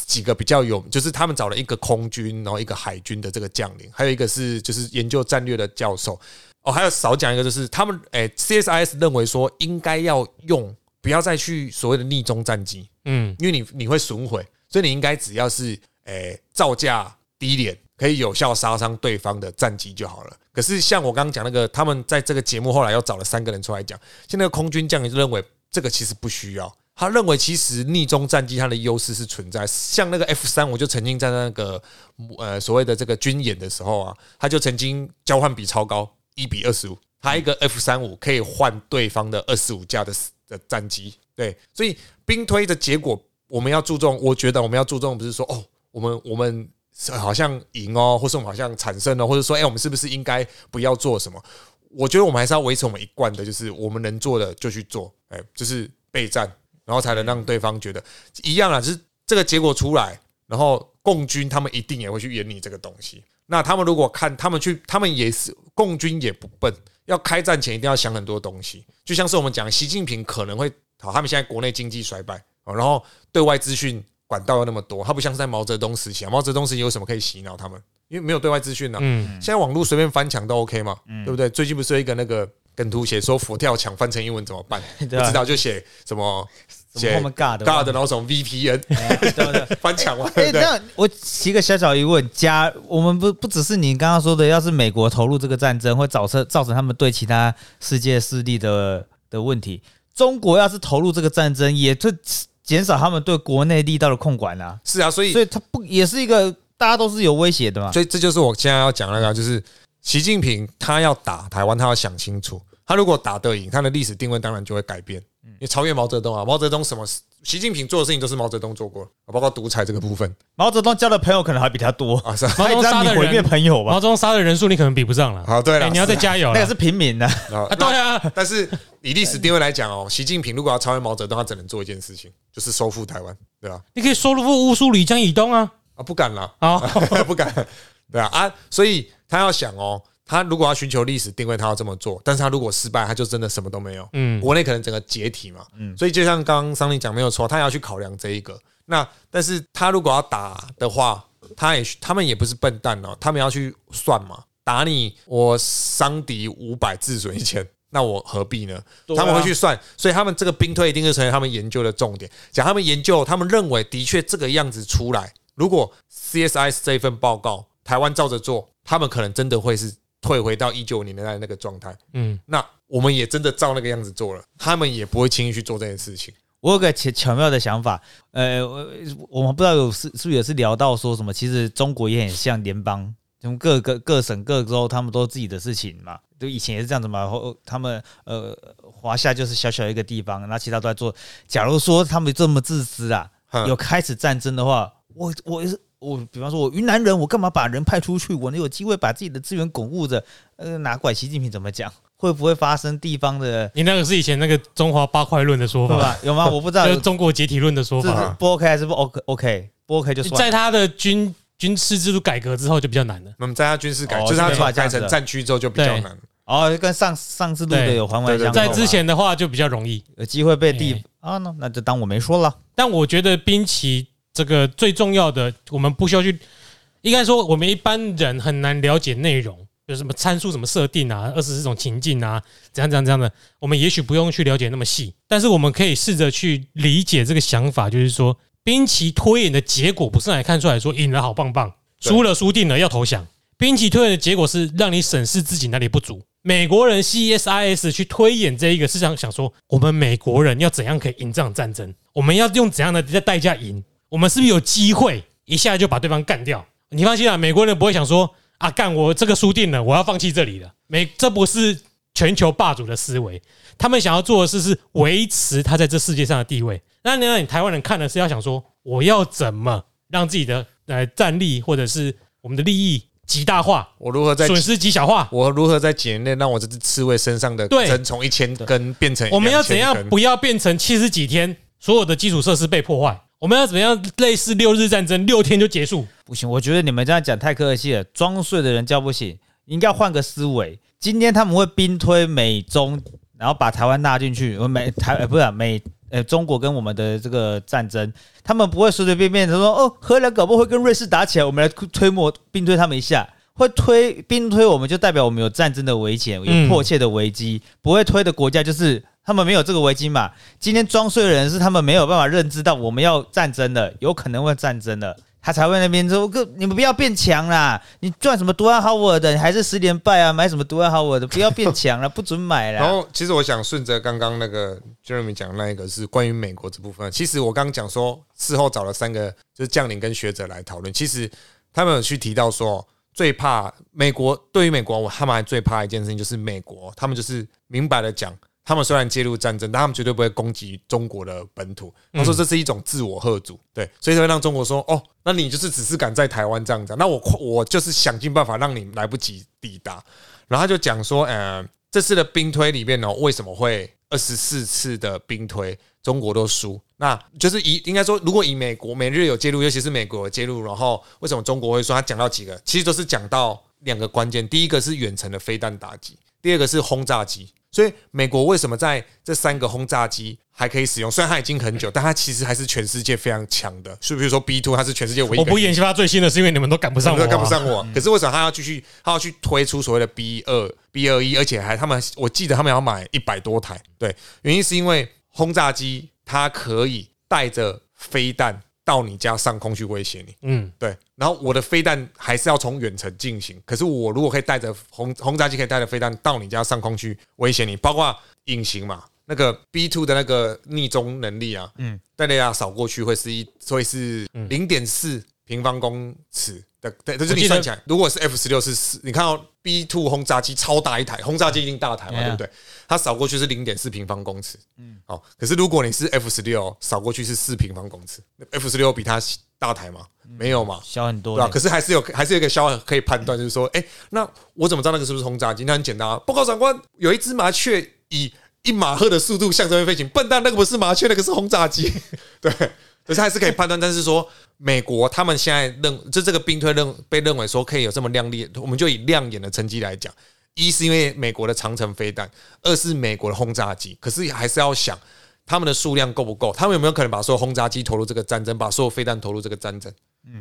[SPEAKER 3] 几个比较有，就是他们找了一个空军，然后一个海军的这个将领，还有一个是就是研究战略的教授。哦，还有少讲一个，就是他们诶、CSIS 认为说应该要用，不要再去所谓的逆中战机，
[SPEAKER 2] 嗯，
[SPEAKER 3] 因为你你会损毁，所以你应该只要是诶、造价低廉，可以有效杀伤对方的战机就好了。可是像我刚刚讲那个，他们在这个节目后来又找了三个人出来讲，现在空军将领就认为这个其实不需要。他认为其实逆中战机它的优势是存在，像那个 F 三，我就曾经在那个呃所谓的这个军演的时候啊，他就曾经交换比超高一比二十五，他一个 F 三五可以换对方的二十五架的的战机，对，所以兵推的结果我们要注重，我觉得我们要注重不是说哦，我们我们是好像赢哦，或是我们好像产生了，或者说哎、我们是不是应该不要做什么？我觉得我们还是要维持我们一贯的，就是我们能做的就去做，哎、就是备战，然后才能让对方觉得一样啊，就是这个结果出来，然后共军他们一定也会去演你这个东西。那他们如果看他们去，他们也是共军也不笨，要开战前一定要想很多东西，就像是我们讲，习近平可能会好，他们现在国内经济衰败，哦然后对外资讯管道又那么多，他不像是在毛泽东时期啊，毛泽东时期有什么可以洗脑他们？因为没有对外资讯呢。啊
[SPEAKER 2] 嗯
[SPEAKER 3] 现在网络随便翻墙都 OK 嘛，
[SPEAKER 1] 嗯
[SPEAKER 3] 对不对？最近不是有一个那个梗图写说佛跳墙翻成英文怎么办？不
[SPEAKER 1] [LAUGHS] 对啊
[SPEAKER 3] 知道就写什么
[SPEAKER 1] 什么
[SPEAKER 3] 写
[SPEAKER 1] 后面尬的
[SPEAKER 3] God，然后什
[SPEAKER 2] [LAUGHS]
[SPEAKER 3] 么 VPN
[SPEAKER 1] 对对对。
[SPEAKER 3] 翻墙嘛，
[SPEAKER 1] 哎、
[SPEAKER 3] 对不对？
[SPEAKER 1] 那我提个小小疑问，加我们不不只是你刚刚说的，要是美国投入这个战争，会造成造成他们对其他世界势力的的问题。中国要是投入这个战争，也会减少他们对国内力道的控管啊，
[SPEAKER 3] 是啊，所以
[SPEAKER 1] 所以它不也是一个大家都是有威胁的嘛？
[SPEAKER 3] 所以这就是我现在要讲那个，啊就是习近平他要打台湾，他要想清楚，他如果打得赢，他的历史定位当然就会改变，
[SPEAKER 2] 嗯
[SPEAKER 3] 因为超越毛泽东啊，毛泽东什么事习近平做的事情都是毛泽东做过的，包括独裁这个部分
[SPEAKER 1] 毛泽东交的朋友可能还比他多，
[SPEAKER 3] 啊，是啊
[SPEAKER 2] 毛泽东
[SPEAKER 1] 他
[SPEAKER 2] 杀
[SPEAKER 1] 一张
[SPEAKER 2] 的
[SPEAKER 1] 你毁灭
[SPEAKER 2] 人，
[SPEAKER 1] 朋友
[SPEAKER 2] 毛
[SPEAKER 1] 吧？
[SPEAKER 2] 泽东杀的人数你可能比不上了，
[SPEAKER 3] 好啊对啊了
[SPEAKER 2] 哎你要再加油
[SPEAKER 1] 那
[SPEAKER 2] 了
[SPEAKER 1] 个是平民的、
[SPEAKER 3] 啊
[SPEAKER 2] 啊，对啊，
[SPEAKER 3] [LAUGHS] 但是以历史定位来讲哦，习近平如果要超越毛泽东，他只能做一件事情，就是收复台湾，对吧、
[SPEAKER 2] 你可以收复乌苏里江以东啊，
[SPEAKER 3] 啊，不敢啦，
[SPEAKER 2] 好，
[SPEAKER 3] [LAUGHS] 不敢，对啊啊，所以他要想哦，他如果要寻求历史定位，他要这么做，但是他如果失败，他就真的什么都没有，
[SPEAKER 2] 嗯
[SPEAKER 3] 国内可能整个解体嘛，
[SPEAKER 1] 嗯
[SPEAKER 3] 所以就像刚刚桑尼讲没有错，他要去考量这一个，那但是他如果要打的话，他也他们也不是笨蛋哦，他们要去算嘛，打你我伤敌五百自损一千。那我何必呢？
[SPEAKER 1] 对啊
[SPEAKER 3] 他们会去算，所以他们这个兵推一定是成为他们研究的重点。讲他们研究，他们认为的确这个样子出来，如果 CSIS 这一份报告台湾照着做，他们可能真的会是退回到一九年代的那个状态。
[SPEAKER 2] 嗯，
[SPEAKER 3] 那我们也真的照那个样子做了，他们也不会轻易去做这件事情。
[SPEAKER 1] 我有个巧巧妙的想法，呃，我我们不知道有是是不是也是聊到说什么，其实中国也很像联邦，从各个各省各州，他们都有自己的事情嘛，就以前也是这样子嘛。后他们呃，华夏就是小小一个地方，那其他都在做。假如说他们这么自私啊，
[SPEAKER 3] 哼
[SPEAKER 1] 有开始战争的话，我我也是我，比方说我云南人，我干嘛把人派出去？我能有机会把自己的资源巩固着？呃，哪管习近平怎么讲？会不会发生地方的？
[SPEAKER 2] 你那个是以前那个中华八块论的说
[SPEAKER 1] 对
[SPEAKER 2] 法，
[SPEAKER 1] 吧？有吗？我不知道
[SPEAKER 2] [LAUGHS] 就
[SPEAKER 1] 有
[SPEAKER 2] 是中国解体论的说
[SPEAKER 1] 这
[SPEAKER 2] 法。啊
[SPEAKER 1] 是不 OK 还是不 OK OK 不 OK 就算
[SPEAKER 2] 在
[SPEAKER 1] 了。
[SPEAKER 2] 他的军军事制度改革之后就比较难了。
[SPEAKER 3] 那么在他军事改，
[SPEAKER 1] 哦
[SPEAKER 3] 就是
[SPEAKER 1] 就
[SPEAKER 3] 他
[SPEAKER 1] 没办法
[SPEAKER 3] 从
[SPEAKER 1] 这
[SPEAKER 3] 改
[SPEAKER 1] 样子
[SPEAKER 3] 成战区之后就比较
[SPEAKER 2] 对
[SPEAKER 3] 难。
[SPEAKER 1] 哦，就跟上上次录的
[SPEAKER 2] 对
[SPEAKER 1] 有环环
[SPEAKER 3] 对对
[SPEAKER 1] 相扣嘛。
[SPEAKER 2] 在之前的话就比较容易，
[SPEAKER 1] 有机会被地
[SPEAKER 2] 哎
[SPEAKER 1] 啊，那那就当我没说了。
[SPEAKER 2] 但我觉得兵棋这个最重要的，我们不需要去，应该说我们一般人很难了解内容，有什么参数怎么设定啊，二十四种情境啊，怎样怎样怎样的，我们也许不用去了解那么细，但是我们可以试着去理解这个想法，就是说兵棋推演的结果不是来看出来说赢了好棒棒，
[SPEAKER 3] 对
[SPEAKER 2] 输了输定了要投降。兵棋推演的结果是让你审视自己哪里不足。美国人 CSIS 去推演这一个是想想说，我们美国人要怎样可以赢这场战争？我们要用怎样的代价赢？我们是不是有机会一下就把对方干掉？你放心啊，美国人不会想说啊，干我这个输定了，我要放弃这里了。美，这不是全球霸主的思维，他们想要做的事是维持他在这世界上的地位。那你让你台湾人看的是要想说，我要怎么让自己的呃战力或者是我们的利益极大化，
[SPEAKER 3] 我如何在
[SPEAKER 2] 损失极小化？
[SPEAKER 3] 我如何在几年内让我这只刺猬身上的
[SPEAKER 2] 对
[SPEAKER 3] 针从一千根变成
[SPEAKER 2] 我们要
[SPEAKER 3] 2000
[SPEAKER 2] 怎样
[SPEAKER 3] 根
[SPEAKER 2] 不要变成七十几天所有的基础设施被破坏？我们要怎么样类似六日战争六天就结束？
[SPEAKER 1] 不行，我觉得你们这样讲太客气了，装睡的人叫不醒，应该换个思维。今天他们会兵推美中，然后把台湾纳进去，呃美台呃不是啊美呃中国跟我们的这个战争，他们不会随随便便地说哦，荷兰搞不好会跟瑞士打起来，我们来推磨兵推他们一下。会推兵推我们，就代表我们有战争的危险，有
[SPEAKER 2] 嗯
[SPEAKER 1] 迫切的危机。不会推的国家就是 [LAUGHS] 他们没有这个危机嘛。今天装睡的人是他们没有办法认知到我们要战争了，有可能会战争了，他才会那边说：“哥，你们不要变强啦！你赚什么多安好我的，你还是十连败啊，买什么多安好我的，不要变强 [LAUGHS] 了，不准买
[SPEAKER 3] 然
[SPEAKER 1] 了。
[SPEAKER 3] 后，其实我想顺着刚刚那个 Jeremy 讲的那一个是关于美国这部分。其实我刚刚讲说，事后找了三个就是将领跟学者来讨论，其实他们有去提到说，最怕美国对于美国，他们还最怕一件事情就是美国，他们就是明白的讲，他们虽然介入战争，但他们绝对不会攻击中国的本土。他说这是一种自我贺主，对，所以才会让中国说，哦，那你就是只是敢在台湾这样子，啊那我我就是想尽办法让你来不及抵达。然后他就讲说，呃，这次的兵推里面呢、哦为什么会二十四次的兵推哦中国都输？那就是以应该说，如果以美国美日有介入，尤其是美国有介入，然后为什么中国会说他讲到几个？其实都是讲到两个关键，第一个是远程的飞弹打击，第二个是轰炸机。所以美国为什么在这三个轰炸机还可以使用？虽然它已经很久，但它其实还是全世界非常强的。是比如说 B two，它是全世界唯一一
[SPEAKER 2] 我
[SPEAKER 3] 个
[SPEAKER 2] 不研发最新的是因为你们都赶不上我、啊，
[SPEAKER 3] 跟不上我。可是为什么他要继续，他要去推出所谓的 B 二、B 二一，而且还他们，我记得他们要买一百多台。对，原因是因为轰炸机它可以带着飞弹到你家上空去威胁你。
[SPEAKER 2] 嗯，
[SPEAKER 3] 对，然后我的飞弹还是要从远程进行，可是我如果可以带着轰轰炸机可以带着飞弹到你家上空去威胁你，包括隐形嘛，那个 B two 的那个逆中能力啊，嗯，带雷亚扫过去会是一会是零点四平方公尺的，对，这
[SPEAKER 2] 嗯我
[SPEAKER 3] 就是
[SPEAKER 2] 记
[SPEAKER 3] 你
[SPEAKER 2] 得
[SPEAKER 3] 算起来，如果是 F 十六是四，你看到 B two 轰炸机超大一台，轰炸机一定大台嘛，
[SPEAKER 2] 哎
[SPEAKER 1] Yeah
[SPEAKER 3] 对不对？它扫过去是零点四平方公尺，嗯，哦，可是如果你是 F 十六扫过去是四平方公尺，F 十六比它大台吗？没有嘛，
[SPEAKER 1] 小很多
[SPEAKER 3] 对吧、啊
[SPEAKER 1] 嘞
[SPEAKER 3] 可是还是有，还是有一个消可以判断，就是说，哎、那我怎么知道那个是不是轰炸机？那很简单啊，报告长官，有一只麻雀以一马赫的速度向这边飞行，笨蛋，那个不是麻雀，那个是轰炸
[SPEAKER 1] [LAUGHS]
[SPEAKER 3] 机。对，可是还是可以判断，但是说美国他们现在认，就这个兵推认被认为说可以有这么亮丽，我们就以亮眼的成绩来讲，一是因为美国的长城飞弹，二是美国的轰炸机，可是还是要想。他们的数量够不够？他们有没有可能把所有轰炸机投入这个战争，把所有飞弹投入这个战争？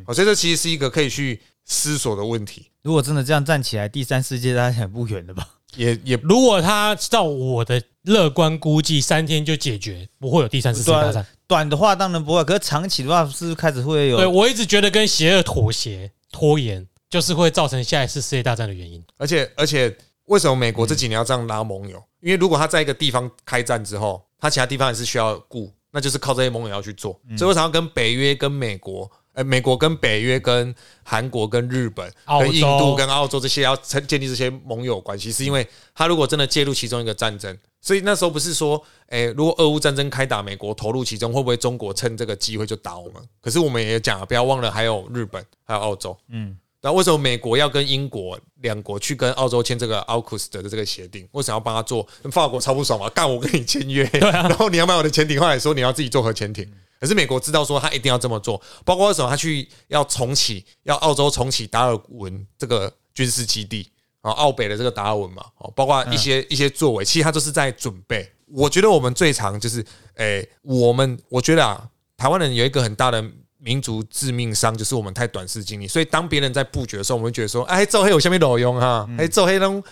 [SPEAKER 3] 我觉得这其实是一个哦可以去思索的问题，
[SPEAKER 1] 如果真的这样站起来，第三世界大家很不远的
[SPEAKER 3] [LAUGHS]
[SPEAKER 1] 吧？
[SPEAKER 3] 也也
[SPEAKER 2] 如果他照我的乐观估计，三天就解决，不会有第三次世界
[SPEAKER 3] 啊
[SPEAKER 2] 大战。
[SPEAKER 1] 短的话当然不会，可是长期的话，是不是开始会
[SPEAKER 2] 对
[SPEAKER 1] 有？
[SPEAKER 2] 我一直觉得跟邪恶妥协、拖延，就是会造成下一次世界大战的原因。
[SPEAKER 3] 而且而且，为什么
[SPEAKER 2] 嗯
[SPEAKER 3] 美国这几年要这样拉盟友？因为如果他在一个地方开战之后，他其他地方也是需要顾，那就是靠这些盟友要去做。
[SPEAKER 2] 嗯
[SPEAKER 3] 所以为什么要跟北约、跟美国？呃，美国跟北约、跟韩国、跟日本、
[SPEAKER 2] 澳洲
[SPEAKER 3] 跟印度、跟澳洲这些要成建立这些盟友关系，是因为他如果真的介入其中一个战争，所以那时候不是说，诶、如果俄乌战争开打，美国投入其中，会不会中国趁这个机会就打我们？可是我们也讲了，不要忘了还有日本，还有澳洲，
[SPEAKER 1] 嗯，
[SPEAKER 3] 那为什么美国要跟英国两国去跟澳洲签这个 AUKUS 的这个协定？为什么要帮他做？法国超不爽嘛，干我跟你签约， [LAUGHS] 然后你要买我的潜艇，后来说你要自己做核潜艇。可是美国知道说他一定要这么做，包括为什么他去要重启，要澳洲重启达尔文这个军事基地，啊，澳北的这个达尔文嘛，哦，包括一些、一些作为，其实他都是在准备。我觉得我们最常就是，诶、我们我觉得啊，台湾人有一个很大的民族致命伤，就是我们太短视经历。所以当别人在布局的时候，我们会觉得说，哎，做黑有下面路用哈，哎、做黑拢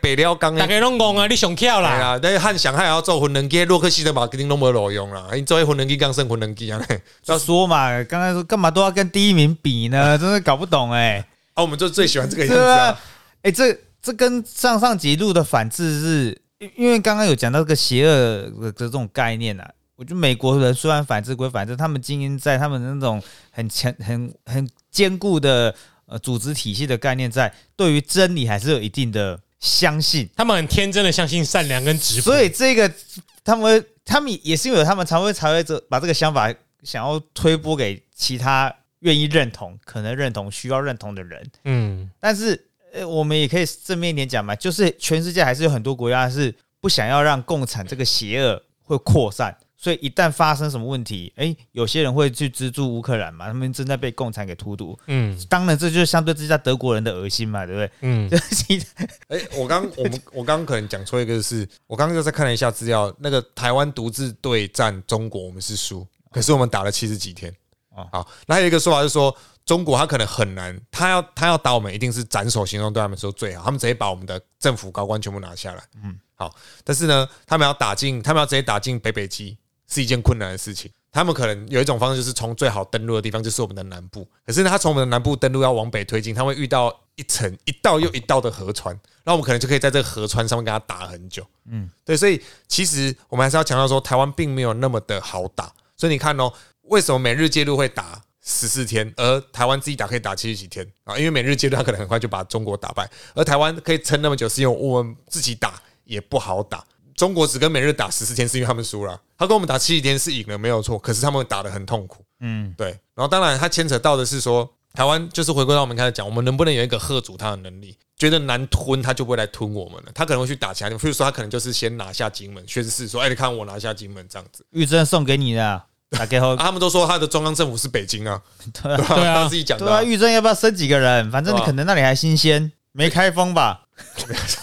[SPEAKER 3] 北料港
[SPEAKER 2] 大
[SPEAKER 3] 的。
[SPEAKER 2] 家拢戆啊，你上跳
[SPEAKER 3] 嗯哎
[SPEAKER 2] 啦，
[SPEAKER 3] 呀，但是汉翔还要做混能机，洛克希德马肯定都没路用啦。你做混能机刚升混能机啊？ [LAUGHS] 嘿
[SPEAKER 1] 要说嘛，刚才说干嘛都要跟第一名比呢？真是搞不懂哎、
[SPEAKER 3] 啊，我们就最喜欢这个样
[SPEAKER 1] 对
[SPEAKER 3] 子
[SPEAKER 1] 啊
[SPEAKER 3] 啊。，
[SPEAKER 1] 哎、这这跟上上集录的反制是，因因为刚刚有讲到这个邪恶的这种概念啊。我觉得美国人虽然反制归反制，他们精英在他们那种很强、很很坚固的呃组织体系的概念在，对于真理还是有一定的相信。
[SPEAKER 2] 他们很天真的相信善良跟直朴
[SPEAKER 1] 所，以这个他们他们也是因为有他们才会才会这把这个想法想要推播给其他愿意认同、可能认同、需要认同的人。
[SPEAKER 2] 嗯，
[SPEAKER 1] 但是呃，我们也可以正面一点讲嘛，就是全世界还是有很多国家是不想要让共产这个邪恶会扩散。所以一旦发生什么问题，诶，有些人会去资助乌克兰嘛，他们正在被共产给荼毒。
[SPEAKER 2] 嗯
[SPEAKER 1] 当然，这就是相对之下德国人的恶心嘛，对不对？
[SPEAKER 2] 嗯，
[SPEAKER 1] 就是其他
[SPEAKER 3] 哎、我刚我们我刚可能讲错一个是，我刚刚又再看了一下资料，那个台湾独自对战中国，我们是输，可是我们打了七十几天。
[SPEAKER 1] 哦
[SPEAKER 3] 好，那还有一个说法是说，中国他可能很难，他要他要打我们，一定是斩首行动对他们说最好，他们直接把我们的政府高官全部拿下来。嗯，好，但是呢，他们要打进，他们要直接打进北北基是一件困难的事情。他们可能有一种方式就是从最好登陆的地方，就是我们的南部。可是呢，他从我们的南部登陆要往北推进，他会遇到一层一道又一道的河川，那我们可能就可以在这个河川上面跟他打很久。对，所以其实我们还是要强调说，台湾并没有那么的好打。所以你看哦，为什么每日介入会打十四天，而台湾自己打可以打七十几天啊？因为每日介入他可能很快就把中国打败，而台湾可以撑那么久，是因为我们自己打也不好打。中国只跟每日打十四天，是因为他们输了。啊他跟我们打七十天是赢了，没有错。可是他们打得很痛苦。
[SPEAKER 1] [LAUGHS] 嗯，
[SPEAKER 3] 对，然后当然它牵扯到的是说，台湾就是回归到我们开始讲，我们能不能有一个喝阻它的能力？觉得难吞，它就不会来吞我们了。它可能会去打其他地方，譬如说它可能就是先拿下金门，宣誓说：“哎、你看我拿下金门这样子。
[SPEAKER 1] 玉珍送给你的啊，打给后
[SPEAKER 2] [LAUGHS]
[SPEAKER 3] 啊”他们都说他的中央政府是北京啊，
[SPEAKER 1] 对啊
[SPEAKER 3] 对吧、
[SPEAKER 2] 对啊
[SPEAKER 3] [LAUGHS] 他自己讲
[SPEAKER 1] 对
[SPEAKER 3] 的、啊
[SPEAKER 1] 啊，。玉珍要不要生几个人？反正你
[SPEAKER 3] 对啊
[SPEAKER 1] 可能那里还新鲜，没开封吧？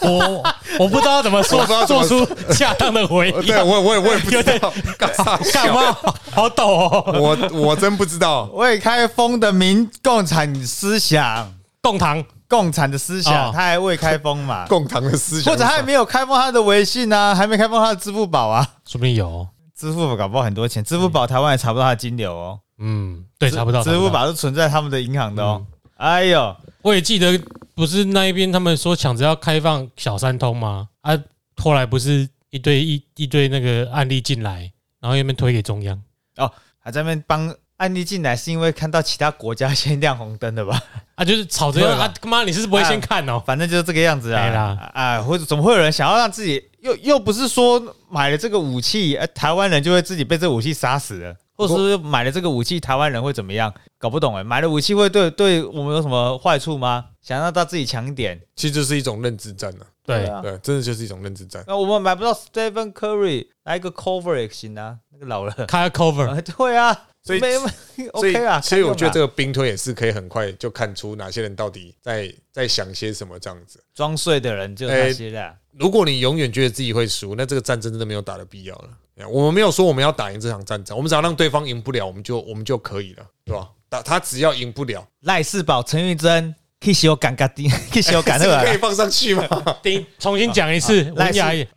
[SPEAKER 2] 我我不知道怎么
[SPEAKER 3] 我
[SPEAKER 2] 说
[SPEAKER 3] 不知道，怎
[SPEAKER 2] 做
[SPEAKER 3] 么
[SPEAKER 2] 出恰当的回
[SPEAKER 3] 呃
[SPEAKER 2] 应
[SPEAKER 3] 对，啊，我我也我也不
[SPEAKER 2] 有
[SPEAKER 3] 知
[SPEAKER 2] 点
[SPEAKER 3] 道， [LAUGHS] 干啥笑
[SPEAKER 2] 干嘛？好抖哦，
[SPEAKER 3] 我我真不
[SPEAKER 1] [LAUGHS]
[SPEAKER 3] 知道。
[SPEAKER 1] 未开封的民共产思想，
[SPEAKER 2] 动堂
[SPEAKER 1] 共产的思想，
[SPEAKER 2] 哦
[SPEAKER 1] 他还未开封嘛？
[SPEAKER 3] 共堂的思想
[SPEAKER 1] 或者
[SPEAKER 3] 是什么，
[SPEAKER 1] 他还没有开放他的微信呢、啊，还没开放他的支付宝啊。
[SPEAKER 2] 说不定有哦，
[SPEAKER 1] 支付宝搞不好很多钱，支付宝台湾也查不到他的金流哦，
[SPEAKER 2] 嗯，对，查不到，嗯
[SPEAKER 1] 支
[SPEAKER 2] 查不
[SPEAKER 1] 付
[SPEAKER 2] 到
[SPEAKER 1] 宝是存在他们的银行的哦。哎呦，
[SPEAKER 2] 我也记得，不是那一边他们说抢着要开放小三通吗？啊，后来不是一堆一一堆那个案例进来，然后又被推给中央。
[SPEAKER 1] 还在那边帮案例进来，是因为看到其他国家先亮红灯的吧？ [LAUGHS]
[SPEAKER 2] 啊，就是吵着要
[SPEAKER 1] 对啦
[SPEAKER 2] 啊，他妈你是不是不会先看哦？
[SPEAKER 1] 反正就是这个样子啊
[SPEAKER 2] 对啦。
[SPEAKER 1] 啊，或者怎么会有人想要让自己又又不是说买了这个武器，呃台湾人就会自己被这武器杀死了，或者是买了这个武器，台湾人会怎么样？搞不懂哎、买了武器会对对我们有什么坏处吗？想让他自己强一点，
[SPEAKER 3] 其实就是一种认知战啊。
[SPEAKER 2] 对，
[SPEAKER 1] 啊。
[SPEAKER 3] 对，真的就是一种认知战。
[SPEAKER 1] 那我们买不到 Stephen Curry，来一个 cover 也行啊，那个老 [LAUGHS] 了。
[SPEAKER 2] 开 cover，
[SPEAKER 1] 啊对啊，
[SPEAKER 3] 所以
[SPEAKER 1] 没 [LAUGHS]
[SPEAKER 3] 所以
[SPEAKER 1] OK 啊，
[SPEAKER 3] 所以我觉得这
[SPEAKER 1] 个
[SPEAKER 3] 个兵推也是可以很快就看出哪些人到底在在想些什么这样子。
[SPEAKER 1] 装睡的人就那些啦。
[SPEAKER 3] 如果你永远觉得自己会输，那这个战争真的没有打的必要了。我们没有说我们要打赢这场战争，我们只要让对方赢不了，我们就我们就可以了，对吧？打他只要赢
[SPEAKER 1] [LAUGHS]
[SPEAKER 3] 不了，
[SPEAKER 1] 赖世宝、陈玉珍，Kiss 有感嘎 [LAUGHS] 丁，Kiss 有感
[SPEAKER 3] 这
[SPEAKER 1] 对
[SPEAKER 3] 个
[SPEAKER 1] 吧
[SPEAKER 3] 可？以放上去吗？ [LAUGHS]
[SPEAKER 2] 叮，重新讲一次，
[SPEAKER 1] 啊赖
[SPEAKER 2] 文雅也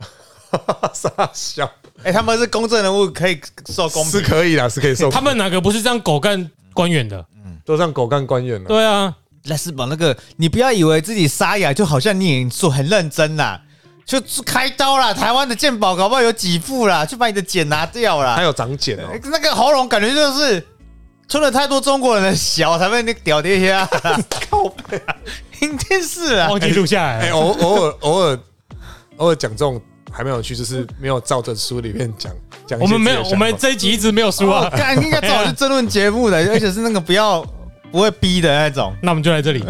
[SPEAKER 3] 傻笑，
[SPEAKER 1] [LAUGHS] 哎、他们是公正人物，可以受公
[SPEAKER 3] 是
[SPEAKER 1] [LAUGHS] 平。
[SPEAKER 3] 可以啦，是可以受。
[SPEAKER 1] 嗯
[SPEAKER 2] 他们哪个不是这样狗干官员的？
[SPEAKER 3] 都让狗干官员
[SPEAKER 1] [LAUGHS]
[SPEAKER 3] 了，
[SPEAKER 2] 对啊，
[SPEAKER 1] 莱斯堡那个，你不要以为自己沙哑，就好像你也做很认真啦，就是开刀啦。台湾的健保搞不好有几副啦，去把你的茧拿掉啦
[SPEAKER 3] 还。有长茧哦，
[SPEAKER 1] 哎那个喉咙感觉就是吞了太多中国人的小，才被那个屌爹呀，
[SPEAKER 3] [LAUGHS] 靠背。
[SPEAKER 1] 肯定是啊。
[SPEAKER 2] 忘记录下来
[SPEAKER 3] 哎，
[SPEAKER 2] 了。
[SPEAKER 3] 偶偶尔偶尔偶尔讲这种还蛮有趣，就是没有照着书里面讲讲一
[SPEAKER 2] 我
[SPEAKER 3] 些自己的想法。
[SPEAKER 2] 们没有，我们这一集一直没有输
[SPEAKER 1] 我
[SPEAKER 2] 啊。
[SPEAKER 1] 哦干、应该找我去争论节
[SPEAKER 3] [LAUGHS]
[SPEAKER 1] 目的，而且是那个不要不会逼的那种。
[SPEAKER 2] [LAUGHS] 那我们就来
[SPEAKER 1] [LAUGHS]
[SPEAKER 2] 这里，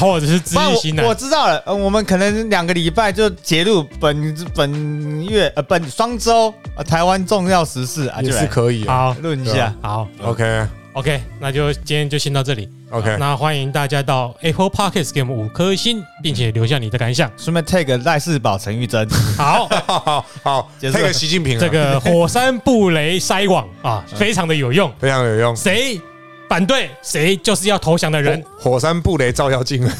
[SPEAKER 2] 或者是知
[SPEAKER 1] 不然
[SPEAKER 2] 易
[SPEAKER 1] 我
[SPEAKER 2] 行
[SPEAKER 1] 我
[SPEAKER 2] 难。
[SPEAKER 1] 知道了，呃，我们可能两个礼拜就截录本本月呃本双周呃台湾重要时事啊，
[SPEAKER 3] 也
[SPEAKER 1] 就是来
[SPEAKER 3] 可以啊。
[SPEAKER 2] 好，
[SPEAKER 1] 论一
[SPEAKER 3] 对
[SPEAKER 1] 下
[SPEAKER 3] 啊。
[SPEAKER 2] 好
[SPEAKER 3] OK
[SPEAKER 2] ，OK，那就今天就先到这里。[LAUGHS]
[SPEAKER 3] OK，
[SPEAKER 2] 那欢迎大家到 Apple Podcast 给我们五颗星，并且留下你的感想。
[SPEAKER 1] 顺便 take 赖世宝、陈玉
[SPEAKER 3] [LAUGHS]
[SPEAKER 1] 珍，
[SPEAKER 2] 好， [LAUGHS]
[SPEAKER 3] 好好好，
[SPEAKER 1] 结
[SPEAKER 3] 这
[SPEAKER 1] 束
[SPEAKER 3] 个习近平啊
[SPEAKER 2] 这个火山布雷筛网啊，
[SPEAKER 3] 嗯
[SPEAKER 2] 非常的有用。
[SPEAKER 3] 非常有用。
[SPEAKER 2] 谁反对，谁就是要投降的人。
[SPEAKER 3] 火山布雷照妖镜，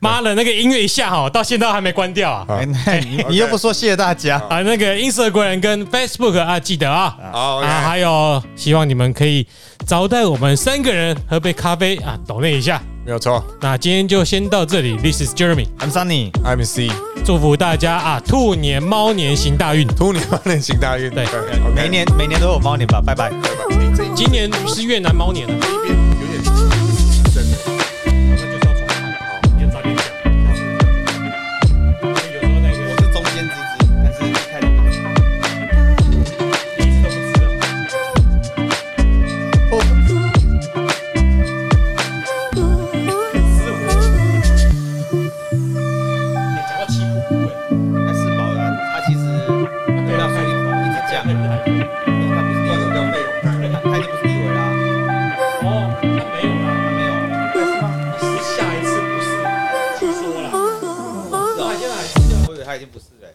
[SPEAKER 2] 妈的，那个音乐一下哈，到现在都还没关掉啊！
[SPEAKER 3] 好
[SPEAKER 1] 哎那你
[SPEAKER 3] OK
[SPEAKER 1] 你又不说谢谢大
[SPEAKER 3] [LAUGHS]
[SPEAKER 1] 家，
[SPEAKER 2] 啊，那个 Instagram 跟 Facebook 啊，记得啊。
[SPEAKER 3] 好，OK，
[SPEAKER 2] 啊，还有，希望你们可以招待我们三个人喝杯咖啡啊，抖那一下。
[SPEAKER 3] 没有错
[SPEAKER 2] 那今天就先到这里，This is Jeremy，
[SPEAKER 1] I'm Sunny，
[SPEAKER 3] ，I'm C，
[SPEAKER 2] 祝福大家啊，兔年猫年行大运。
[SPEAKER 3] 兔年八年行大运，
[SPEAKER 2] 对
[SPEAKER 3] ，OK
[SPEAKER 1] 每年每年都有猫年吧，拜拜。
[SPEAKER 3] 拜拜你这一
[SPEAKER 2] 今年是越南猫年了，
[SPEAKER 3] 边有点深了。
[SPEAKER 2] 那就是要重来，你哦要早点讲。有时候那个
[SPEAKER 1] 是中间之子，但是看你
[SPEAKER 2] 一直都不吃的。你讲到七步不会，
[SPEAKER 1] 赖世宝他其实呃对到水里一直讲，他不是地位，呃他已经不是地位啦，
[SPEAKER 2] 哦，那没有啦。
[SPEAKER 1] 啊他没有。
[SPEAKER 2] 是下一次不是，
[SPEAKER 4] Oh,
[SPEAKER 1] 我现在还是，我以为他已经不是了欸。